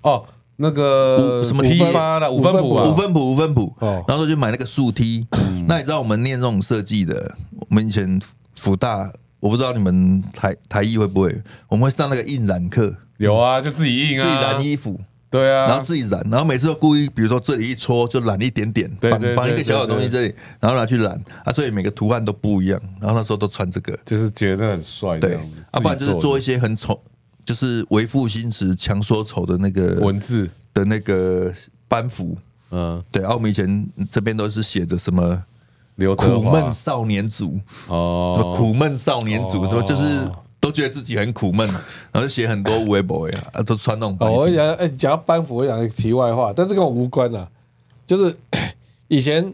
A: 哦，那个
C: 五什么
A: 批
C: 批
A: 发的五
B: 五分
A: 分埔
B: 埔
A: 啊嗯
C: 五，分谱，五分谱，
B: 哦
C: 然后就买那个竖梯。那你知道我们念这种设计的，我们以前福大，我不知道你们台台艺会不会，我们会上那个印染课，
A: 有啊，就自己印
C: 自己
A: 啊，
C: 染衣服，
A: 对
C: 然后
A: 啊，
C: 自己染，然后每次都故意，比如说这里一戳就染一点点，
A: 对
C: 绑
A: 对
C: 绑一个
A: 对
C: 小小
A: 对
C: 东
A: 对
C: 西这里，然后拿去染啊，所以每个图案都不一样。然后那时候都穿这个，
A: 就是觉得很帅这
C: 对
A: 样子，，
C: 啊，不然就是做一
A: 自己
C: 些很丑，就是为赋新词强说丑的那
A: 的
C: 个
A: 文字，
C: 的那个班服。
A: 嗯，
C: 对，啊，我们以前这边都是写着什么
A: 刘德
C: 苦
A: 华
C: 闷少年组，什么
A: 哦，
C: 苦闷少年
B: 哦
C: 组，什么就是都觉得自己很 苦闷，然后就写很多无为 boy 啊，都穿那种白
B: 哦，我
C: 底。
B: 讲，哎，讲到班服，我讲个题外话，但是跟我无关啊。就是以前，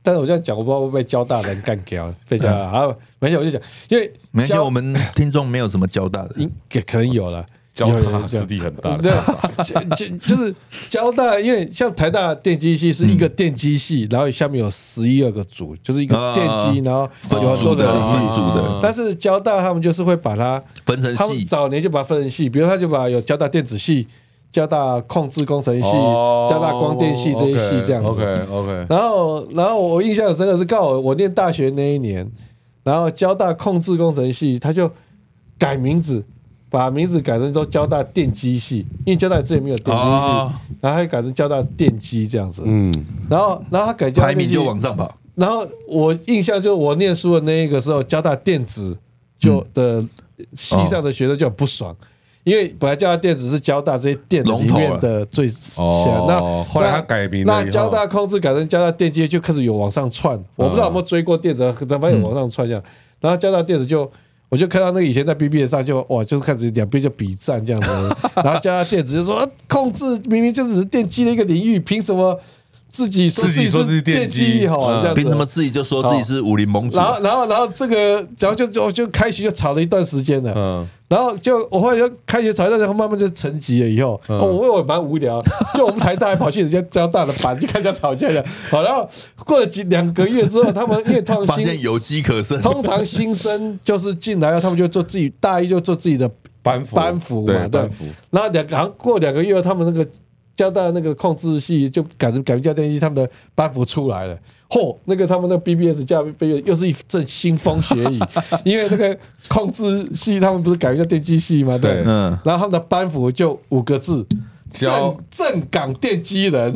B: 但是我这样讲，我不知道会不会被交大人干掉，被交大
A: 嗯
B: 啊，没事，我就讲，因为
C: 没关系，
B: 交
C: 我们听众没有什么交大的，
B: 应可可能有了。
A: 交
B: 有有
A: 叉
B: 有
A: 实力很大
B: 对啊
A: 的，，
B: 就就就是交大，因为像台大电机系是一个电机系，
A: 嗯
B: 然后下面有十一二个组，就是一个
C: 啊
B: 电机，然后
C: 分
B: 有很
C: 组
B: 多
C: 的
B: 的领域
C: 分组的
A: 啊
B: 但是交大他们就是会把它
C: 分成
B: 他们
C: 系
B: 早年就把它分成系，比如他就把有交大电子系、交大控制工程系、
A: 哦
B: 交大光电系这些系这样子。
A: OK OK，
B: 然后，然后我印象很深刻是，刚好我念大学那一年，然后交大控制工程系他就改名字，把名字改成说交大电机系，因为交大之前没有电机系，
C: 哦
B: 然后他就改成交大电机这样子。
A: 嗯，
B: 然后，然后他改交大
C: 排
B: 电
C: 名
B: 机
C: 就往上跑。
B: 然后我印象就我念书的那一个时候，交大电子
A: 嗯
B: 就的
A: 哦
B: 系上的学生就很不爽，因为本来交大电子是交大这些电的里面的最下
A: 哦，
B: 那
A: 后来他改名了以后
B: 那交大控制改成交大电机就开始有往上窜，我不知道有没有追过电子，但反正有往上窜这样。
A: 嗯
B: 然后交大电子就。我就看到那个以前在 BBS 上就哇，就是开始两边就比战这样子， 然后交大电子就说、啊控制明明就只是电机的一个领域，凭什么自己说
A: 自己说自
B: 是
A: 己
B: 电
A: 电机
B: 机哈？
A: 嗯
B: 这样子哦
C: 凭什么自己就说自己是武林盟主
B: 然？后，然后，然后这个，然后就就就开学就吵了一段时间了。
A: 嗯
B: 然后就我后来就开学吵一段，然后慢慢就沉寂了。以后、
A: 嗯
B: 哦我我也蛮无聊，就我们台大还跑去人家交大的班去看人家吵架的。好，然后过了几两个月之后，他们因为他们
C: 发现
B: 新
C: 有机可 乘，
B: 通常新生就是进来了，他们就做自己大一就做自己的
A: 班服
B: 班服嘛，
A: 对
B: 对
A: 班服。
B: 然后两个好像过两个月，他们那个交大那个控制系就改成改名叫电机，他们的班服出来了。嚯、那个他们那个 BBS 加 BBS 又是一阵腥风血雨，因为那个控制系他们不是改名叫电机系嘛，对。
A: 对
C: 嗯
B: 然后他们的班服就五个字：
A: 交
B: 正正港电机人。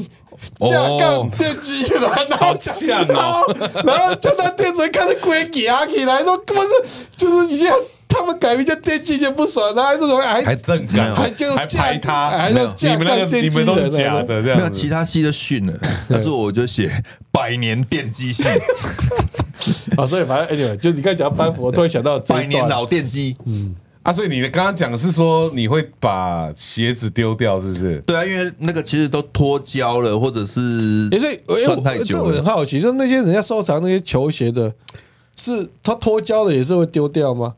C: 哦
B: 架杠电机人， 然后
A: 像哦
B: 然后 然后就那电子人看着鬼给啊起来说，根本是就是已经他们改名叫电机就不爽，然后还是说哎还
A: 还正感，
B: 还就
A: 还排他，
B: 还
A: 没
B: 就
A: 有你们那
B: 架杠
A: 个
B: 电
A: 你
B: 机
A: 们都是
B: 人啊
A: 假的这
C: 没有
A: 样
C: 其
A: 子，
C: 他系就训了，但是我就写百年电机 系，
B: 啊，所以反正 anyway，就你刚才讲到班服，我突然想到这
C: 百
B: 一
C: 年
B: 段，
C: 老电机。
B: 嗯
A: 啊，所以你刚刚讲的是说你会把鞋子丢掉，是不是？
C: 对啊，因为那个其实都脱胶了，或者是
B: 也所以哎
C: 穿太
B: 我这
C: 久
B: 我很
C: 了。
B: 好奇，就是那些人家收藏那些球鞋的，是他脱胶的也是会丢掉吗？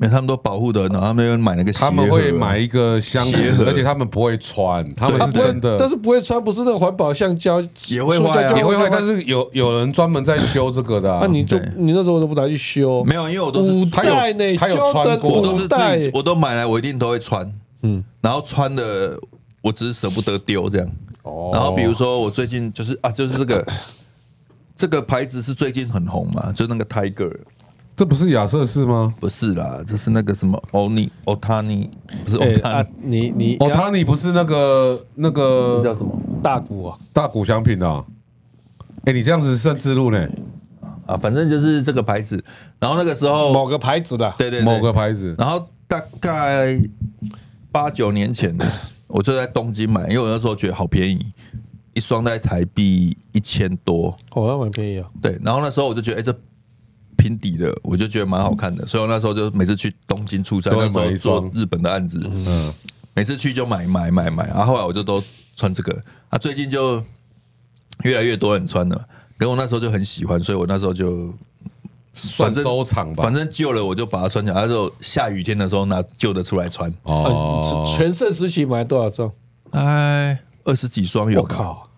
C: 没有，他们都保护的，然后他们又买那个鞋盒啊
A: 他们会买一个箱
C: 鞋
A: 子，
C: 盒
A: 而且他们不会穿，他们
B: 他
A: 是
B: 不会
A: 真的，，
B: 但是不会穿，不是那个环保橡胶
C: 也会坏啊
B: 塑胶
A: 也会坏。但
B: 吗
A: 是有有人专门在修这个的啊，
B: 那你就
C: 对
B: 你那时候都不拿去修，
C: 没有，因为我都
B: 五
C: 是
A: 他有
B: 代呢，
A: 他有
B: 胶
A: 穿
B: 的
A: 过
C: 我
B: 五
C: 都是自
B: 代
C: 己，我都买来，我一定都会穿。嗯，然后穿的我只是舍不得丢这样。
A: 哦
C: 然后比如说我最近就是啊，就是这个这个牌子是最近很红嘛，就那个 Tiger。
A: 这不是亚瑟士吗？
C: 不是啦，这是那个什么欧尼欧塔尼，不是
B: 哎
C: 欧
D: 对
C: 塔
D: 啊
C: 尼，，
D: 你你
A: 哦，他哎你不是那个那
C: 这叫
A: 个
C: 什么
D: 大鼓啊，
A: 大谷翔平啊？哎，你这样子算自录呢？
C: 啊？反正就是这个牌子。然后那个时候，
D: 某个牌子的，
C: 对对对，
A: 某个牌子，
C: 然后大概八九年前，我就在东京买，因为我那时候觉得好便宜，一双在台币一千多。
B: 哦，那蛮便宜啊。
C: 对，然后那时候我就觉得，哎、这平底的，我就觉得蛮好看的，所以我那时候就每次去东京出差，
A: 都会
C: 那时候
A: 买一
C: 做
A: 双
C: 日本的案子，嗯，每次去就买买买买，然、后后来我就都穿这个，啊，最近就越来越多人穿了，可我那时候就很喜欢，所以我那时候就
A: 算收藏吧
C: 反。正旧了我就把它穿起来，那时候下雨天的时候拿旧的出来穿，
B: 哦，
A: 哦
C: 呃
B: 你，全盛时期买多少
C: 哦
B: 双？
C: 哎，二十几双有
B: 我
C: 吧，
B: 靠！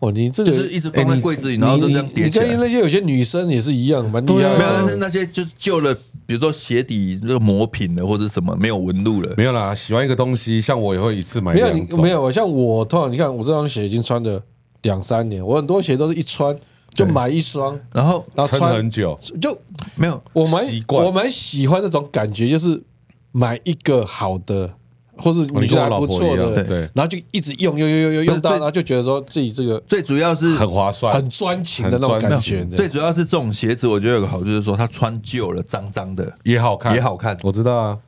B: 哦，你这个
C: 就是一直放在柜子里，然后就这样叠
B: 你
C: 起来
B: 跟。那些有些女生也是一样，蛮厉
A: 对
B: 害
A: 啊
C: 没有，但
B: 的
C: 是。那些就旧了，比如说鞋底那个磨平了或者什么没有纹路了，
A: 没有啦，喜欢一个东西，像我也会一次买
B: 没有
A: 两
B: 你
A: 种。
B: 没有，像我通常你看我这双鞋已经穿了两三年，我很多鞋都是一穿就买一双，
C: 然后
B: 然后
A: 撑
B: 穿
A: 很久，
B: 就
C: 没有，
B: 我蛮
A: 习惯
B: 我蛮喜欢这种感觉，就是买一个好的，或是你觉得还不错
A: 哦你跟我老婆一
B: 的，
A: 样对
B: 然后就一直用用用用用
C: 但
B: 用到，
C: 最
B: 然后就觉得说自己这个
C: 最主要是
A: 很划算，
B: 很专情的那种
A: 很专
B: 感
A: 情
B: 觉。
C: 最主要是这种鞋子，我觉得有个好处就是说它穿旧了脏脏的
A: 也好看，
C: 也好看
A: 我知道啊，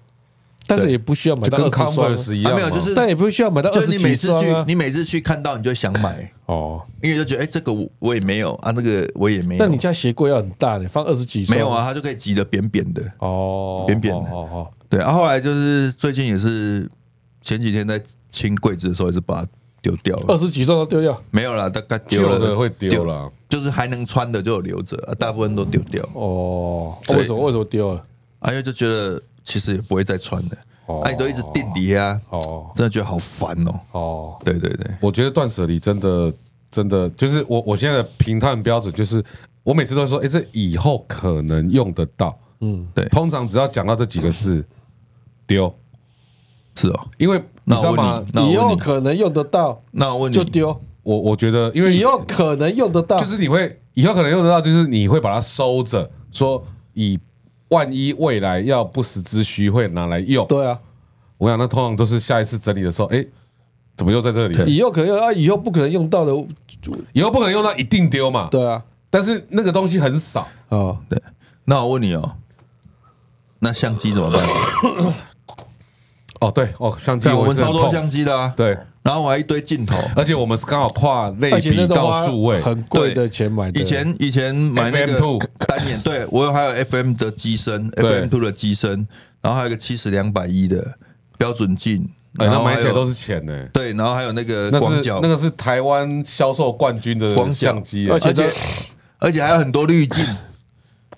B: 但是也不需要买
A: 就
B: 到
A: 跟
B: 二十双啊，
A: Converse 一样
C: 啊，
A: 嘛，
C: 没有就是
B: 但也不需要买到
C: 就
B: 二
C: 是
B: 十
C: 你每
B: 几
C: 次
B: 双
C: 去
B: 啊。
C: 你每次去看到你就想买，
B: 哦，
C: 因为就觉得哎、这个我我也没有啊，那个我也没有，
B: 那你家鞋柜要很大的，放二十几双
C: 没有啊，？它就可以挤得扁扁的。
B: 哦，
C: 扁扁的
B: 哦哦，
C: 对，啊，后来就是最近也是前几天在清柜子的时候也是把它丢掉
B: 二
C: 了，
B: 十几双都丢掉。
C: 没有啦，大概丢
A: 哦旧
C: 了
A: 的会丢，啦。
C: 就是还能穿的就有留着、啊，大部分都丢掉。
B: 哦，
C: 对
B: 为什么为什么丢了？
C: 啊，因为就觉得其实也不会再穿了，
B: 哦
C: 啊，你都一直垫底下，
B: 哦
C: 真的觉得好烦哦。
B: 哦，
C: 对对对，
A: 我觉得断舍离真的真的就是我我现在的评判标准就是，我每次都说，哎、这以后可能用得到。嗯，
C: 对
A: 通常只要讲到这几个字，丢，
C: 是哦。
A: 因为你
C: 那
A: 知
C: 我
A: 道
C: 问
A: 吗
C: 你？，那
B: 以
C: 我
B: 后
C: 问你，
B: 可能用得到
C: 那我问你，
B: 就丢，
A: 我我觉得，因为
B: 以后可能用得到
A: 就是你会以后可能用得到，就是你会把它收着，说以万一未来要不时之需会拿来用。
B: 对啊，
A: 我想那通常都是下一次整理的时候，哎、怎么又在这里？
B: 以后可能啊，以后不可能用到的，
A: 以后不可能用到，一定丢嘛。
B: 对啊，
A: 但是那个东西很少，
B: 哦，
C: 对，那我问你哦，那相机怎么办？
A: 哦， 对，哦，相机
C: 对，我
A: 也
C: 们
A: 是很
C: 超多
A: 痛
C: 相机的啊，
A: 对，
C: 然后我还一堆镜头。
A: 而且我们是刚好跨类
B: 而且那
A: 比
B: 都
A: 到
B: 花
A: 数位，
B: 很贵
C: 对
B: 的钱买的，
C: 以前以前买那
A: FM2
C: 个单眼，对我有还有 FM 的机身，FM two 的机身，然后还有一个七十两百一的标准镜，
A: 哎，
C: 然
A: 那
C: 后
A: 买
C: 还
A: 起来
C: 有
A: 都是钱呢。
C: 对，然后还有那个
A: 那
C: 广
A: 是
C: 角
A: 那个是台湾销售冠军的
C: 广角
A: 相机欸，
B: 而
C: 而
B: 且
C: 且而且还有很多滤镜，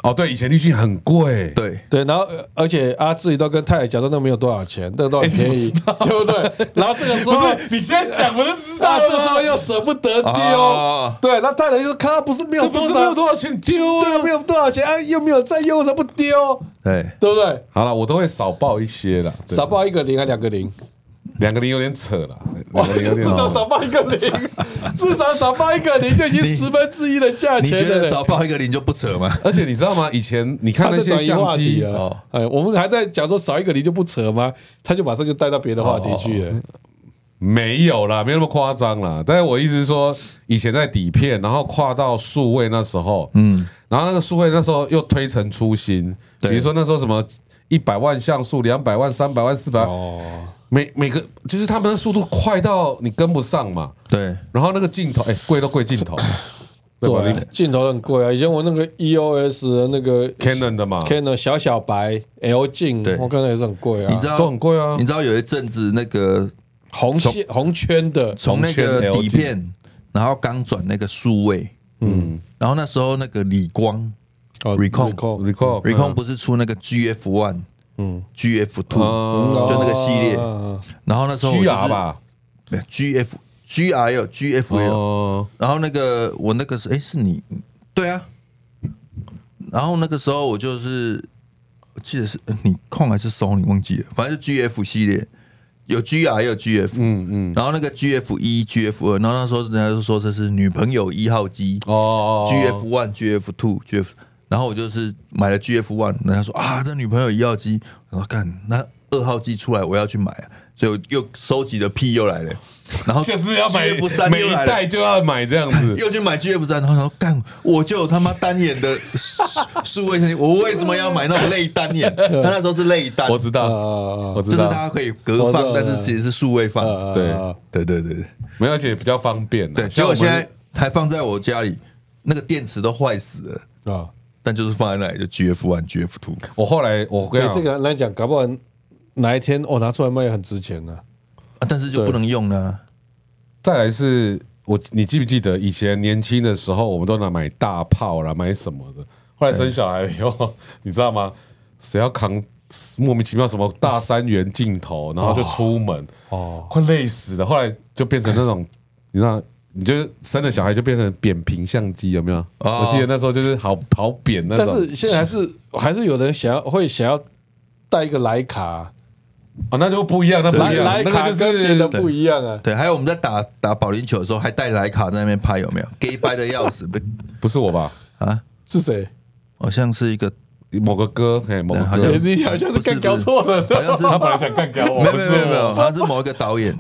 A: 哦，对，以前滤镜很贵，
C: 对，
B: 对，然后呃而且阿志都跟太太假装那没有多少钱，那都很
A: 哎
B: 便
A: 你
B: 宜，对不对？然后这个时候，
A: 你现在讲我就知
B: 那这时候又舍不得丢
C: 哦，
B: 对，那太太就说：“看，不是没有
A: 啊这不
B: 多
A: 是没有
B: 少，
A: 多少钱丢
B: 对，没
A: 啊。
B: 有多少钱啊，又没有在用，为什么不丢？
C: 对，
B: 对不对？
A: 好了，我都会少报一些啦，对
B: 少报一个零啊还两个零，
A: 两个零有点扯了，
B: 哇，
A: 两个零啊有点
B: 至少少
A: 扯。
B: 报一个零， 至少少报一个零就已经十分之一的价
C: 你
B: 钱
C: 觉
B: 了
C: 得
B: 嘞。
C: 少报一个零就不扯吗？
A: 而且你知道吗？以前你看
B: 他
A: 那
B: 在
A: 些
B: 转移
A: 相
B: 话题
A: 机，
C: 哦
B: 了，哎，我们还在讲说少一个零就不扯吗？他就马上就带到别的话题去了。
A: 没有啦，没那么夸张啦。但是我意思是说，以前在底片，然后跨到数位那时候，嗯，然后那个数位那时候又推陈出新，比
C: 对
A: 如说那时候什么一百万像素、两百万、三百万、四百万，
B: 哦，
A: 每每个就是他们的速度快到你跟不上嘛。
C: 对，
A: 然后那个镜头，哎，贵都贵镜 头，对吧
B: 对，镜头很贵啊。以前我那个 EOS 的那个
A: 你？Canon 啊的嘛，
B: Canon 小小白 L 镜
C: 对，
B: 我看到也是很贵啊。
C: 你知道
A: 都很贵啊
C: 你知道有一阵子那个
B: 红线红圈的
C: 从那个
A: 红圈
C: 底片，然后刚转那个数位，嗯，然后那时候那个理光
B: 哦
C: Recon
A: Recall
C: Recon 不是出那个 GF One，嗯，GF Two
A: 哦
C: 就那个系列，然后那时候我就是
A: GR 呃吧，
C: 没有，GF GR 有 GF 也有，
A: 哦，
C: 然后那个我那个是哎、是你对啊，然后那个时候我就是我记得是呃你控还是 Sony 忘记了，反正是 GF 系列有 GR 也有 GF，嗯嗯，然后那个 GF 一 GF 二，然后那时候人家就说这是女朋友一号机
A: 哦哦哦
C: ，GF one GF two GF，然后我就是买了 GF One，人家说啊，这女朋友一号机，然后干那二号机出来我要去买啊，所以我又收集了屁又来了，然后
A: 哦就是要买
C: GF 三
A: 每
C: 又
A: 一
C: 来了
A: 代。就要买这样子。
C: 又去买 GF 三，然后想说干，我就有他妈单眼的数 位相机，我为什么要买那种类 单眼？他那时候是类单，
A: 嗯我知道，
B: 呃
A: 我
C: 啊就
A: 知
C: 是
A: 道，
C: 它可以隔
B: 我
C: 放，
B: 知道
C: 但是其实是数位放。
B: 呃
A: 对
C: 对对对对
A: 没有，而且比较方便啊。
C: 对，结
A: 嗯像
C: 果
A: 我
C: 现
A: 们
C: 在还放在我家里，那个电池都坏死了，
B: 啊，
C: 但就是放在那里就 GF one、GF two。
A: 我后来我
B: 所
A: 跟
B: 以
A: 你
B: 这
A: 讲，
B: 个来讲，搞不好哪一天我拿出来卖也很值钱呢。
C: 啊，但是就不能用呢、
A: 再来是我，你记不记得以前年轻的时候，我们都拿买大炮啦，买什么的。后来生小孩以后， 你知道吗？谁要扛莫名其妙什么大三元镜头，然后就出门，
B: 哦，
A: 快累死了。后来就变成那种，你知道。你就是生了小孩就变成扁平相机，有没有？
C: 哦
A: 我记得那时候就是好好扁那
B: 但
A: 种。
B: 是现在还是还是有人想要会想要带一个徕卡，啊
A: 哦，那就不一样，那不
B: 徕
A: 一样，
B: 徕
A: 那
B: 卡
A: 个就
B: 跟别的
A: 是
B: 不一样啊。
C: 对，还有我们在打打保龄球的时候，还带徕卡在那边拍，有没有？gay 掰的要死，不
A: 不是我吧？
C: 啊，
B: 是谁？
C: 好像是一个，
A: 某个哥，嘿，某个
C: 嗯好
A: 哥
C: 像，
B: 你 好像是干搞错了
C: 好像是
A: 他本来想干 掉我，
C: 没有
A: 不
C: 没
A: 是
C: 有没有没有，
A: 我。
C: 好像是某一个导演，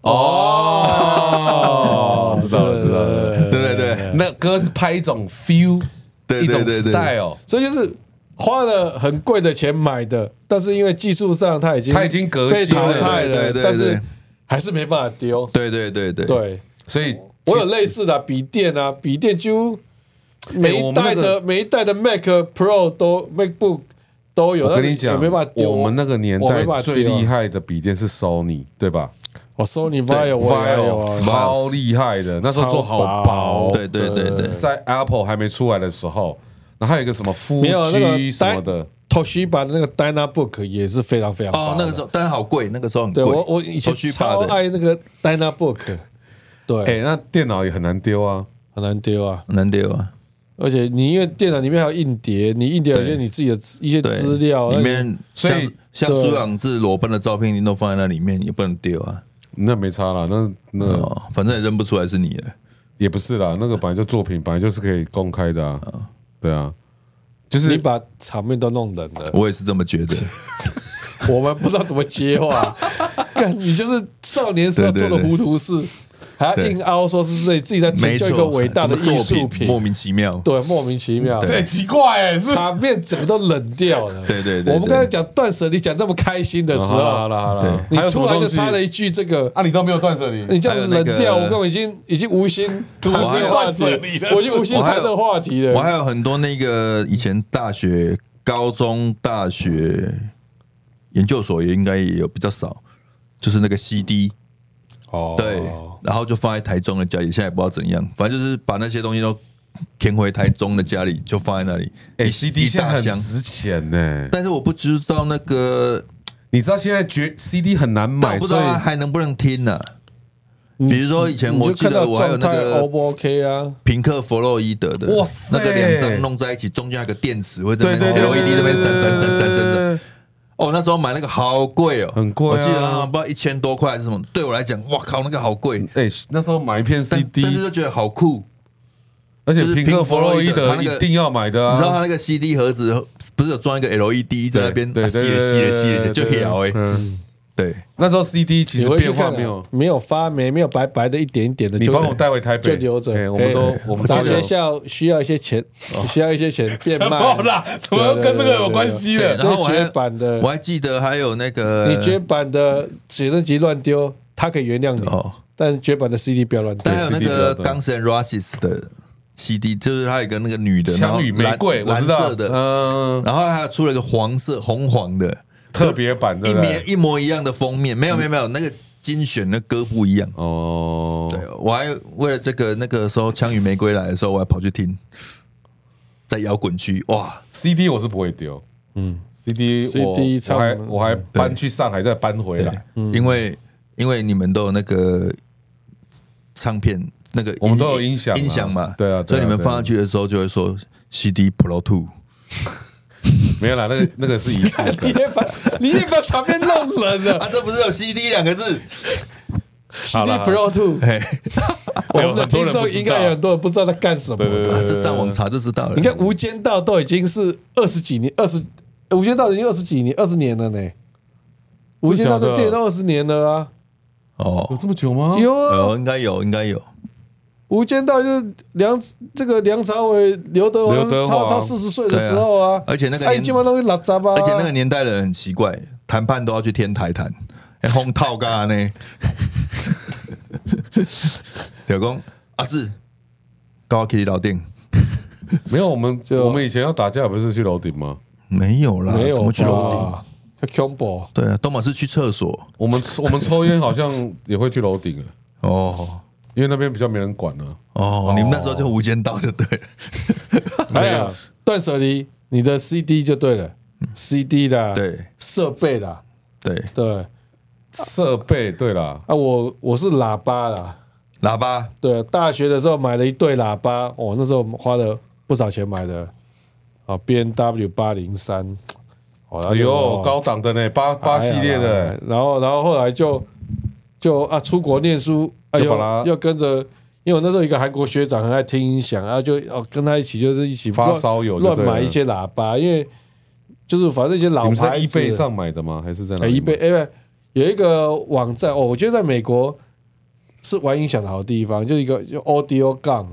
A: 哦，知道了知道了。
C: 对对对
A: 那歌是拍一种 feel，
C: 对
A: 一种
C: 对对对
A: style，
B: 所以就是花了很贵的钱买的，但是因为技术上它已经
A: 它已经革
B: 被
A: 新
B: 淘
A: 了
B: 汰了，
C: 对对对
B: 但是
C: 对
B: 还是没办法丢。
C: 对对对对，
B: 对
A: 所以
B: 我有类
A: 类似，
B: 似的啊笔电啊，笔电几乎每
A: 哎我
B: 一
A: 们那
B: 代
A: 个
B: 的每一代的 Mac Pro 都 MacBook 都有。
A: 我跟
B: 但
A: 你
B: 是
A: 讲，
B: 也没办法丢。啊
A: 我们那个年
B: 我没办
A: 代
B: 法丢啊
A: 最厉，害的笔电是 Sony，对吧
B: 我 Sony Vaio 我也有啊
A: Vaio，超厉害的，那时候做好薄。
C: 对对对对
A: 在 Apple 还没出来的时候，然后还有一个什么
B: 没有那
A: Fuji
B: 个
A: 什么的，
B: Toshiba 的那个 DynaBook 也是非常非常
C: 哦
B: 棒，的
C: 那个时候，但是好贵，那个时候很贵。
B: 对我我以前
C: 都去爬
B: 超
C: 的，
B: 爱那个 DynaBook，对，
A: 哎，那电脑也很难丢啊。
B: 很难丢啊。
C: 难丢啊。
B: 而且你因为电脑里面还有硬碟，你硬碟有一些
C: 对
B: 你自己的资一些
C: 对，
B: 资料，
C: 里
B: 那你
C: 面
A: 所
C: 像
A: 以
C: 像
B: 对
C: 苏养志裸奔的照片，一定都放在那里面，也不能丢啊。
A: 那没差啦，那
B: 嗯
A: 那
C: 哦，反正也认不出来是你了。
A: 也不是啦，那个本来就作品，本来就是可以公开的啊，对啊，就是
B: 嗯你把场面都弄冷了，
C: 我也是这么觉得。
B: 我们不知道怎么接 话。干，你就是少年时候做的糊涂事，还要硬凹说是自己自己在
C: 没
B: 成就
C: 错，
B: 一个伟大的
C: 什么
B: 艺
C: 作
B: 术
C: 品莫
B: 品，
C: 名其妙。
B: 对，莫名其妙，
A: 这很奇怪哎，是
B: 场面整个都冷掉了。
C: 对对对哦
B: 我们刚才讲断舍离讲那么开心的时
A: 好了好
B: 候，
A: 了好了，
B: 你
A: 还有什
B: 突
A: 么
B: 然
A: 东
B: 就
A: 西
B: 插了一句这个，
A: 啊，你都没有断舍离，
B: 你这样冷
C: 还有
B: 掉，
C: 那个
B: 我根本已经已经无心谈
A: 还
B: 这
A: 有
B: 个话题
A: 断舍离了，
B: 我已经无心
C: 我还
B: 谈
C: 有
B: 这个话题
C: 我
B: 了。
C: 还有很多那个以前大学、高中、大学、研究所也应该也有比较少，就是那个 CD，
B: 哦
C: 对，然后就放在台中的家里，现在也不知道怎样，反正就是把那些东西都填回台中的家里，就放在那里。
A: 哎
C: 一
A: ，CD
C: 一
A: 现在
C: 大
A: 很
C: 箱，
A: 值钱呢，
C: 但是我不知道那个，
A: 你知道现在绝 CD 很难
C: 但我
A: 买，
C: 不知
A: 所
C: 道
A: 以
C: 啊它还能不能听呢、比如说以前我记得我还有那个
B: O 不 OK 啊？
C: 平克·弗洛伊德的，
A: 哇塞
C: 那个两张弄在一起，中间还有个电池会在
A: 对
C: 那
A: 对
C: 边
A: 对对
C: LED
A: 对
C: 那边
A: 对
C: 闪
A: 对
C: 闪闪闪闪闪。
A: 对，
C: 哦，那时候买那个好贵哦，
A: 很贵啊
C: 我记得好像不知道一千多块还是什么。对我来讲，哇靠，那个好贵，
A: 哎，那时候买一片
C: 但
A: CD，
C: 但是就觉得好酷。
A: 而且
C: 就是
A: 平克
C: Pink
A: 弗洛伊
C: Floyd E 的
A: 德
C: 他那
A: 一
C: 个
A: 定要买的啊，
C: 你知道它那个 CD 盒子不是有装一个 LED 在那边
A: 对
C: 啊吸
A: 对
C: 了吸了吸了，
A: 对
C: 就
A: 对
C: 摇哎。
A: 嗯
C: 对，
A: 那时候 CD 其
B: 你
A: 实
B: 会去
A: 变化
B: 看啊
A: 没有，
B: 没有发霉，没有白白的一点一点的，
A: 你
B: 就
A: 帮我带回台北，
B: 就留着
A: 哎。我们都
B: 哎
A: 我们都
B: 大
A: 有
B: 学校需要一些钱，需要 一些钱变
A: 什
B: 卖。
A: 么啦？怎么跟这个有关系
C: 对，
A: 的？
C: 然后我
B: 这
C: 还
B: 绝版的
C: 我还记得还有那个
B: 你绝版的写真集乱丢，他可以原谅你
C: 哦，
B: 但是绝版的 CD 不要乱丢
C: 但。还有那
A: CD 比较
C: 个
A: 多
C: Guns N' Roses 的 CD，就是它有一个那个女的，然后
A: 枪与玫瑰，我
C: 蓝
A: 知
C: 蓝
A: 道
C: 色，的，
A: 嗯，
C: 然后还有出了一个黄色红黄的，
A: 特别版
C: 一
A: 对不
C: 模
A: 对？
C: 一模一样的封面，没有没有没有，那个精选的歌不一样。
A: 哦，
C: 对，我还为了这个那个时候《枪与玫瑰》来的时候，我还跑去听，在摇滚区，哇，
A: CD 我是不会丢，嗯，CD 我
B: CD
A: 我还
B: 唱
A: 我还搬去上海再搬回
C: 对
A: 来，，
C: 因为因为你们都有那个唱片那个音，
A: 我们都有音响啊
C: 音响嘛，
A: 对啊对啊
C: 所以你们
A: 对啊
C: 放上去的时候就会说 CD Pro Two。
A: 没有啦，那个那个是仪 式
B: 你
A: 感。
B: 也把你也把场面弄冷了。
C: 啊，这不是有 CD 两个字？
A: 好
B: CD
A: 啦
B: Pro Two，
C: 嘿，
B: 我们
A: 有
B: 的
A: 很多人
B: 听
A: 不
B: 众
A: 知道
B: 应该有很多人不知道在干什么。
A: 对对对
C: 啊这上网查就知道了。
B: 你看《无间道》都已经是二十几年，二十《无间道》已经二十几年、二十年了呢，《无间道》
A: 真的假的
B: 这电影都二十年了啊，
A: 有
C: 哦，
A: 这么久吗？
B: 有啊，《
C: 有应该有，应该有。
B: 无间道》就是梁这个梁朝伟、刘德
A: 刘德
B: 华
A: 华
B: 超超四十岁的时候啊，
C: 对啊而且那个
B: 哎，
C: 年
B: 基本上都拉杂吧，
C: 而且那个年代的人很奇怪，谈判都要去天台谈，哎，轰套干呢？老公阿志，高去老店
A: 没有，我们
B: 就
A: 我们以前要打架不是去楼顶吗？
C: 没有啦，
B: 没有
C: 怎么去楼顶？
B: 吧？要 combo，
C: 对啊，东马是去厕所
A: 我们我们抽烟好像也会去楼顶啊，
C: 哦
A: 因为那边比较没人管啊。
C: 哦，你们那时候就《无间道》就对了，
B: 还有哎断舍离，你的 CD 就对了，CD 的
C: 嗯对
B: 设备的
C: 对，
B: 对
A: 设备对啦，
B: 啊，我我是喇叭啦。
C: 喇叭
B: 对，啊大学的时候买了一对喇叭，哦，那时候花了不少钱买的，啊，B N W 八零三，哦，然后
A: 哎
B: 就
A: 呦，高档的呢，八八系列，
B: 哎呀
A: 的，
B: 然后然后后来就就啊出国念书，哎
A: 就把它
B: 呦，又跟着。因为我那时候有一个韩国学长很爱听音响，然后就哦跟他一起就是一起
A: 发烧友就
B: 乱
A: 对了
B: 乱买一些喇叭，因为就是反正一些老
A: 你们是在
B: 牌
A: e
B: 子
A: b 上买的吗？还是在哪
B: 哎，
A: 里买？
B: 一杯哎，不有一个网站哦，我觉得在美国是玩音响的好地方，就是一个就 Audio Gun，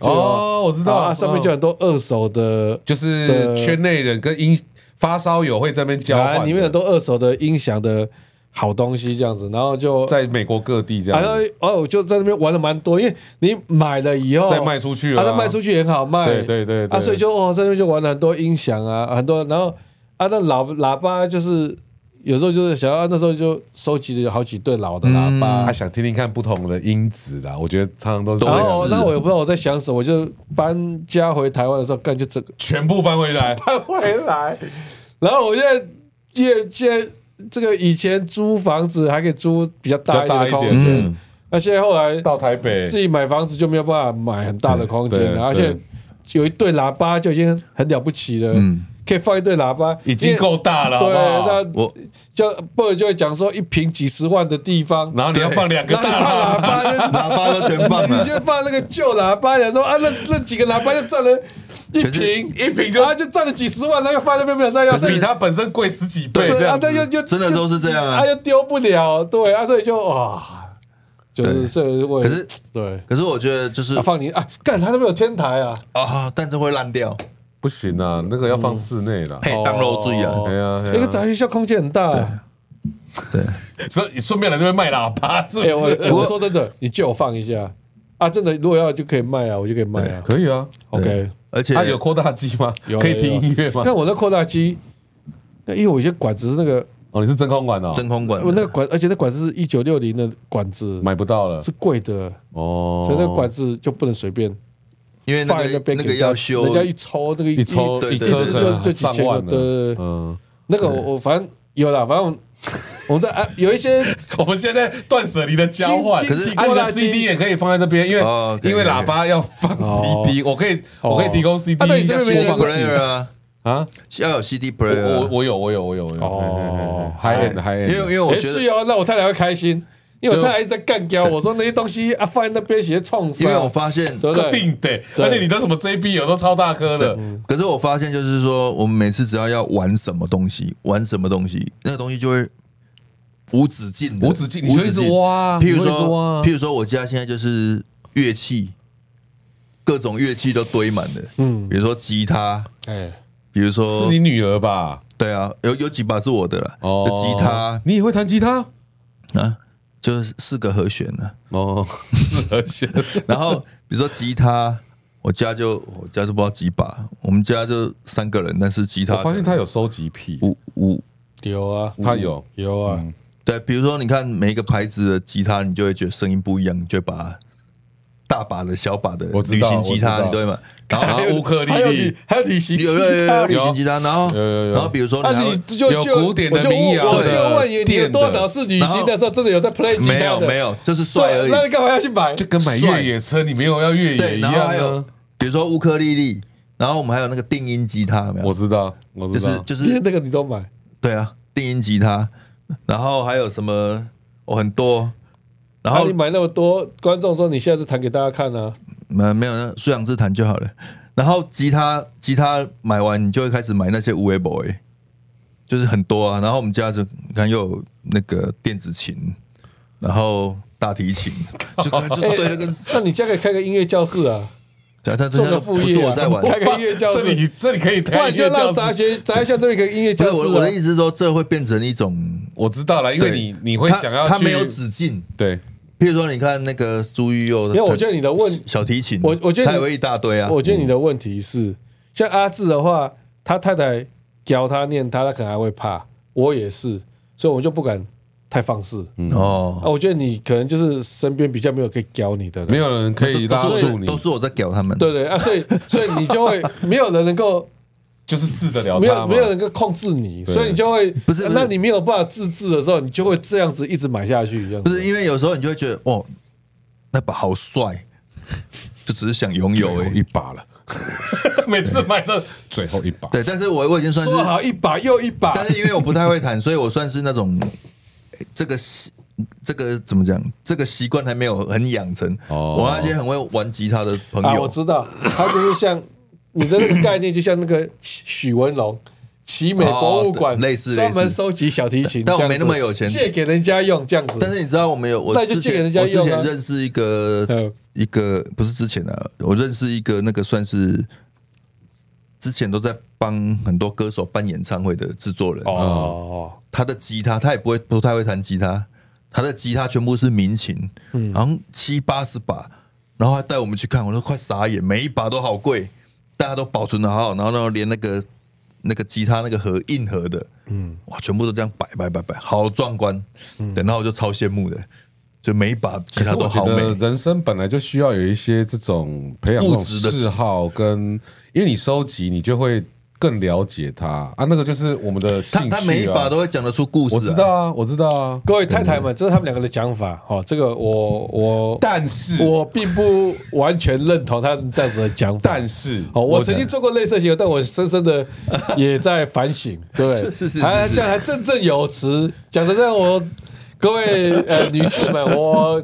B: 就有
A: 哦，我知道，
B: 啊，上面就
A: 嗯
B: 很多二手的，
A: 就是圈内人跟音发烧友会在那边交
B: 啊，
A: 换，
B: 里面很多二手的音响的好东西这样子，然后就
A: 在美国各地这
B: 然后
A: 样，
B: 哦，我就在那边玩的蛮多，因为你买了以后
A: 再卖出去
B: 啊，
A: 了，
B: 它卖出去也很好卖，
A: 对对对对
B: 啊，所以就哦，在那边就玩了很多音响啊，很多，然后啊，那喇喇叭就是有时候就是想要那时候就收集了好几对老的喇叭，
A: 啊，想听听看不同的音质啦。我觉得常常都是
C: 都会
B: 然
A: 这
B: 后
A: 样
C: 是
B: 那我也不知道我在想什么，我就搬家回台湾的时候，干就整个
A: 全部搬回来，
B: 搬回来。然后我现在现现在这个以前租房子还可以租比较大一点的空
A: 比较大一点
B: 间，那现在后来
A: 到台北，
B: 自己买房子就没有办法买很大的空
A: 对
B: 间
A: 对
B: 了，而且有一对喇叭就已经很了不起了，可以放一对喇叭，
A: 嗯已经够大了，
B: 因
A: 好
B: 为
A: 不好？
B: 对。那
C: 我
B: 就不然就会讲说一平几十万的地方，
A: 然后你要放两个
B: 然后你
A: 大喇叭，
B: 放喇叭就
C: 喇叭都全放
B: 你
C: 了，
B: 就放那个旧喇叭，想说啊，那那几个喇叭就占了一
C: 可是
B: 瓶，
A: 一瓶就
B: 然后就占了几十万，然后又放在那边没有再要，所 以
A: 比它本身贵十几倍这
B: 对啊
A: 样，子
B: 但。又又
C: 真的都是这样啊
B: 啊，。又丢不了，对啊，所以就哇，就是
C: 对
B: 所以我
C: 可是
B: 对，
C: 可是我觉得就是
B: 啊放你啊，干他那边有天台啊，
C: 啊，但是会烂掉，
A: 不行啊，那个要放室内啦。
C: 嘿，当肉最啊，
B: 哦
A: 哎呀，
B: 那个杂学校空间很大。啊
A: 所以顺便来这边卖喇叭，是不
B: 哎，我
A: 是？
B: 我说真的，你借我放一下啊，真的，如果要就可以卖啊，我就可以卖啊。
A: 可以啊，
B: OK，
C: 而且
B: 啊
A: 它有扩大机吗
B: 有？啊
A: 可以听音乐吗？
B: 但我那扩大机，那因为我有些管子是那个
A: 哦，你是真空管哦，
C: 真空管啊的
B: 我那个管，而且那管子是一九六零的管子，
A: 买不到了
B: 是贵的，
A: 哦。
B: 所以那个管子就不能随便
C: 因为那
B: 放在那
C: 个
B: 边
C: 那
B: 给
C: 个
B: 人家。
C: 要修
B: 人，家一抽那个
A: 一抽
C: 对
A: 一
C: 对
A: 颗
C: 对
A: 可
B: 就
A: 能
B: 就几
A: 上
B: 千
A: 万
B: 个，对
A: 了。
B: 对对，
A: 嗯，
B: 那个我我反正有啦，反正我我们在啊有一些
A: 我们现在断舍离的交换，
B: 可
C: 是
A: 啊你的 CD 也可以放在这边，因为
C: 哦可以
A: 因为喇叭要放 CD，我可以我可以提供 CD
B: 哦啊那你这边没
A: 播
B: 有
A: 放
C: player
A: 器
C: 啊，
A: 啊。
C: 要有 CD
A: 我
C: player 啊。
A: 我我有我有我有我有
B: 哦
A: 嗨嗨嗨，
C: 因为因为我
B: 也
C: 觉
B: 是
A: 啊
C: 得，
B: 哦，那我太太会开心，因为我
A: 就
B: 太太一直在干掉我说那些东西啊放在那边直接冲死，
C: 因为我发现，
B: 对不
A: 个
B: 对？
A: 定得，
B: 对
A: 而且你的什么 JB 有都超大颗的，
C: 可是我发现就是说，我们每次只要要玩什么东西，玩什么东西，那个东西就会无止境的，
A: 无止境你
C: 无
A: 就一
C: 止
A: 直
C: 境。
A: 挖
C: 譬
A: 你
C: 如
A: 就一直挖
C: 说，譬如说，我家现在就是乐器，各种乐器都堆满了，嗯，比如说吉他，
B: 哎，
C: 比如
A: 是
C: 说
A: 你，女儿吧？
C: 对啊，有有几把是我的啦，
A: 哦，
C: 就吉他
A: 你也会弹吉他？
C: 啊，就是四个和弦啊呢、
A: 哦，是啊和弦。
C: 然后比如说吉他，我家就我家就不知道几把，我们家就三个人，但是吉他
A: 我发现他有收集癖，
C: 五五
B: 有啊，
A: 他有
B: 有啊，
C: 对，比如说你看每一个牌子的吉他，你就会觉得声音不一样，你就会把大把的、小把的
A: 我知
C: 旅
A: 道
C: 行吉他，
A: 我知道
C: 你对吗？然
A: 啊
C: 后
B: 还有
A: 乌克丽丽
B: 还有你还有旅行
C: 有有有有有旅行吉他，然后
A: 有有有
C: 然后比如说你
B: 啊
C: 还会
B: 你就
A: 有
B: 就
A: 古典的
B: 我就
A: 民谣
B: 我就
A: 的
B: 问你，你有
A: 电的
B: 多少是旅行的时候真的有在 play 吉他的？
C: 没有没有，就是
B: 对，
C: 帅而
B: 那
C: 已。
B: 你干嘛要去买？
A: 就跟买越野车你没有要越野
C: 对，
A: 一
C: 然
A: 样
C: 后还有
A: 啊。
C: 比如说乌克丽丽，然后我们还有那个定音吉他，有没
A: 我
C: 有？
A: 知道，我
C: 就
A: 知
C: 是
A: 道，
C: 就是
B: 那个你都买，
C: 哦对啊，定音吉他，然后还有什么？我、很多然
B: 啊
C: 后
B: 你买那么多，观众说你现在是弹给大家看啊，
C: 没没有那苏阳志弹就好了。然后吉他吉他买完，你就会开始买那些无为 boy，就是很多啊。然后我们家就你看又有那个电子琴，然后大 提琴，就感觉就对那个，
B: 那你家可以开个音乐教室啊，
C: 他他
B: 做个
C: 他
B: 副
C: 不是
B: 业
C: 我
B: 啊
C: 在，玩，
B: 开个音乐教
A: 这
B: 室，
A: 里这里可以
B: 不
A: 谈
B: 然
A: 音
B: 就
A: 乐
B: 让
A: 教
B: 杂
A: 室。
B: 学杂学这边一个音乐
C: 不
B: 教
C: 是
B: 室、啊
C: 我我的意思是说，这会变成一种，
A: 我知道了，因为
C: 对
A: 你你会
C: 它
A: 想要
C: 它
A: 去
C: 没有止境。
A: 对，
C: 譬如说，你看那个朱玉佑，
B: 因为我觉得你的问，
C: 小提琴，
B: 我我觉得
C: 他
B: 你
C: 有一大堆啊，
B: 我觉得你的问题是，像阿志的话，他太太教他念他，他可能还会怕，我也是，所以我就不敢太放肆。
C: 哦，
B: 啊，我觉得你可能就是身边比较没有可以教你的人，
A: 没有人可以拉
C: 都是
A: 住你
C: 都，是我在屌他们，
B: 对对啊，所以所以你就会 没有人能够
A: 就是治得了
B: 没
A: 他
B: 有
A: 嘛。
B: 没有人能够控制你，所以你就会不
C: 是不是
B: 那你没有办法自制的时候，你就会这样子一直买下去，这样
C: 不
B: 子
C: 是因为有时候你就会觉得哦，那把好帅， 就只是想拥
A: 最
C: 有
A: 后
C: 而
A: 一
C: 已。
A: 把了，每次买的最后一把。
C: 对，但是我我已经算是，
B: 说好一把又一把，
C: 但是因为我不太会弹， 所以我算是那种诶这个习这个怎么讲，这个习惯还没有很养成。
A: 哦
C: 我那些很会玩吉他的朋
B: 啊，
C: 友，
B: 我知道，他就是 像你的那个概念，就像那个许文龙。奇美博物馆、
C: 哦对类似
B: 专门
C: 类似
B: 收集小提琴，
C: 但但
B: 这样
C: 我没那么
B: 子
C: 有钱
B: 借给人家用这样子。
C: 但是你知道我们有我
B: 那就
C: 之
B: 借给
C: 前
B: 人家
C: 我之
B: 用啊
C: 前认识一个
B: 嗯
C: 一个不是之前啊，我认识一个那个算是之前都在帮很多歌手办演唱会的制作人，
B: 哦，
C: 他的吉他他也不会不太会弹吉他，他的吉他全部是民琴，
A: 嗯
C: 好像七八十把，然后他带我们去看，我都快傻眼，每一把都好贵，但他都保存的好好，然后呢连那个那个吉他那个盒硬盒的，嗯，哇，全部都这样摆摆摆摆，好壮观，等到我就超羡慕的，就每一把吉
A: 嗯可
C: 他
A: 是
C: 都
A: 我觉
C: 好
A: 得
C: 美，
A: 人生本来就需要有一些这种培养这种
C: 物质的
A: 嗜好跟，因为你收集，你就会更了解它啊。那个就是我们的兴趣、
C: 他
A: 啊、
C: 他每一把都会讲得出故事、啊，
A: 我知道啊，我知道啊。
B: 各位太太
C: 嗯
B: 们，这是他们两个的讲法。哦，这个我我
A: 但是，
B: 我并不完全认同他们这样子的讲法。
A: 但是，
B: 哦，我曾经做过类似的行为，但我深 深的也在反省，对不对，
C: 是是是
B: 还
C: 是
B: 这样还振振有词，讲的让我。各位呃女士们，我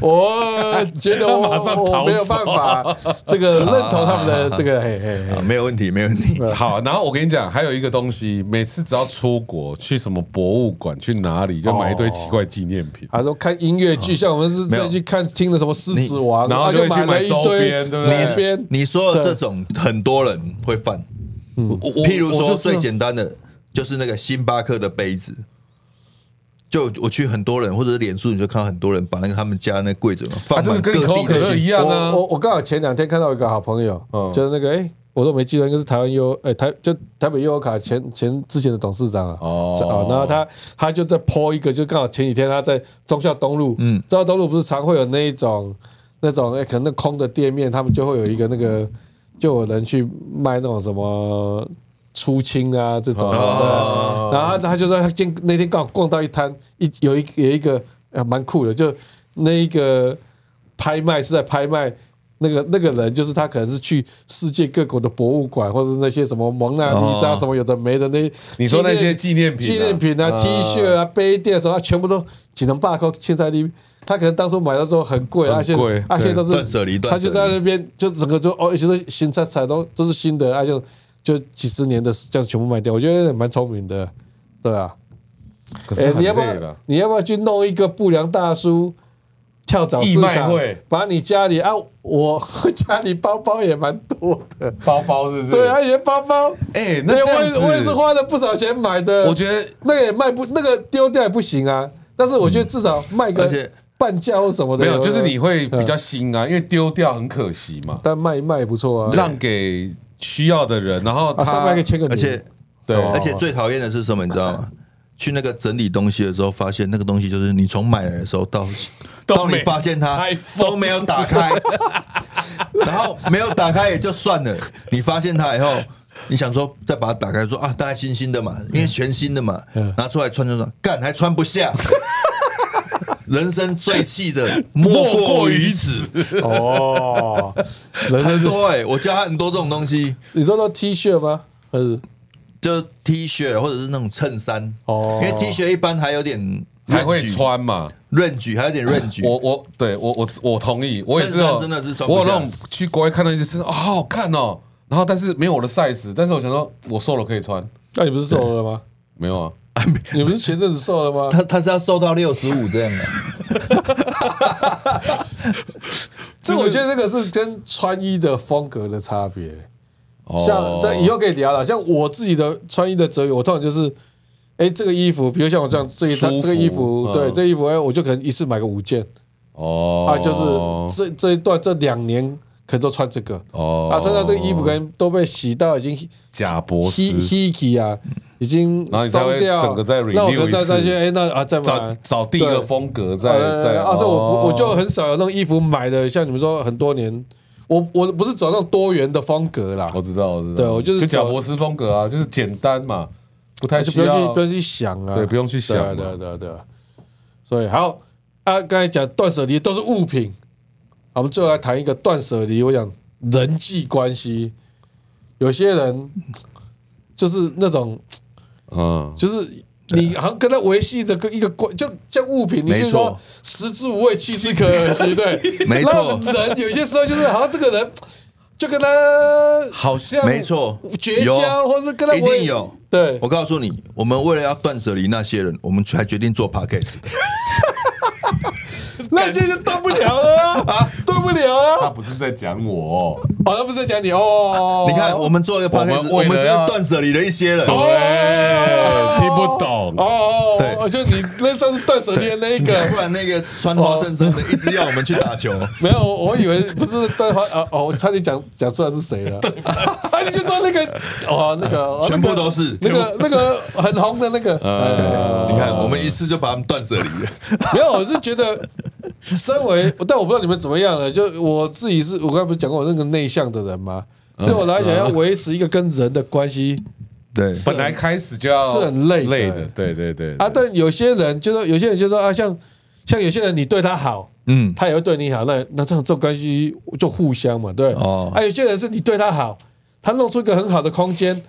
B: 我觉得我
A: 马上
B: 我
A: 逃
B: 没有办法这个认同他们的 这个嘿嘿嘿
C: 啊，没有问题，没有问题，
A: 好，然后我跟你讲，还有一个东西，每次只要出国去什么博物馆，去哪里就买一堆奇怪纪念品。
B: 还说看音乐
A: 哦
B: 剧，像我们是
C: 没有
B: 再去看听的什么《狮子王》，
A: 然后就
B: 就
A: 会去
B: 了
A: 买
B: 一
A: 周
B: 堆
A: 边对不
B: 周
A: 对
B: 边。
C: 你说的
B: 对
C: 这种很多人会犯。
A: 我我
C: 譬
A: 我
C: 如说
A: 就是
C: 最简单的就是那个星巴克的杯子，就我去很多人或者是脸书，你就看到很多人把那个他们家那柜子嘛
A: 啊，
C: 放
A: 这
C: 满
A: 个
C: 各
A: 跟可口
C: 地
A: 可乐
C: 的
A: 一
C: 星，
A: 样啊
B: 我。我我刚好前两天看到一个好朋友，
A: 嗯
B: 就是那个哎、诶我都没记错，应该是台湾优哎、台就台北优悠卡前前之前的董事长啊。
A: 哦
B: 啊，然后他他就在 po 一个，就刚好前几天他在忠孝东路，嗯，忠孝东路不是常会有那一种那种哎、诶可能那空的店面，他们就会有一个那个就有人去卖那种什么。出清啊，这种的，
C: 哦
B: 对然后他他就说他今那天刚好逛到一摊，一有一有一个呃蛮酷的，就那一个拍卖是在拍卖那个那个人，就是他可能是去世界各国的博物馆，或者是那些什么蒙娜丽莎
C: 哦
B: 什么有的没的那，
A: 你说那些纪念品啊
B: 纪念品啊、
A: 嗯
B: T 恤啊、杯垫什么，他全部都只能罢扣现在的。他可能当初买的时候很贵，啊
A: 很
B: 而且
A: 贵
B: 而且
A: 对
B: 都是
C: 断舍离断
B: 他就
C: 舍
B: 在
C: 离
B: 那边就整个就哦，而且都新菜菜都都是新的，而且就几十年的这样全部卖掉，我觉得蛮聪明的，对啊。
A: 可
B: 哎、
A: 是很
B: 你要不
A: 累
B: 要
A: 了。
B: 你要不要去弄一个不良大叔跳蚤市
A: 义卖
B: 场
A: 会？
B: 把你家里啊，我家里包包也蛮多的，
A: 包包是不是？
B: 对啊，，有些包包，
A: 哎那这
B: 对我
A: 样
B: 也
A: 子
B: 我也是花了不少钱买的，
A: 我觉得
B: 那个也卖不，那个丢掉也不行啊。但是我
A: 嗯
B: 觉得至少卖个
C: 而且
B: 半价或什么的，呃
A: 没有，就是你，会
B: 嗯
A: 比较心啊，因为丢掉很可惜嘛，
B: 但卖一卖也不错啊。
A: 让给需要的人，然后
B: 啊，
A: 他
B: 上面可以哦签个名，
C: 而且
A: 对，
C: 而且最讨厌的是什么，你知道吗？去那个整理东西的时候，发现那个东西就是你从买来的时候到
A: 都
C: 到你
A: 没
C: 发现它
A: 拆封
C: 都没有打开，然后没有打开也就算了，你发现它以后，你想说再把它打开，说啊，大概新新的嘛，因为全新的嘛，拿出来穿穿穿，干还穿不下。人生最气的莫过于此，
B: 哦，人生
C: 很
B: 是
C: 多哎、我教他很多这种东西，
B: 你说到 T 恤吗？还是
C: 就 T 恤或者是那种衬衫
B: 哦
C: 因为 T 恤一般还有点
A: 还会穿嘛？
C: range 还有点 range，
A: 我我对我我我同意，我也是
C: 嗯衬衫
A: 哦
C: 真的是穿不
A: 我有
C: 下
A: 那种去国外看到一些衬衫，啊、好好看哦，然后但是没有我的 size，但是我想说我瘦了可以穿，
B: 那你不是瘦了吗？
A: 没有啊？
B: 你不是前阵子瘦了吗？
C: 他他是要瘦到六十五这样 的，
B: 这我觉得这个是跟穿衣的风格的差别。
A: 哦
B: 像在以后可以聊了，像我自己的穿衣的哲学，我通常就是，哎，这个衣服，比如像我这样，这一套
A: 舒服
B: 这个衣服
A: 嗯，
B: 对，这衣服，哎，我就可能一次买个五件
A: 哦
B: 啊，就是这这一段这两年可能都穿这个
A: 哦
B: 啊，穿到这个衣服可能都被洗到已经
A: 假博士
B: he he 啊，已经
A: 嗯然后你才
B: 松
A: 会
B: 掉，啊
A: 整个再
B: 那我
A: renew
B: 就再
A: 一次
B: 再去哎，那啊再
A: 找
B: 买。
A: 找定一个
B: 对
A: 风格在
B: 呃，
A: 在，
B: 啊，所以我不我就
A: 哦
B: 很少有那种衣服买的，像你们说很多年，我我不是走那种多元的风格啦，
A: 我知道我知道，
B: 对我就是
A: 就贾
B: 走
A: 博士风格啊，就是简单嘛，不太
B: 就
A: 需
B: 不用去
A: 要
B: 不用去想啊，
A: 对不用去想
B: 对啊
A: 嘛
B: 对啊对啊对啊，所以好啊，刚才讲断舍离都是物品，好我们最后来谈一个断舍离，我讲人际关系，有些人就是那种
A: 嗯
B: 就是。你好像跟他维系着个一个关，就像物品，你
C: 没
B: 就
C: 错
B: 说食之无味，弃之可 惜，对，
C: 没错
B: 然后人有些时候就是好像这个人就跟他
A: 好像
C: 没错，
B: 绝
C: 有
B: 交，或是跟他
C: 一
B: 维
C: 定有。
B: 对
C: 我告诉你，我们为了要断舍离那些人，我们还决定做 podcast。
B: 那这就断不了了 啊，断不了
A: 他
B: 啊！
A: 不是在讲我，
B: 好像不是在讲你哦，
C: 你看，我们做一个
A: 我们
C: podcast，我
A: 为了
C: 们是
A: 要
C: 要断舍离了一些人。
A: 对，听不懂
B: 哦哦，哦
C: 对
B: 就你那上次断手机的那一 个，
C: 不然那个穿花衬衫的
B: 哦
C: 一直要我们去打球，
B: 没有，我我以为不是断花啊， 哦，我差点讲讲出来是谁 了，啊，你就说那个哦，那个哦
C: 全部嗯都是。
B: 那个那个那个很红的那 个，
C: 对
B: 呃
C: 你
A: 哦
C: 看，我们一次就把他们断舍离了。
B: 没有，我是觉得，身为，但我不知道你们怎么样了。就我自己是，我刚才不是讲过，我是个内向的人吗？
C: 嗯
B: 对我来讲，要维持一个跟人的关系
C: 对，
A: 本来开始就要
B: 是很累的
A: 累的，对对对
B: 啊。
A: 对
B: 但有些人就说，有些人就说啊，像像有些人你对他好，
C: 嗯，
B: 他也会对你好，那那这种这种关系就互相嘛，对。
C: 哦
B: 啊，有些人是你对他好，他弄出一个很好的空间，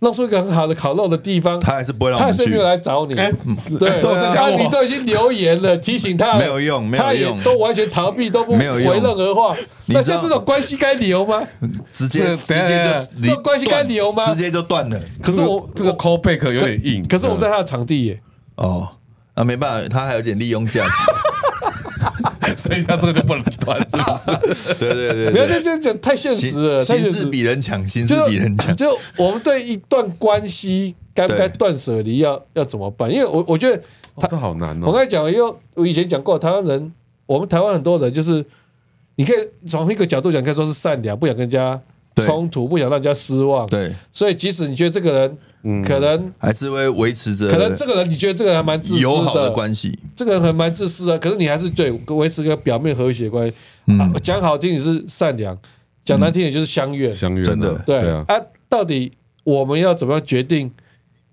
B: 弄出一个很好的烤肉的地方，
C: 他还是不会让我
B: 他还
C: 们
B: 是
C: 去嗯
B: 没有。来找你。
A: 哎
B: 对，
C: 都在
B: 他
C: 讲我
B: 你都已经留言了，提醒他了
C: 没有用没有
B: 他也
C: 用
B: 都完全逃避，都不
C: 没有用
B: 回任何话。
C: 你
B: 那
C: 知道
B: 像这种关系该留吗？
C: 直接
A: 这
C: 直接就
B: 这关系该
C: 断
B: 留吗
C: 直接就断了。
A: 可是
B: 可是
A: 我
B: 我
A: 这个 call back 有点硬，
B: 可是我们在他的场地耶，
C: 哦，啊，没办法，他还有点利用 价值。
A: 嗯所以他这个就不能断，是不是？
C: 对对对
B: 不要
C: 对，
B: 这这讲太现实了，太现
C: 形形势
B: 实。
C: 比人强，形势
B: 就
C: 比人 强。
B: 就我们对一段关系该不该
C: 对
B: 断舍离要要怎么办？因为我我觉 得嗯
A: 哦这好难
B: 我
A: 哦
B: 刚。才讲，因为我以前讲过，台湾人，我们台湾很多人就是，你可以从一个角度讲，可以说是善良，不想跟人家
C: 对
B: 冲突，不想让人家失望。
C: 对，嗯
B: 所以即使你觉得这个人，可能
C: 还是会维持着
B: 可能这个人你觉得这个人还蛮自私
C: 友好的
B: 的，
C: 关系。
B: 这个人还蛮自私的，可是你还是对维持一个表面和谐的关系。
C: 嗯
B: 啊讲好听你是善良，讲难听点就是相怨。
A: 相约
C: 真的
B: 对
A: 对啊，
B: 啊，到底我们要怎么样决定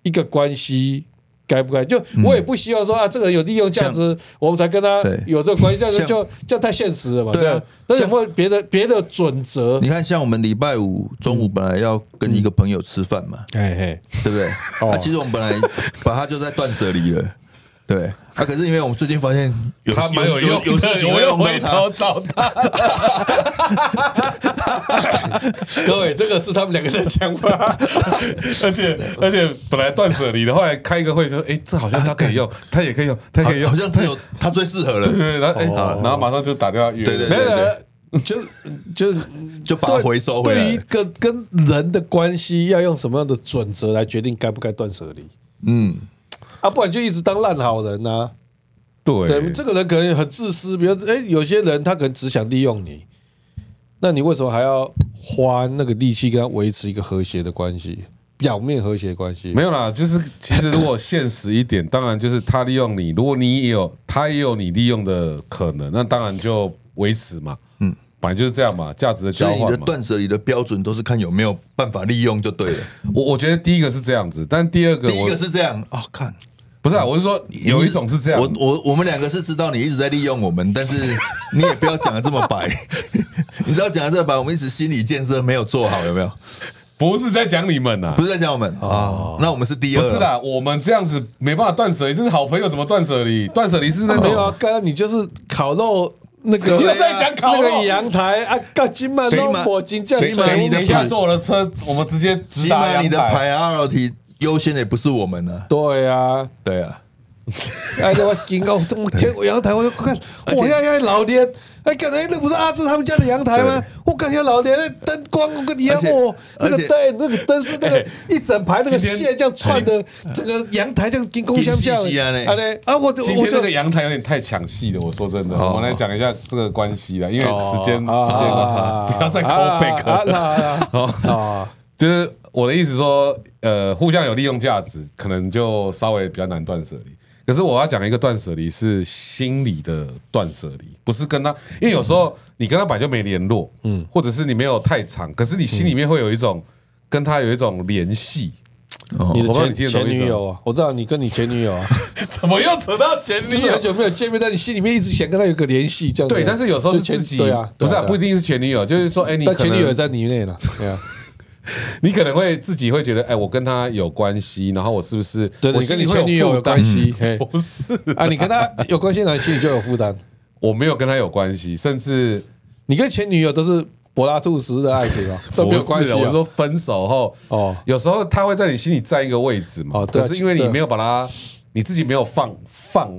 B: 一个关系该不该？就我也不希望说啊，这个有利用价值，我们才跟他
C: 嗯对
B: 有这个关系，这样
C: 像
B: 就这样太现实了嘛。
C: 对啊
B: 但是有
C: 像
B: 没有别的别的准则？
C: 你看，像我们礼拜五中午本来要跟一个朋友吃饭嘛，
A: 嗯
B: 嘿嘿，
C: 对不对？
A: 哦
C: 啊，其实我们本来把他就在断舍离了，对。啊，可是因为我们最近发现有
A: 他蛮有用
C: 有有事
A: 的，
C: 情
A: 我
C: 会
A: 又
C: 用
A: 回
C: 到
A: 头找他。
B: 各位，这个是他们两个的想法。
A: 而且而且本来断舍离的，后来开一个会说，哎，这好像他可以用，他也可以用，他
C: 他，
A: 可以用
C: 好好，像只有他最适合
A: 对
C: 了，
A: 对，对然后哎，然后马上就打电话约，
C: 哦对对
B: 没
C: 对
B: 有没有，就就
C: 就把它回收回
B: 对于一
C: 来。
B: 个跟人的关系，要用什么样的准则来决定该不该断舍离
C: 嗯，
B: 啊？不然就一直当烂好人啊呐、
A: 对
B: 对，这个人可能很自私，比如哎，有些人他可能只想利用你，那你为什么还要花那个力气跟他维持一个和谐的关系？表面和谐的关系
A: 没有啦，就是其实如果现实一点，当然就是他利用你，如果你也有他也有你利用的可能，那当然就维持嘛，嗯，本来就是这样嘛，价值的交
C: 所以你的
A: 换嘛。
C: 断舍离的标准都是看有没有办法利用就对了。
A: 我我觉得第一个是这样子，但第二个
C: 第一
A: 我
C: 个是这样，哦，看
A: 不是啊，我是说有一种是这样
C: 我，我我们两个是知道你一直在利用我们，但是 你也
A: 啊
C: 不要讲的这么白，你知道讲的这么白，我们一直心理建设没有做好，有没有？
A: 不是在讲你们呐、
C: 不是在讲我们啊，那我们是第二，
A: 哦不是，啦，我们这样子没办法断舍离，这是好朋友怎么断舍离？断舍离是那
B: 没有
A: 种
B: 啊，刚刚你就是烤肉那个，
A: 又在讲烤肉
B: 那个阳台啊，干金曼
C: 谁
B: 都
C: 买
B: 我金匠
C: 谁买
B: 水
C: 你的
A: 等一下
C: 牌
A: 坐我的车，我们直接直
C: 起
A: 达
C: 码
A: 阳
C: 你的
A: 台。啊
C: priority 优先的也不是我们呢，
B: 对啊，
C: 对啊，
B: 哎，我金哦，我天，我阳台，我就看，
C: 且
B: 我呀呀，老爹，哎，刚才那不是阿志他们家的阳台吗
C: 对？
B: 我感觉老爹那灯光，我跟你讲
C: 而且
B: 我那个
C: 而且
B: 灯，那个灯是那个一整排那个
A: 今天
B: 线这样串的，整个阳台这样金光相向，
C: 金细细啊嘞
B: 啊嘞，啊我就
A: 今
B: 我
A: 天这
B: 就
A: 个阳台有点太抢戏了，我说真的，
C: 哦
A: 我们来讲一下这个关系啦，因为时间时间
B: 啊
A: 了，不要再 call back
B: 啊
A: 了。
B: 啊啊啊啊！
A: 就是我的意思说，呃，互相有利用价值，可能就稍微比较难断舍离。可是我要讲一个断舍离是心理的断舍离，不是跟他，因为有时候你跟他本来就没联络，嗯，或者是你没有太长，可是你心里面会有一种跟他有一种联系。
B: 你的
A: 我不知道你
B: 前
A: 听得
B: 前
A: 懂意思吗
B: 女友啊，我知道你跟你前女友啊，
A: 怎么又扯到前
B: 就是很久没有见面，但你心里面一直想跟她有个联系，这样子
A: 对，但是有时候是
B: 就前
A: 自己，
B: 对啊，
A: 不是、
B: 对
A: 啊、
B: 啊
A: 不一，定是前女友，就是说，哎、你
B: 但
A: 可
B: 前
A: 能
B: 女友也在你内了，对啊，
A: 你可能会自己会觉得，哎，我跟他有关系，然后我是不是
B: 对，
A: 我
B: 你
A: 心
B: 跟
A: 里
B: 你
A: 会
B: 前女友
A: 负
B: 有
A: 担
B: 关？系，嘿
A: 不是
B: 啊，你跟她有关系，那你心里就有负担。
A: 我没有跟他有关系，甚至
B: 你跟前女友都是柏拉图式的爱情啊，都没有关系 啊。
A: 不是我说分手后，
B: 哦
A: 哦，有时候他会在你心里占一个位置嘛。
B: 哦对啊
A: 可是因为你
B: 对
A: 没有把他，你自己没有放放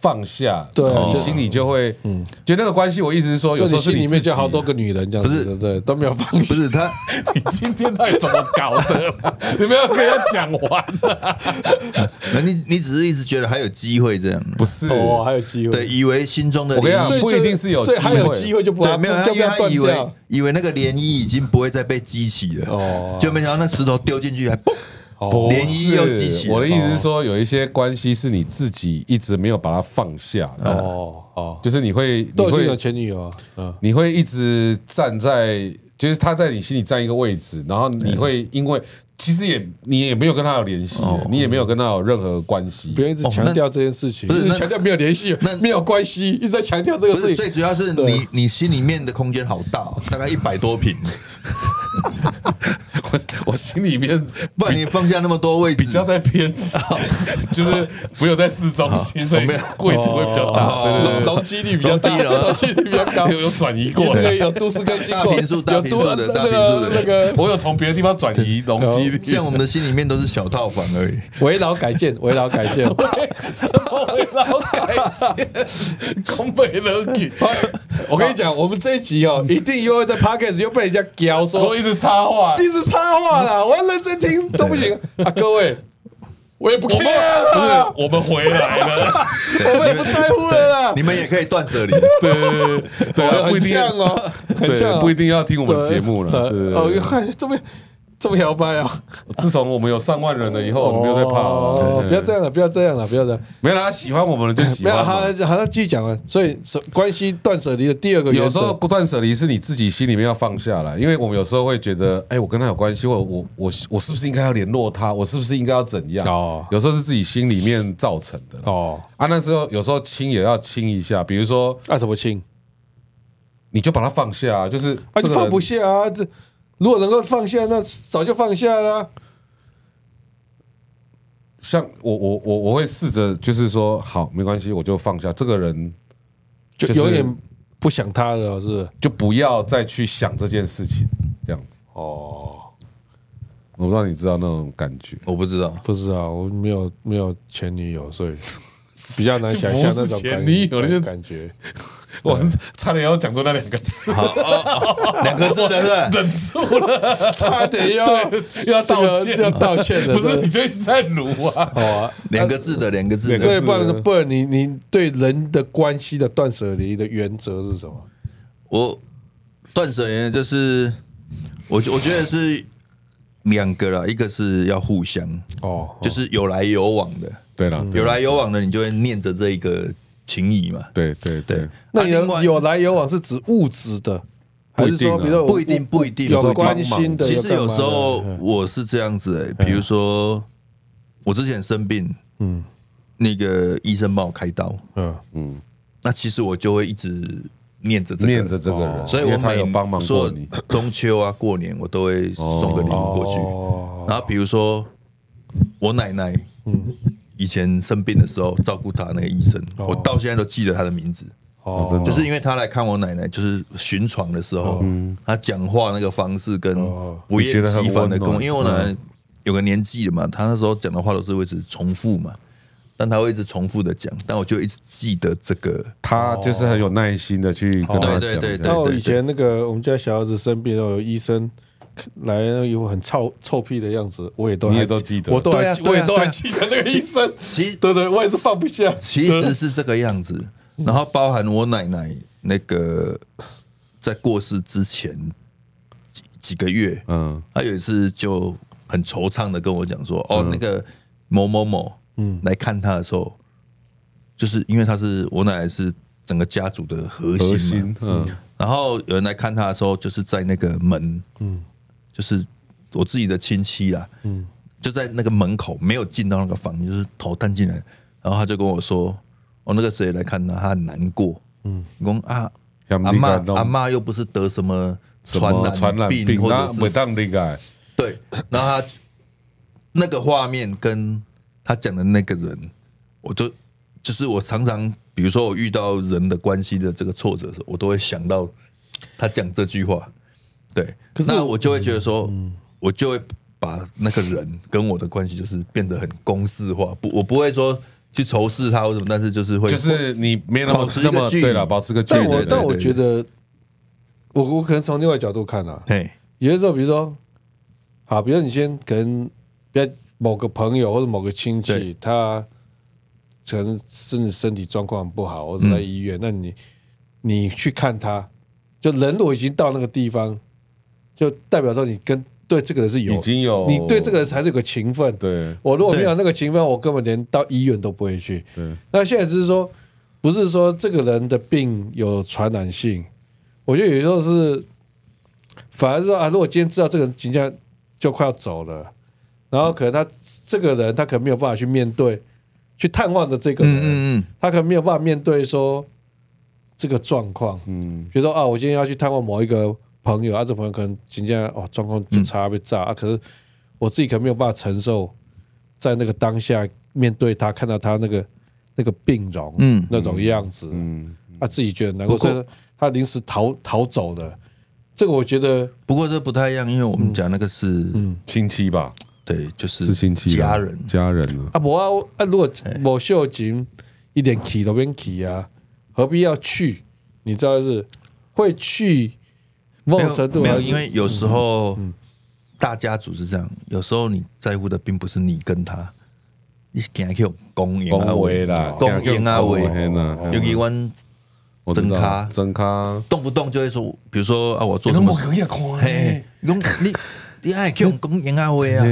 A: 放下，
B: 对啊
A: 你
B: 就
A: 心里就会，嗯，就那个关系，我意思是说，有
B: 所以
A: 时
B: 你
A: 候是
B: 心里
A: 自
B: 面
A: 己
B: 就好多。个女人这样子，对不对，都没有放
C: 不
B: 下。
C: 是他，
A: 你今天到底怎么搞的啦？ 你没有跟他讲 完啊，
C: 那你你只是一直觉得还有机会这样，
A: 不是？
B: 哦，还有机会，
C: 对，以为心中的
A: 我跟你
C: 涟
A: 讲
B: 所以
C: 漪，
B: 就
A: 不一定是有
B: 所以还
A: 机
B: 有
A: 会
B: 机会就不
C: 对，没有，他
B: 就不
C: 因为
B: 要
C: 他
B: 断
C: 以为
B: 掉。
C: 以为那个涟漪已经不会再被激起了，
B: 哦
C: 就没想到那石头丢进去还嘣，
A: 不
C: 涟漪又激
A: 哦是
C: 起了
A: 我的意思是说，有一些关系是你自己一直没有把它放下的，
B: 哦哦，
A: 就是你会，你
B: 都已经有
A: 会，哦
B: 前女友啊，嗯，
A: 你会一直站在，就是他在你心里占一个位置，然后你会因为其实也你也没有跟他有联系的，你也没有跟他有任何关系
B: 不。要一直强调这件事情，
C: 那
B: 一
C: 不
B: 直
C: 是那
B: 强调没有联系
C: 那，
B: 没有关系，一直在强调这个
C: 不
B: 事
C: 是
B: 情
C: 最。主要是
B: 啊
C: 你你心里面的空间好大哦，大概一百 多平，
A: 我我心里面
C: 不然你放下那么多位置
A: 比，较在偏西， 就是没有在市中心，所以
C: 没有
A: 柜子会比较大，对对
B: 容
A: 对对
B: 容 积率比较大，
C: 容积了
A: 啊
B: 容积率比较高
A: 对，。有有转移过
B: 这
A: 来
B: 个。有都市更新
C: 大
B: 过，
C: 平数大
B: 有
C: 平
B: 都
C: 数的大
B: 那
C: 平数
B: 个
C: 的
B: 那个
A: 我有从别的地方转移东西，
C: 像我们的心里面都是小套房而 已。
B: 围绕改建，围绕改建，
A: 什 么会老改建？宫北人给，
B: 我跟你讲，我们这一 集哦，一定又会在 podcast 又被人家屌
A: 说
B: 说
A: 一直插话。
B: 一直插话
A: 嗯
B: 啦，我要认真听都不行啊！各位，我也不
A: 我
B: care
A: 们不啊
B: 了，
A: 是我们回来 了，
B: 我们也不在乎了啦。
C: 你们也可以 断舍离，
A: 对对对对啊，不
B: 很
A: 一定
B: 像哦，很像
A: 对，
B: 哦，
A: 不一定要听我们节目了。对
B: 哦，
A: 对对对，
B: 看这么这么摇摆啊！
A: 自从我们有上万人了以后，我们没有在怕啊了。
B: 哦不要这样了，不要这样了，不要这样。
A: 哦没有啦，喜欢我们的就喜
B: 没有，
A: 欢
B: 好
A: 嘛。，
B: 好，那继续讲啊。所以舍关系断舍离的第二个原
A: 有时候
B: 则，
A: 断舍离是你自己心里面要放下来，因为我们有时候会觉得，哎，我跟他有关系，或者我我我是不是应该要联络他？我是不是应该要怎样？
B: 哦
A: 有时候是自己心里面造成的啦。
B: 哦，
A: 啊，那时候有时候亲也要亲一下，比如说
B: 那什么亲？
A: 你就把它放下、就是
B: 啊，
A: 这
B: 就
A: 个
B: 放
A: 人
B: 不下啊！这如果能够放下，那早就放下了啊。
A: 像我我我我会试着就是说好没关系，我就放下这个人，
B: 就
A: 就是
B: 有点不想他了，是不是？
A: 就不要再去想这件事情，这样子。
B: 哦，
A: 我不知道你知道那种感觉，
C: 我不知道。
B: 不知道，我没有没有前女 友，所以比较难想象那
A: 就不
B: 种
A: 是
B: 感
A: 前女友
B: 感
A: 就
B: 感觉。
A: 我差点要讲出那两个字，
C: 两个字 的是
A: 忍住了，
B: 差点要
A: 对要道
B: 这
A: 歉
B: 个要道歉 的
A: 不是
B: 对
A: 你就一直在撸啊。
B: 好啊。
C: 两个字的，两个字
A: 两
B: 所
A: 个
B: 以
A: 字
C: 的。
B: 不然不然你你对人的关系的断舍离的原则是什么？
C: 我断舍离就是，我我觉得是两个啦，一个是要互相，
B: 哦，
C: 就是有来有往的，
A: 对了，
C: 有来有往的，你就会念着这一个情谊嘛。
A: 对对对
C: 对，，
B: 那你
C: 啊另外
B: 的有来有往是指物质的，还是说
A: 不一定啊
B: 比如说
C: 不一定不一定有时
B: 有
C: 候
B: 关心的？
C: 其实
B: 干嘛
C: 有
B: 的嗯
C: 时候我是这样子、欸，比如说我之前生病，嗯，那个医生帮我开刀，
B: 嗯
C: 那其实我就会一直念着这个人哦
A: 念着这个人，
C: 所以
A: 因为
C: 我
A: 他
C: 每
A: 有帮忙
C: 所
A: 过
C: 有
A: 你，
C: 中秋啊、过年我都会送个礼物过去。
B: 哦
C: 然后比如说我奶奶，
B: 嗯
C: 以前生病的时候照顾她那个医生，
B: 哦
C: 我到现在都记得她的名字，
A: 哦真的
C: 就是因为她来看我奶奶，就是巡床的时候，
A: 哦
C: 她讲话那个方式跟
B: 哦
C: 不厌其烦的跟我，
A: 你觉得很温暖嗯
C: 因为我奶奶有个年纪了嘛，她那时候讲的话都是会一直重复嘛。但她会一直重复的讲，但我就一直记得这个
A: 他就是很有耐心的去跟他讲。
C: 哦对对对
A: 这
B: 然
A: 样
B: 后以前那个我们家小儿子生病的时候，有医生来一副很臭臭屁的样子，我也都还
A: 你也都记得
B: 我都还
C: 对啊
B: 我
C: 对啊
B: 也都
C: 对
B: 还
C: 啊
B: 记得那个医生。
C: 其实
B: 对对，我也是放不下。
C: 其实是这个样子。然后包含我奶奶那个在过世之前几几个月，
A: 嗯，
C: 她有一次就很惆怅的跟我讲说：“哦，那个某某某，嗯，来看她的时候，就是因为她是我奶奶是整个家族的核心嘛，
A: 核心，嗯，
C: 然后有人来看他的时候，就是在那个门，嗯，就是我自己的亲戚啊，嗯，就在那个门口，没有进到那个房间，就是头探进来，然后他就跟我说：“哦，那个谁来看他，他很难过。”嗯，我说啊，
A: 想不
C: 阿
A: 你
C: 妈
A: 感动
C: 阿妈又不是得什么
A: 什
C: 传
A: 么传
C: 染
A: 染
C: 病或
A: 那
C: 者
A: 不
C: 是
A: 当的改，
C: 对，然后他那个画面跟他讲的那个人，我都就是我常常，比如说我遇到人的关系的这个挫折的时候，我都会想到他讲这句话。对，
B: 可是
C: 那
B: 我
C: 我就会觉得说，我就会把那个人跟我的关系就是变得很公式化，不，我不会说去仇视他或什么，但是就是会
A: 就是你没那么
C: 保持一
A: 那
C: 个
A: 么
C: 距离
A: 对了，保持个距
B: 但
A: 离。
B: 我
A: 对
B: 但我
C: 对
B: 觉得，我我可能从另外角度看啊，
C: 嘿，
B: 有的时候比如说，好，比如说你先可能，比如某个朋友或者某个亲戚
C: 对，
B: 他可能甚至身体状况不好，或者在医
A: 嗯
B: 院，那你你去看他，就人如果已经到那个地方，就代表说你跟对这个人是有，
A: 已经有
B: 你对这个人还是有个情分，
A: 对
B: 我如果没有
C: 对
B: 那个情分，我根本连到医院都不会去。
A: 对，
B: 那现在只是说，不是说这个人的病有传染性，我觉得有时候是，反而是说啊，如果今天知道这个人即将就快要走了，然后可能他这个人他可能没有办法去面对，去探望的这个人，
C: 嗯嗯嗯，
B: 他可能没有办法面对说这个状况，
A: 嗯，
B: 比如说啊，我今天要去探望某一个朋友，啊，这朋友可能今天哦状况就差被炸、啊，可是我自己可能没有办法承受，在那个当下面对他，看到他那个那个病容，
C: 嗯
B: 那种样子，
A: 嗯，
B: 他、自己觉得难过，
C: 不过
B: 所以他临时逃逃走的，这个我觉得
C: 不过这不太一样，因为我们讲那个是，
A: 亲戚吧，
C: 对，就是
A: 嗯是亲戚吧，
C: 家人，
A: 家人啊，
B: 啊，我啊啊，如果某秀琴一点起都边起啊，何必要去？你知道是会去某
C: 没
B: 种
C: 有
B: 程度啊嗯
C: 没有，
B: 还是
C: 因为有时候大家族是这样，有时候你在乎的并不是你跟他，你是给去公赢啊
A: 恭维
C: 喂
A: 啦，
C: 公赢啊喂，
A: 嘿呐，
C: 尤其阮
A: 我知道
C: 真咖
A: 真咖，
C: 动不动就会说，比如说啊，我做什么事，
A: 也看
C: 嘿，你你你爱去公赢啊喂 啊，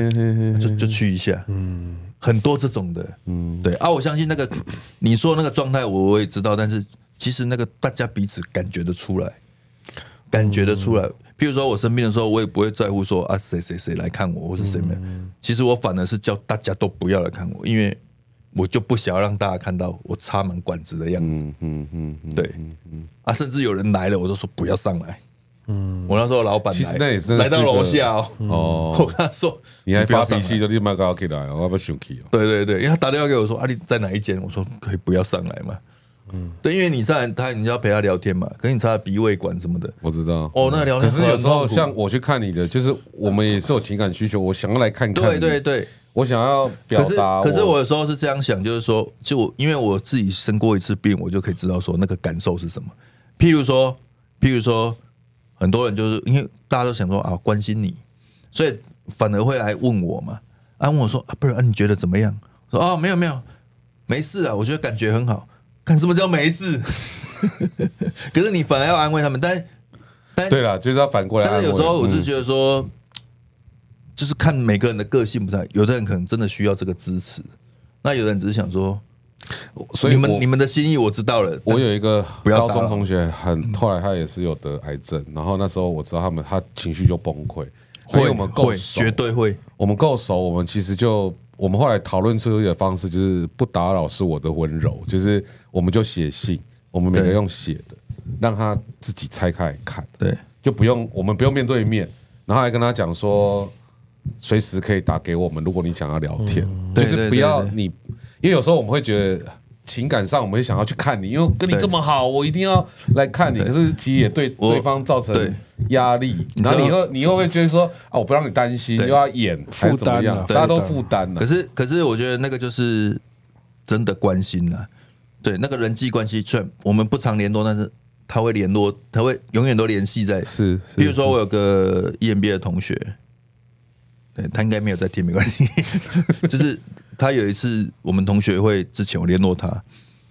C: 就就去一下，嗯，很多这种的，嗯，对啊，我相信那个你说那个状态，我我也知道，但是其实那个大家彼此感觉得出来。感觉得出来。譬如说我生病的时候，我也不会在乎说啊谁谁谁来看我，或是谁没来。其实我反而是叫大家都不要来看我，因为我就不想要让大家看到我插满管子的样子。嗯嗯嗯，对。啊，甚至有人来了，我都说不要上来。嗯，我那时候老板
A: 其实
C: 来
A: 那也真的
C: 来
A: 是
C: 到楼
A: 个
C: 下哦，
A: 哦
C: 我跟他说
A: 你还
C: 不要
A: 发
C: 上
A: 脾
C: 来
A: 气，就立马搞起来，我要不要生气哦？
C: 对对对，因为他打电话给我说：“啊，你在哪一间？”我说：“可以不要上来嘛。”嗯，对，因为你上来，他你就要陪他聊天嘛，可是你查他鼻胃管什么的，
A: 我知道，
C: 哦那个聊
A: 可
C: 天
A: 是有时候
C: 很痛苦
A: 像我去看你的，就是我们也是有情感需求，我想要来看看，
C: 对对，对，
A: 我想要表
C: 可是
A: 达，
C: 可是我有时候是这样想，就是说，就我因为我自己生过一次病，我就可以知道说那个感受是什么。譬如说，譬如说，很多人就是因为大家都想说啊关心你，所以反而会来问我嘛，啊问我说啊不然、啊、你觉得怎么样？我说哦没有没有，没事啊，我觉得感觉很好。看什么叫没事？ 可是你反而要安慰他们，但
A: 对了，就是要反过来安慰。
C: 但是有时候我
A: 嗯
C: 是觉得说，就是看每个人的个性不太，有的人可能真的需要这个支持，那有的人只是想说，
A: 所以
C: 你
A: 我
C: 们你们的心意我知道了，
A: 我有一个
C: 不要
A: 高
C: 打扰嗯
A: 中同学很，后来他也是有得癌症，然后那时候我知道他们，他情绪就崩溃，因为
C: 会
A: 我们够
C: 会
A: 熟，
C: 绝对会，
A: 我们够熟，我们其实就我们后来讨论出一个方式，就是不打扰是我的温柔，就是我们就写信，我们每个
C: 对
A: 用写的，让他自己拆开来看，
C: 对，
A: 就不用我们不用面对面，然后还跟他讲说，随时可以打给我们，如果你想要聊天，就
C: 对
A: 是
C: 对
A: 不
C: 对
A: 要
C: 对
A: 你，因为有时候我们会觉得情感上我们会想要去看你，因为跟你
C: 对
A: 这么好，我一定要来看你，可是其实也对
C: 我
A: 对方造成
C: 对
A: 压力，
C: 你知
A: 然
C: 道
A: 后你又你又会觉得说啊，我不让你担心，
C: 对
A: 又要演还是怎么
B: 负担
A: 样
B: 啊，
A: 大家都
B: 负
A: 负
B: 担
A: 担了
C: 可。是可是我觉得那个就是真的关心啊，对，那个人际关系虽然我们不常联络，但是他会联络，他会永远都联系在。
A: 是，是
C: 比如说我有个 E EMBA 的同学，对他应该没有在听，没关系。就是他有一次我们同学会之前，我联络他，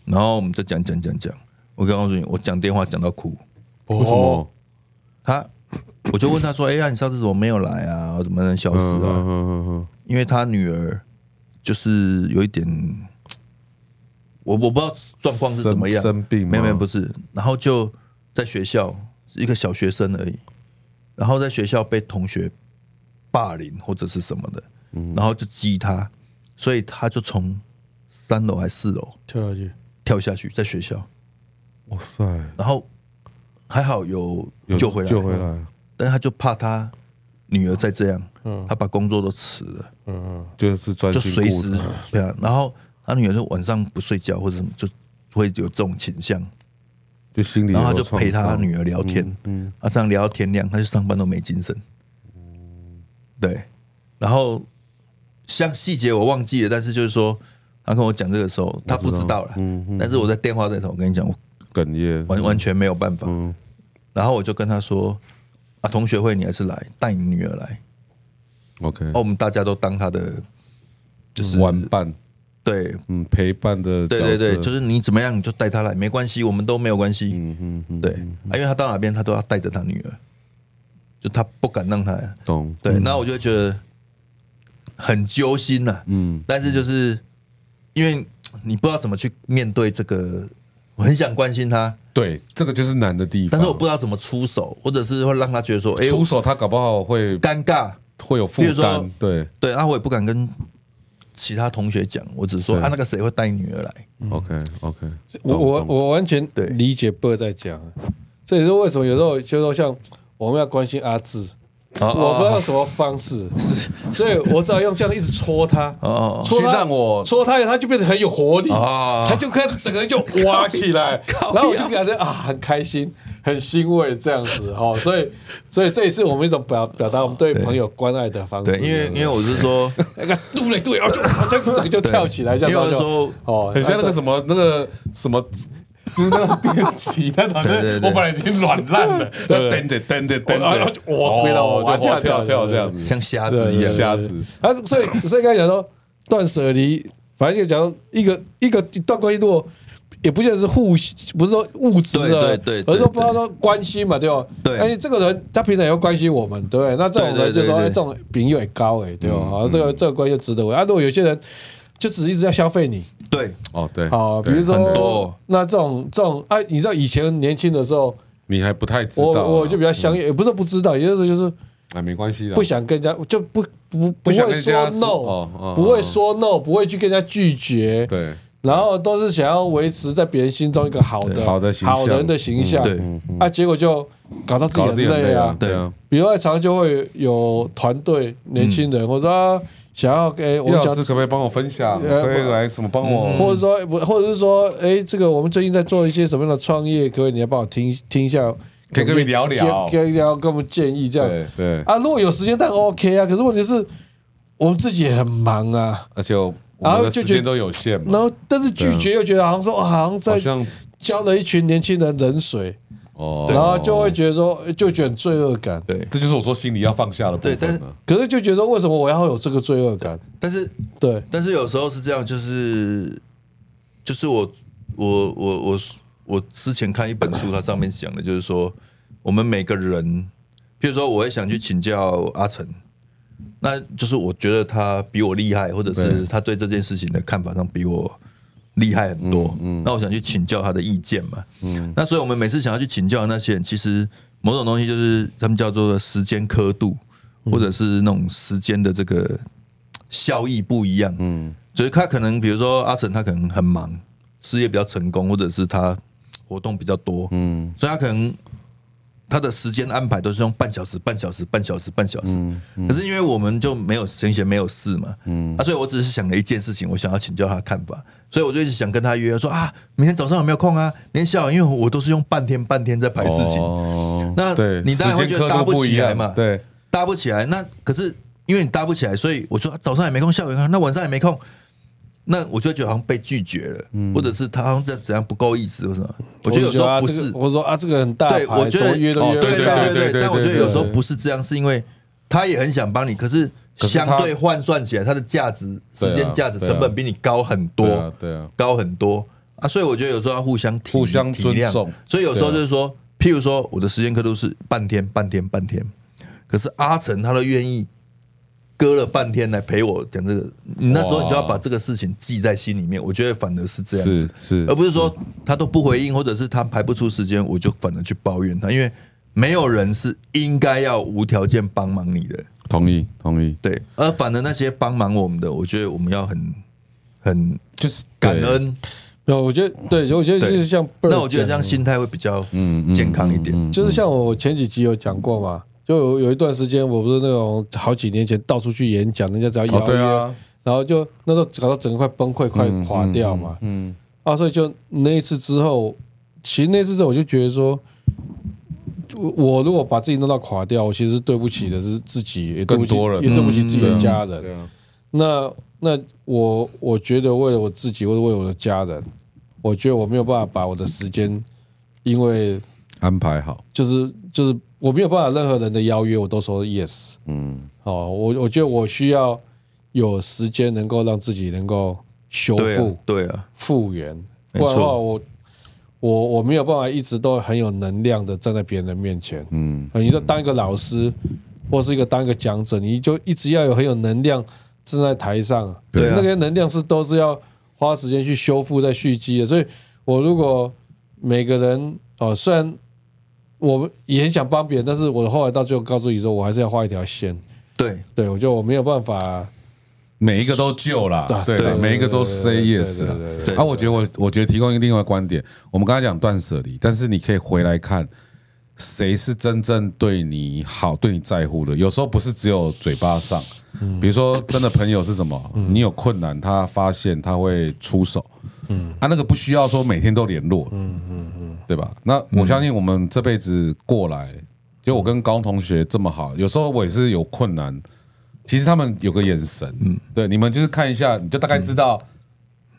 C: 然后我们就讲讲讲讲，我告诉你，我讲电话讲到哭。
A: 为什么？
C: 他，我就问他说：“哎、呀、你上次怎么没有来啊？我怎么能消失
A: 嗯
C: 啊？”
A: 嗯嗯嗯，
C: 因为他女儿就是有一点，我我不知道状况是怎么样，
A: 生生病吗
C: 没有没有不是，然后就在学校是一个小学生而已，然后在学校被同学霸凌或者是什么的，
A: 嗯
C: 然后就激他，所以他就从三楼还四楼
B: 跳下去，
C: 跳下去，在学校，
A: 哇塞，
C: 然后还好有
A: 有
C: 救啊回来，
A: 救回来，
C: 但是他就怕他女儿再这样，
B: 嗯
C: 他把工作都辞了。
B: 嗯
A: 就是专
C: 就
A: 心
C: 随
A: 顾
C: 时
A: 他
C: 对啊。然后他女儿就晚上不睡觉或者什么，就会有这种倾向。
A: 就心里，
C: 然后他就陪他女，儿聊天，嗯，他、这样聊到天亮，他去上班都没精神。对，然后像细节我忘记了，但是就是说，他跟我讲这个时候，他不知道了，
A: 嗯
C: 但是我在电话那头，我跟你讲，我
A: 哽咽，
C: 完完全没有办法。
A: 嗯
C: 然后我就跟他说。啊，同学会你还是来，带你女儿来。
A: ，OK，嗯
C: 哦，我们大家都当他的，就是
A: 玩伴，
C: 对
A: 嗯，陪伴的角
C: 对
A: 色，
C: 对对，就是你怎么样你就带他来，没关系，我们都没有关系。嗯嗯嗯，对，啊，因为他到哪边他都要带着他女儿，就他不敢让他。
A: 懂，
C: 对，那我就会觉得很揪心呐、嗯，但是就是因为你不知道怎么去面对这个，我很想关心他，
A: 对，这个就是难的地方。
C: 但是我不知道怎么出手，或者是会让他觉得说，哎、
A: 出手，他搞不好会
C: 尴尬。
A: 会有负
C: 比如说
A: 担，对
C: 对，啊，我也不敢跟其他同学讲，我只是说
A: 对
C: 啊，那个谁会带女儿来？
A: ，OK OK，
B: 我我我完全
C: 对
B: 理解 b 在讲，这也是为什么有时候就是说像我们要关心阿志，
C: 哦
B: 我不知道用什么方式， 是，所以我只好用这样一直戳他，
C: 哦
B: 戳他
A: 去让我
B: 戳他，他就变得很有活力，
C: 哦
B: 他就开始整个人就挖起 来，然后我就感觉啊很开心，很欣慰这样子哦，所以所以这也是我们一种表表达我们对朋友关爱的方式，
C: 对，因为
B: 不
C: 因为我是 说。
B: 那个嘟嘞嘟嘞，哦，就他就整个就跳起来，这
C: 因
B: 样
C: 为
B: 然后就
C: 有时候
B: 哦，
A: 很像那个什么那个什么。就是那种电击，那好像
C: 对对对哦
A: 我本来已经软烂 了，要
B: 对
A: 蹬着蹬着蹬
B: 我啊
A: 着，
B: 我归了我
A: 哦就跳
B: 跳
A: 跳跳
B: 跳
A: 这样子，
C: 像瞎子一
B: 对
C: 样
B: 对。
A: 瞎子，
B: 他是所以 所以刚才讲说断舍离，反正就讲一个一个一段关系，如果也不见得是互，不是说物质
C: 对
B: 的，
C: 对对对
B: 而是说不要说关心嘛，对吧？
C: 对
B: 而且这个人他平常也会关心我们，对不对？那这种
C: 对对
B: 人就说
C: 对对嗯
B: 哎，这种饼又高哎，对吧？啊，这个这个关系就值得我。啊，如果有些人就只是一直要消费你，
C: 对，
A: 哦对，
B: 啊，比
A: 对
B: 如
C: 很多
B: 说那这种这种啊，你知道以前年轻的时候，
A: 你还不太知道啊，
B: 我我就比较
C: 嗯
B: 相，也不是不知道，有的时候就是。
A: 哎没关系啦，
B: 不想跟人家就不不不
A: 想
B: 会
A: 跟人家
B: 说
A: 说
B: no，、
A: 哦哦
B: 不会说 no，不会去跟人家拒绝，
A: 对，
B: 然后都是想要维持在别人心中一个好的
A: 对好的形象
B: 好人的形象，
C: 对
B: 啊，结果就搞到自
A: 嗯搞得自
B: 己
A: 己
B: 很
A: 很
B: 累
A: 累
B: 啊
A: 啊，，嗯
C: 对
A: 对啊，
B: 比如说常常就会有团队年轻人，或者说啊想要给、我
A: 叶
B: 们
A: 老
B: 讲
A: 师可不可以帮我分享？
B: 呃
A: 可以来什么帮我？
B: 或者说不，或者是说，哎，这个我们最近在做一些什么样的创业？可不可以你来帮我听听一下？
A: 可以跟你聊聊
B: 可以聊，跟我们建议这样
A: 对。对，
B: 啊，如果有时间当然 OK 啊，可是问题是，我们自己也很忙啊，
A: 而且我
B: 然
A: 们
B: 后
A: 的
B: 就
A: 时
B: 觉得
A: 间都有限嘛
B: 然，后但是拒绝又觉得好像说，啊好像
A: 嗯好
B: 在
A: 像
B: 浇了一群年轻人冷水，
A: 哦，
B: 然后就会觉得说，就觉得很罪恶感。
C: 对
A: 这就是我说心里要放下的部
C: 对但
A: 分啊
C: 是
A: 了。
B: 可是就觉得说，为什么我要有这个罪恶感？
C: 但是
B: 对，
C: 但是有时候是这样，就是就是我我我我我之前看一本书，它上面讲的就是说，我们每个人，譬如说，我会想去请教阿成，那就是我觉得他比我厉害，或者是
A: 对
C: 他对这件事情的看法上比我厉害很多，那我想去请教他的意见嘛，那所以我们每次想要去请教的那些人，其实某种东西就是他们叫做时间刻度，或者是那种时间的这个效益不一样，嗯，所以他可能比如说阿成，他可能很忙，事业比较成功，或者是他活动比较多，嗯，所以他可能他的时间安排都是用半小时、半小时、半小时、半小时。可是因为我们就没有闲闲没有事嘛，嗯，啊，所以我只是想了一件事情，我想要请教他的看法，所以我就一直想跟他约说啊，明天早上有没有空啊？明天下午，因为我都是用半天半天在排事情，
A: 哦
C: 那
A: 对，
C: 你当然会觉得搭
A: 不
C: 起来嘛，
A: 对，
C: 搭不起来。那可是因为你搭不起来，所以我说啊早上也没空，下午也没空，那晚上也没空，那我就觉得好像被拒绝了，或者是他好像在怎样不够意思或什么。我觉得有时候
B: 嗯我觉得啊
C: 不
B: 这
C: 是
B: 个，我说啊，这个很大牌，
C: 对我觉
B: 怎
C: 得
B: 么约都
A: 哦
B: 约不
C: 对
A: 对
B: 到
A: 对
C: 对
A: 对对
C: 但我觉得
A: 对
C: 有时候不是这样，是因为他也很想帮你，可是
A: 可是他
C: 相对换算起来，他的价值、
A: 对啊
C: 时间价值、
A: 对啊
C: 成本比你高很多。
A: 对啊对啊，
C: 高很多啊，所以我觉得有时候要互相体
A: 互相
C: 体
A: 尊
C: 谅
A: 重啊
C: 所以有时候就是说，譬如说我的时间刻度是半天、半天、半天，可是阿成他都愿意割了半天来陪我讲这个，你那时候你就要把这个事情记在心里面。我觉得反而是这样子，呃
A: 是是
C: 而不是说他都不回应，或者是他排不出时间，我就反而去抱怨他，因为没有人是应该要无条件帮忙你的。
A: 同意同意，
C: 对，而反而那些帮忙我们的，我觉得我们要很很
A: 就是
C: 感
A: 对
C: 恩，
B: 没有，我觉得对，我觉得就是像 Bird
C: 那我觉得这样
B: 讲的
C: 心态会比较健康一点。
B: 就是像我前几集有讲过嘛，就有有一段时间，我不是那种好几年前到处去演讲，人家只要邀
A: 哦对
B: 约，
A: 啊
B: 然后就那时候搞到整个快崩溃、快垮掉嘛。
A: 嗯，
B: 啊，所以就那一次之后，其实那次之后我就觉得说，我我如果把自己弄到垮掉，我其实对不起的是自己，也对不起，
A: 更多人
B: 也对不起自己的家人。
A: 对啊，
B: 那那我我觉得为了我自己，或者为了我的家人，我觉得我没有办法把我的时间，因为
A: 安排好，
B: 就是就是我没有办法任何人的邀约我都说 yes。
A: 嗯，
B: 哦，我我觉得我需要有时间能够让自己能够修
C: 对啊
B: 复、，
C: 对啊，
B: 复原，
C: 没
B: 不然的话
C: 错
B: 我。我我没有办法一直都很有能量的站在别人的面前，
A: 嗯，
B: 啊你说当一个老师，或是一个当一个讲者，你就一直要有很有能量站在台上，
C: 对啊
B: 那些能量是都是要花时间去修复、再蓄积的。所以，我如果每个人哦，虽然我也很想帮别人，但是我后来到最后告诉你说，我还是要画一条线。
C: 对啊
B: 对，我觉得我没有办
C: 哦
B: 法，
A: 每一个都救啦，对
C: 对
A: 啦，每一个都
B: 对
A: say
B: 对
A: yes
B: 对
A: 啦
B: 对对。
A: 啊，我觉得我我觉得提供一个另外观点，我们刚才讲断舍离，但是你可以回来看谁是真正对你好、对你在乎的。有时候不是只有嘴巴上，比如说真的朋友是什么，你有困难，他发现他会出手，嗯，啊，那个不需要说每天都联络，嗯嗯嗯，对吧？那我相信我们这辈子过来，就我跟高同学这么好，有时候我也是有困难。其实他们有个眼神，嗯，对，你们就是看一下，你就大概知道，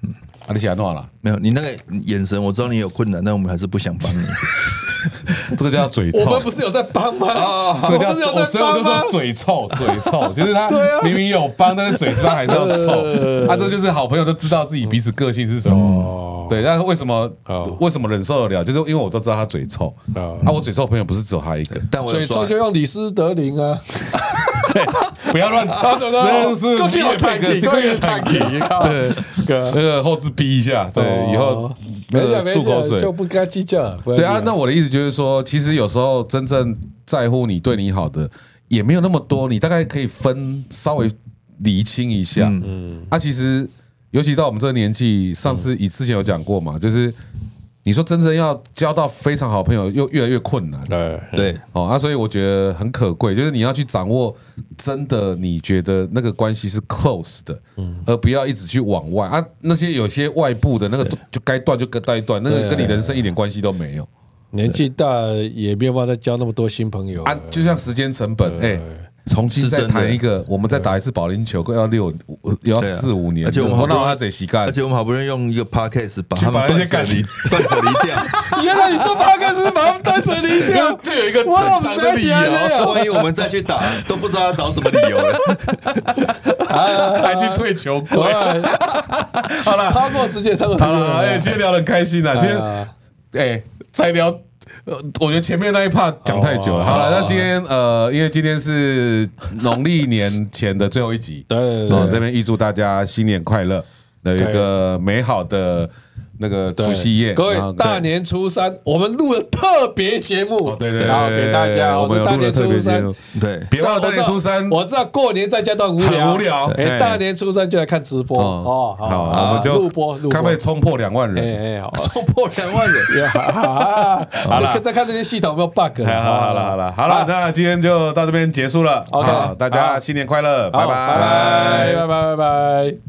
B: 嗯
A: 啊阿里西亚诺了，
C: 没有你那个眼神，我知道你有困难，但我们还是不想帮你。
A: 这个叫嘴
B: 我
A: 臭
B: 们，不是有在帮吗？
A: 这
B: 我
A: 个
C: 哦
B: 们
A: 叫，
B: 不是有
A: 我
B: 在
A: 所以我
B: 帮
A: 就
B: 吗啊
A: 说？嘴臭，嘴 臭，就是他明明有帮，但是嘴上还是要
B: 呃
A: 臭，啊他这就是好朋友都知道自己彼此个性是什
B: 嗯
A: 么，对，但是为什么
B: 哦
A: 为什么忍受得了？就是因为我都知道他嘴臭，
B: 哦
A: 啊，我嘴臭的朋友不是只有他一
B: 嗯
A: 个，
C: 但我有
B: 嘴臭就
C: 说，
B: 用李斯德林啊，
A: 不要乱， 真的哦是
B: 够有
A: 叶
B: 弹
A: 佩
B: 琴，
A: 哥
B: 够有
A: 叶
B: 弹
A: 佩
B: 琴， 靠
A: 对，
B: 哥
A: 那个后置逼一下，对，以后
B: 哦没事
A: 呃
B: 没
A: 漱口水
B: 事，就不该计较了。不要
A: 对
B: 计
A: 啊
B: 较，
A: 那我的意思就是说，其实有时候真正在乎你、对你好的也没有那么多，你大概可以分稍微厘清一下。嗯，啊，其实尤其到我们这个年纪，上次以之前有讲过嘛，就是你说真正要交到非常好的朋友，又越来越困难。
B: 哎，
C: 对
A: 哦，啊，所以我觉得很可贵，就是你要去掌握真的你觉得那个关系是 close 的，而不要一直去往外啊。那些有些外部的那个就该断就该断一断，那个跟你人生一点关系都没有
B: 年纪大了也没有办法再交那么多新朋友
A: 啊。就像时间成本，哎，重新再谈一个，我们再打一次保龄球，要六五也要
C: 对啊
A: 四五年，
C: 而且我们
A: 我
C: 好不
A: 让
C: 容易
A: 他贼洗干
C: 而，且我们好不容易用一个 podcast 把他
A: 把
C: 们
A: 那些
C: 断舍离断舍离掉。
B: 原来你做八个是 把他们断舍离 掉，
A: 就有一个
B: 哇，我
C: 找
B: 们
C: 个
B: 在一
C: 理啊
B: 起还没
C: 由，
B: 有
C: 万一我们再去打，都不知道要找什么理由了。
A: 还去退球 规。
B: 好了，啊超过时间，超过时
C: 啊
A: 好了，哎，
B: 间。
A: 今天聊得很开心啊，今天
B: 啊
A: 哎，再聊，呃，我觉得前面那一 part 讲太
C: 哦
A: 久了。好了，那今天呃，因为今天是农历年前的最后一集， 哦
B: 对对对啊
A: 哦，这边预祝大家新年快乐。的一个美好的那个除夕夜，
B: 各
A: 然后
B: 位大年初三，我们录了特别节目，
A: 哦对对对，
B: 然后给大家，
A: 我
B: 我
A: 们
B: 是
A: 有
B: 大
A: 录了
B: 年
A: 特别
B: 初
A: 节
B: 三，
A: 目，
C: 对，
A: 别忘了大年初三
B: 我知道过年在家都很无聊，
A: 很无聊哎
B: 哎，大年初三就来看直播哦，
A: 好，啊我们就
B: 录播录播，
A: 看会不会冲破两万人。
B: 哎哎好。
C: 冲破两万人，
B: 呀 好了，再看这些系统有没有 bug。
A: 哎好了好了好了好了，那今天就到这边结束了。
B: OK，
A: 好大家
B: 好
A: 新年快乐，
B: 好，拜拜拜拜拜拜。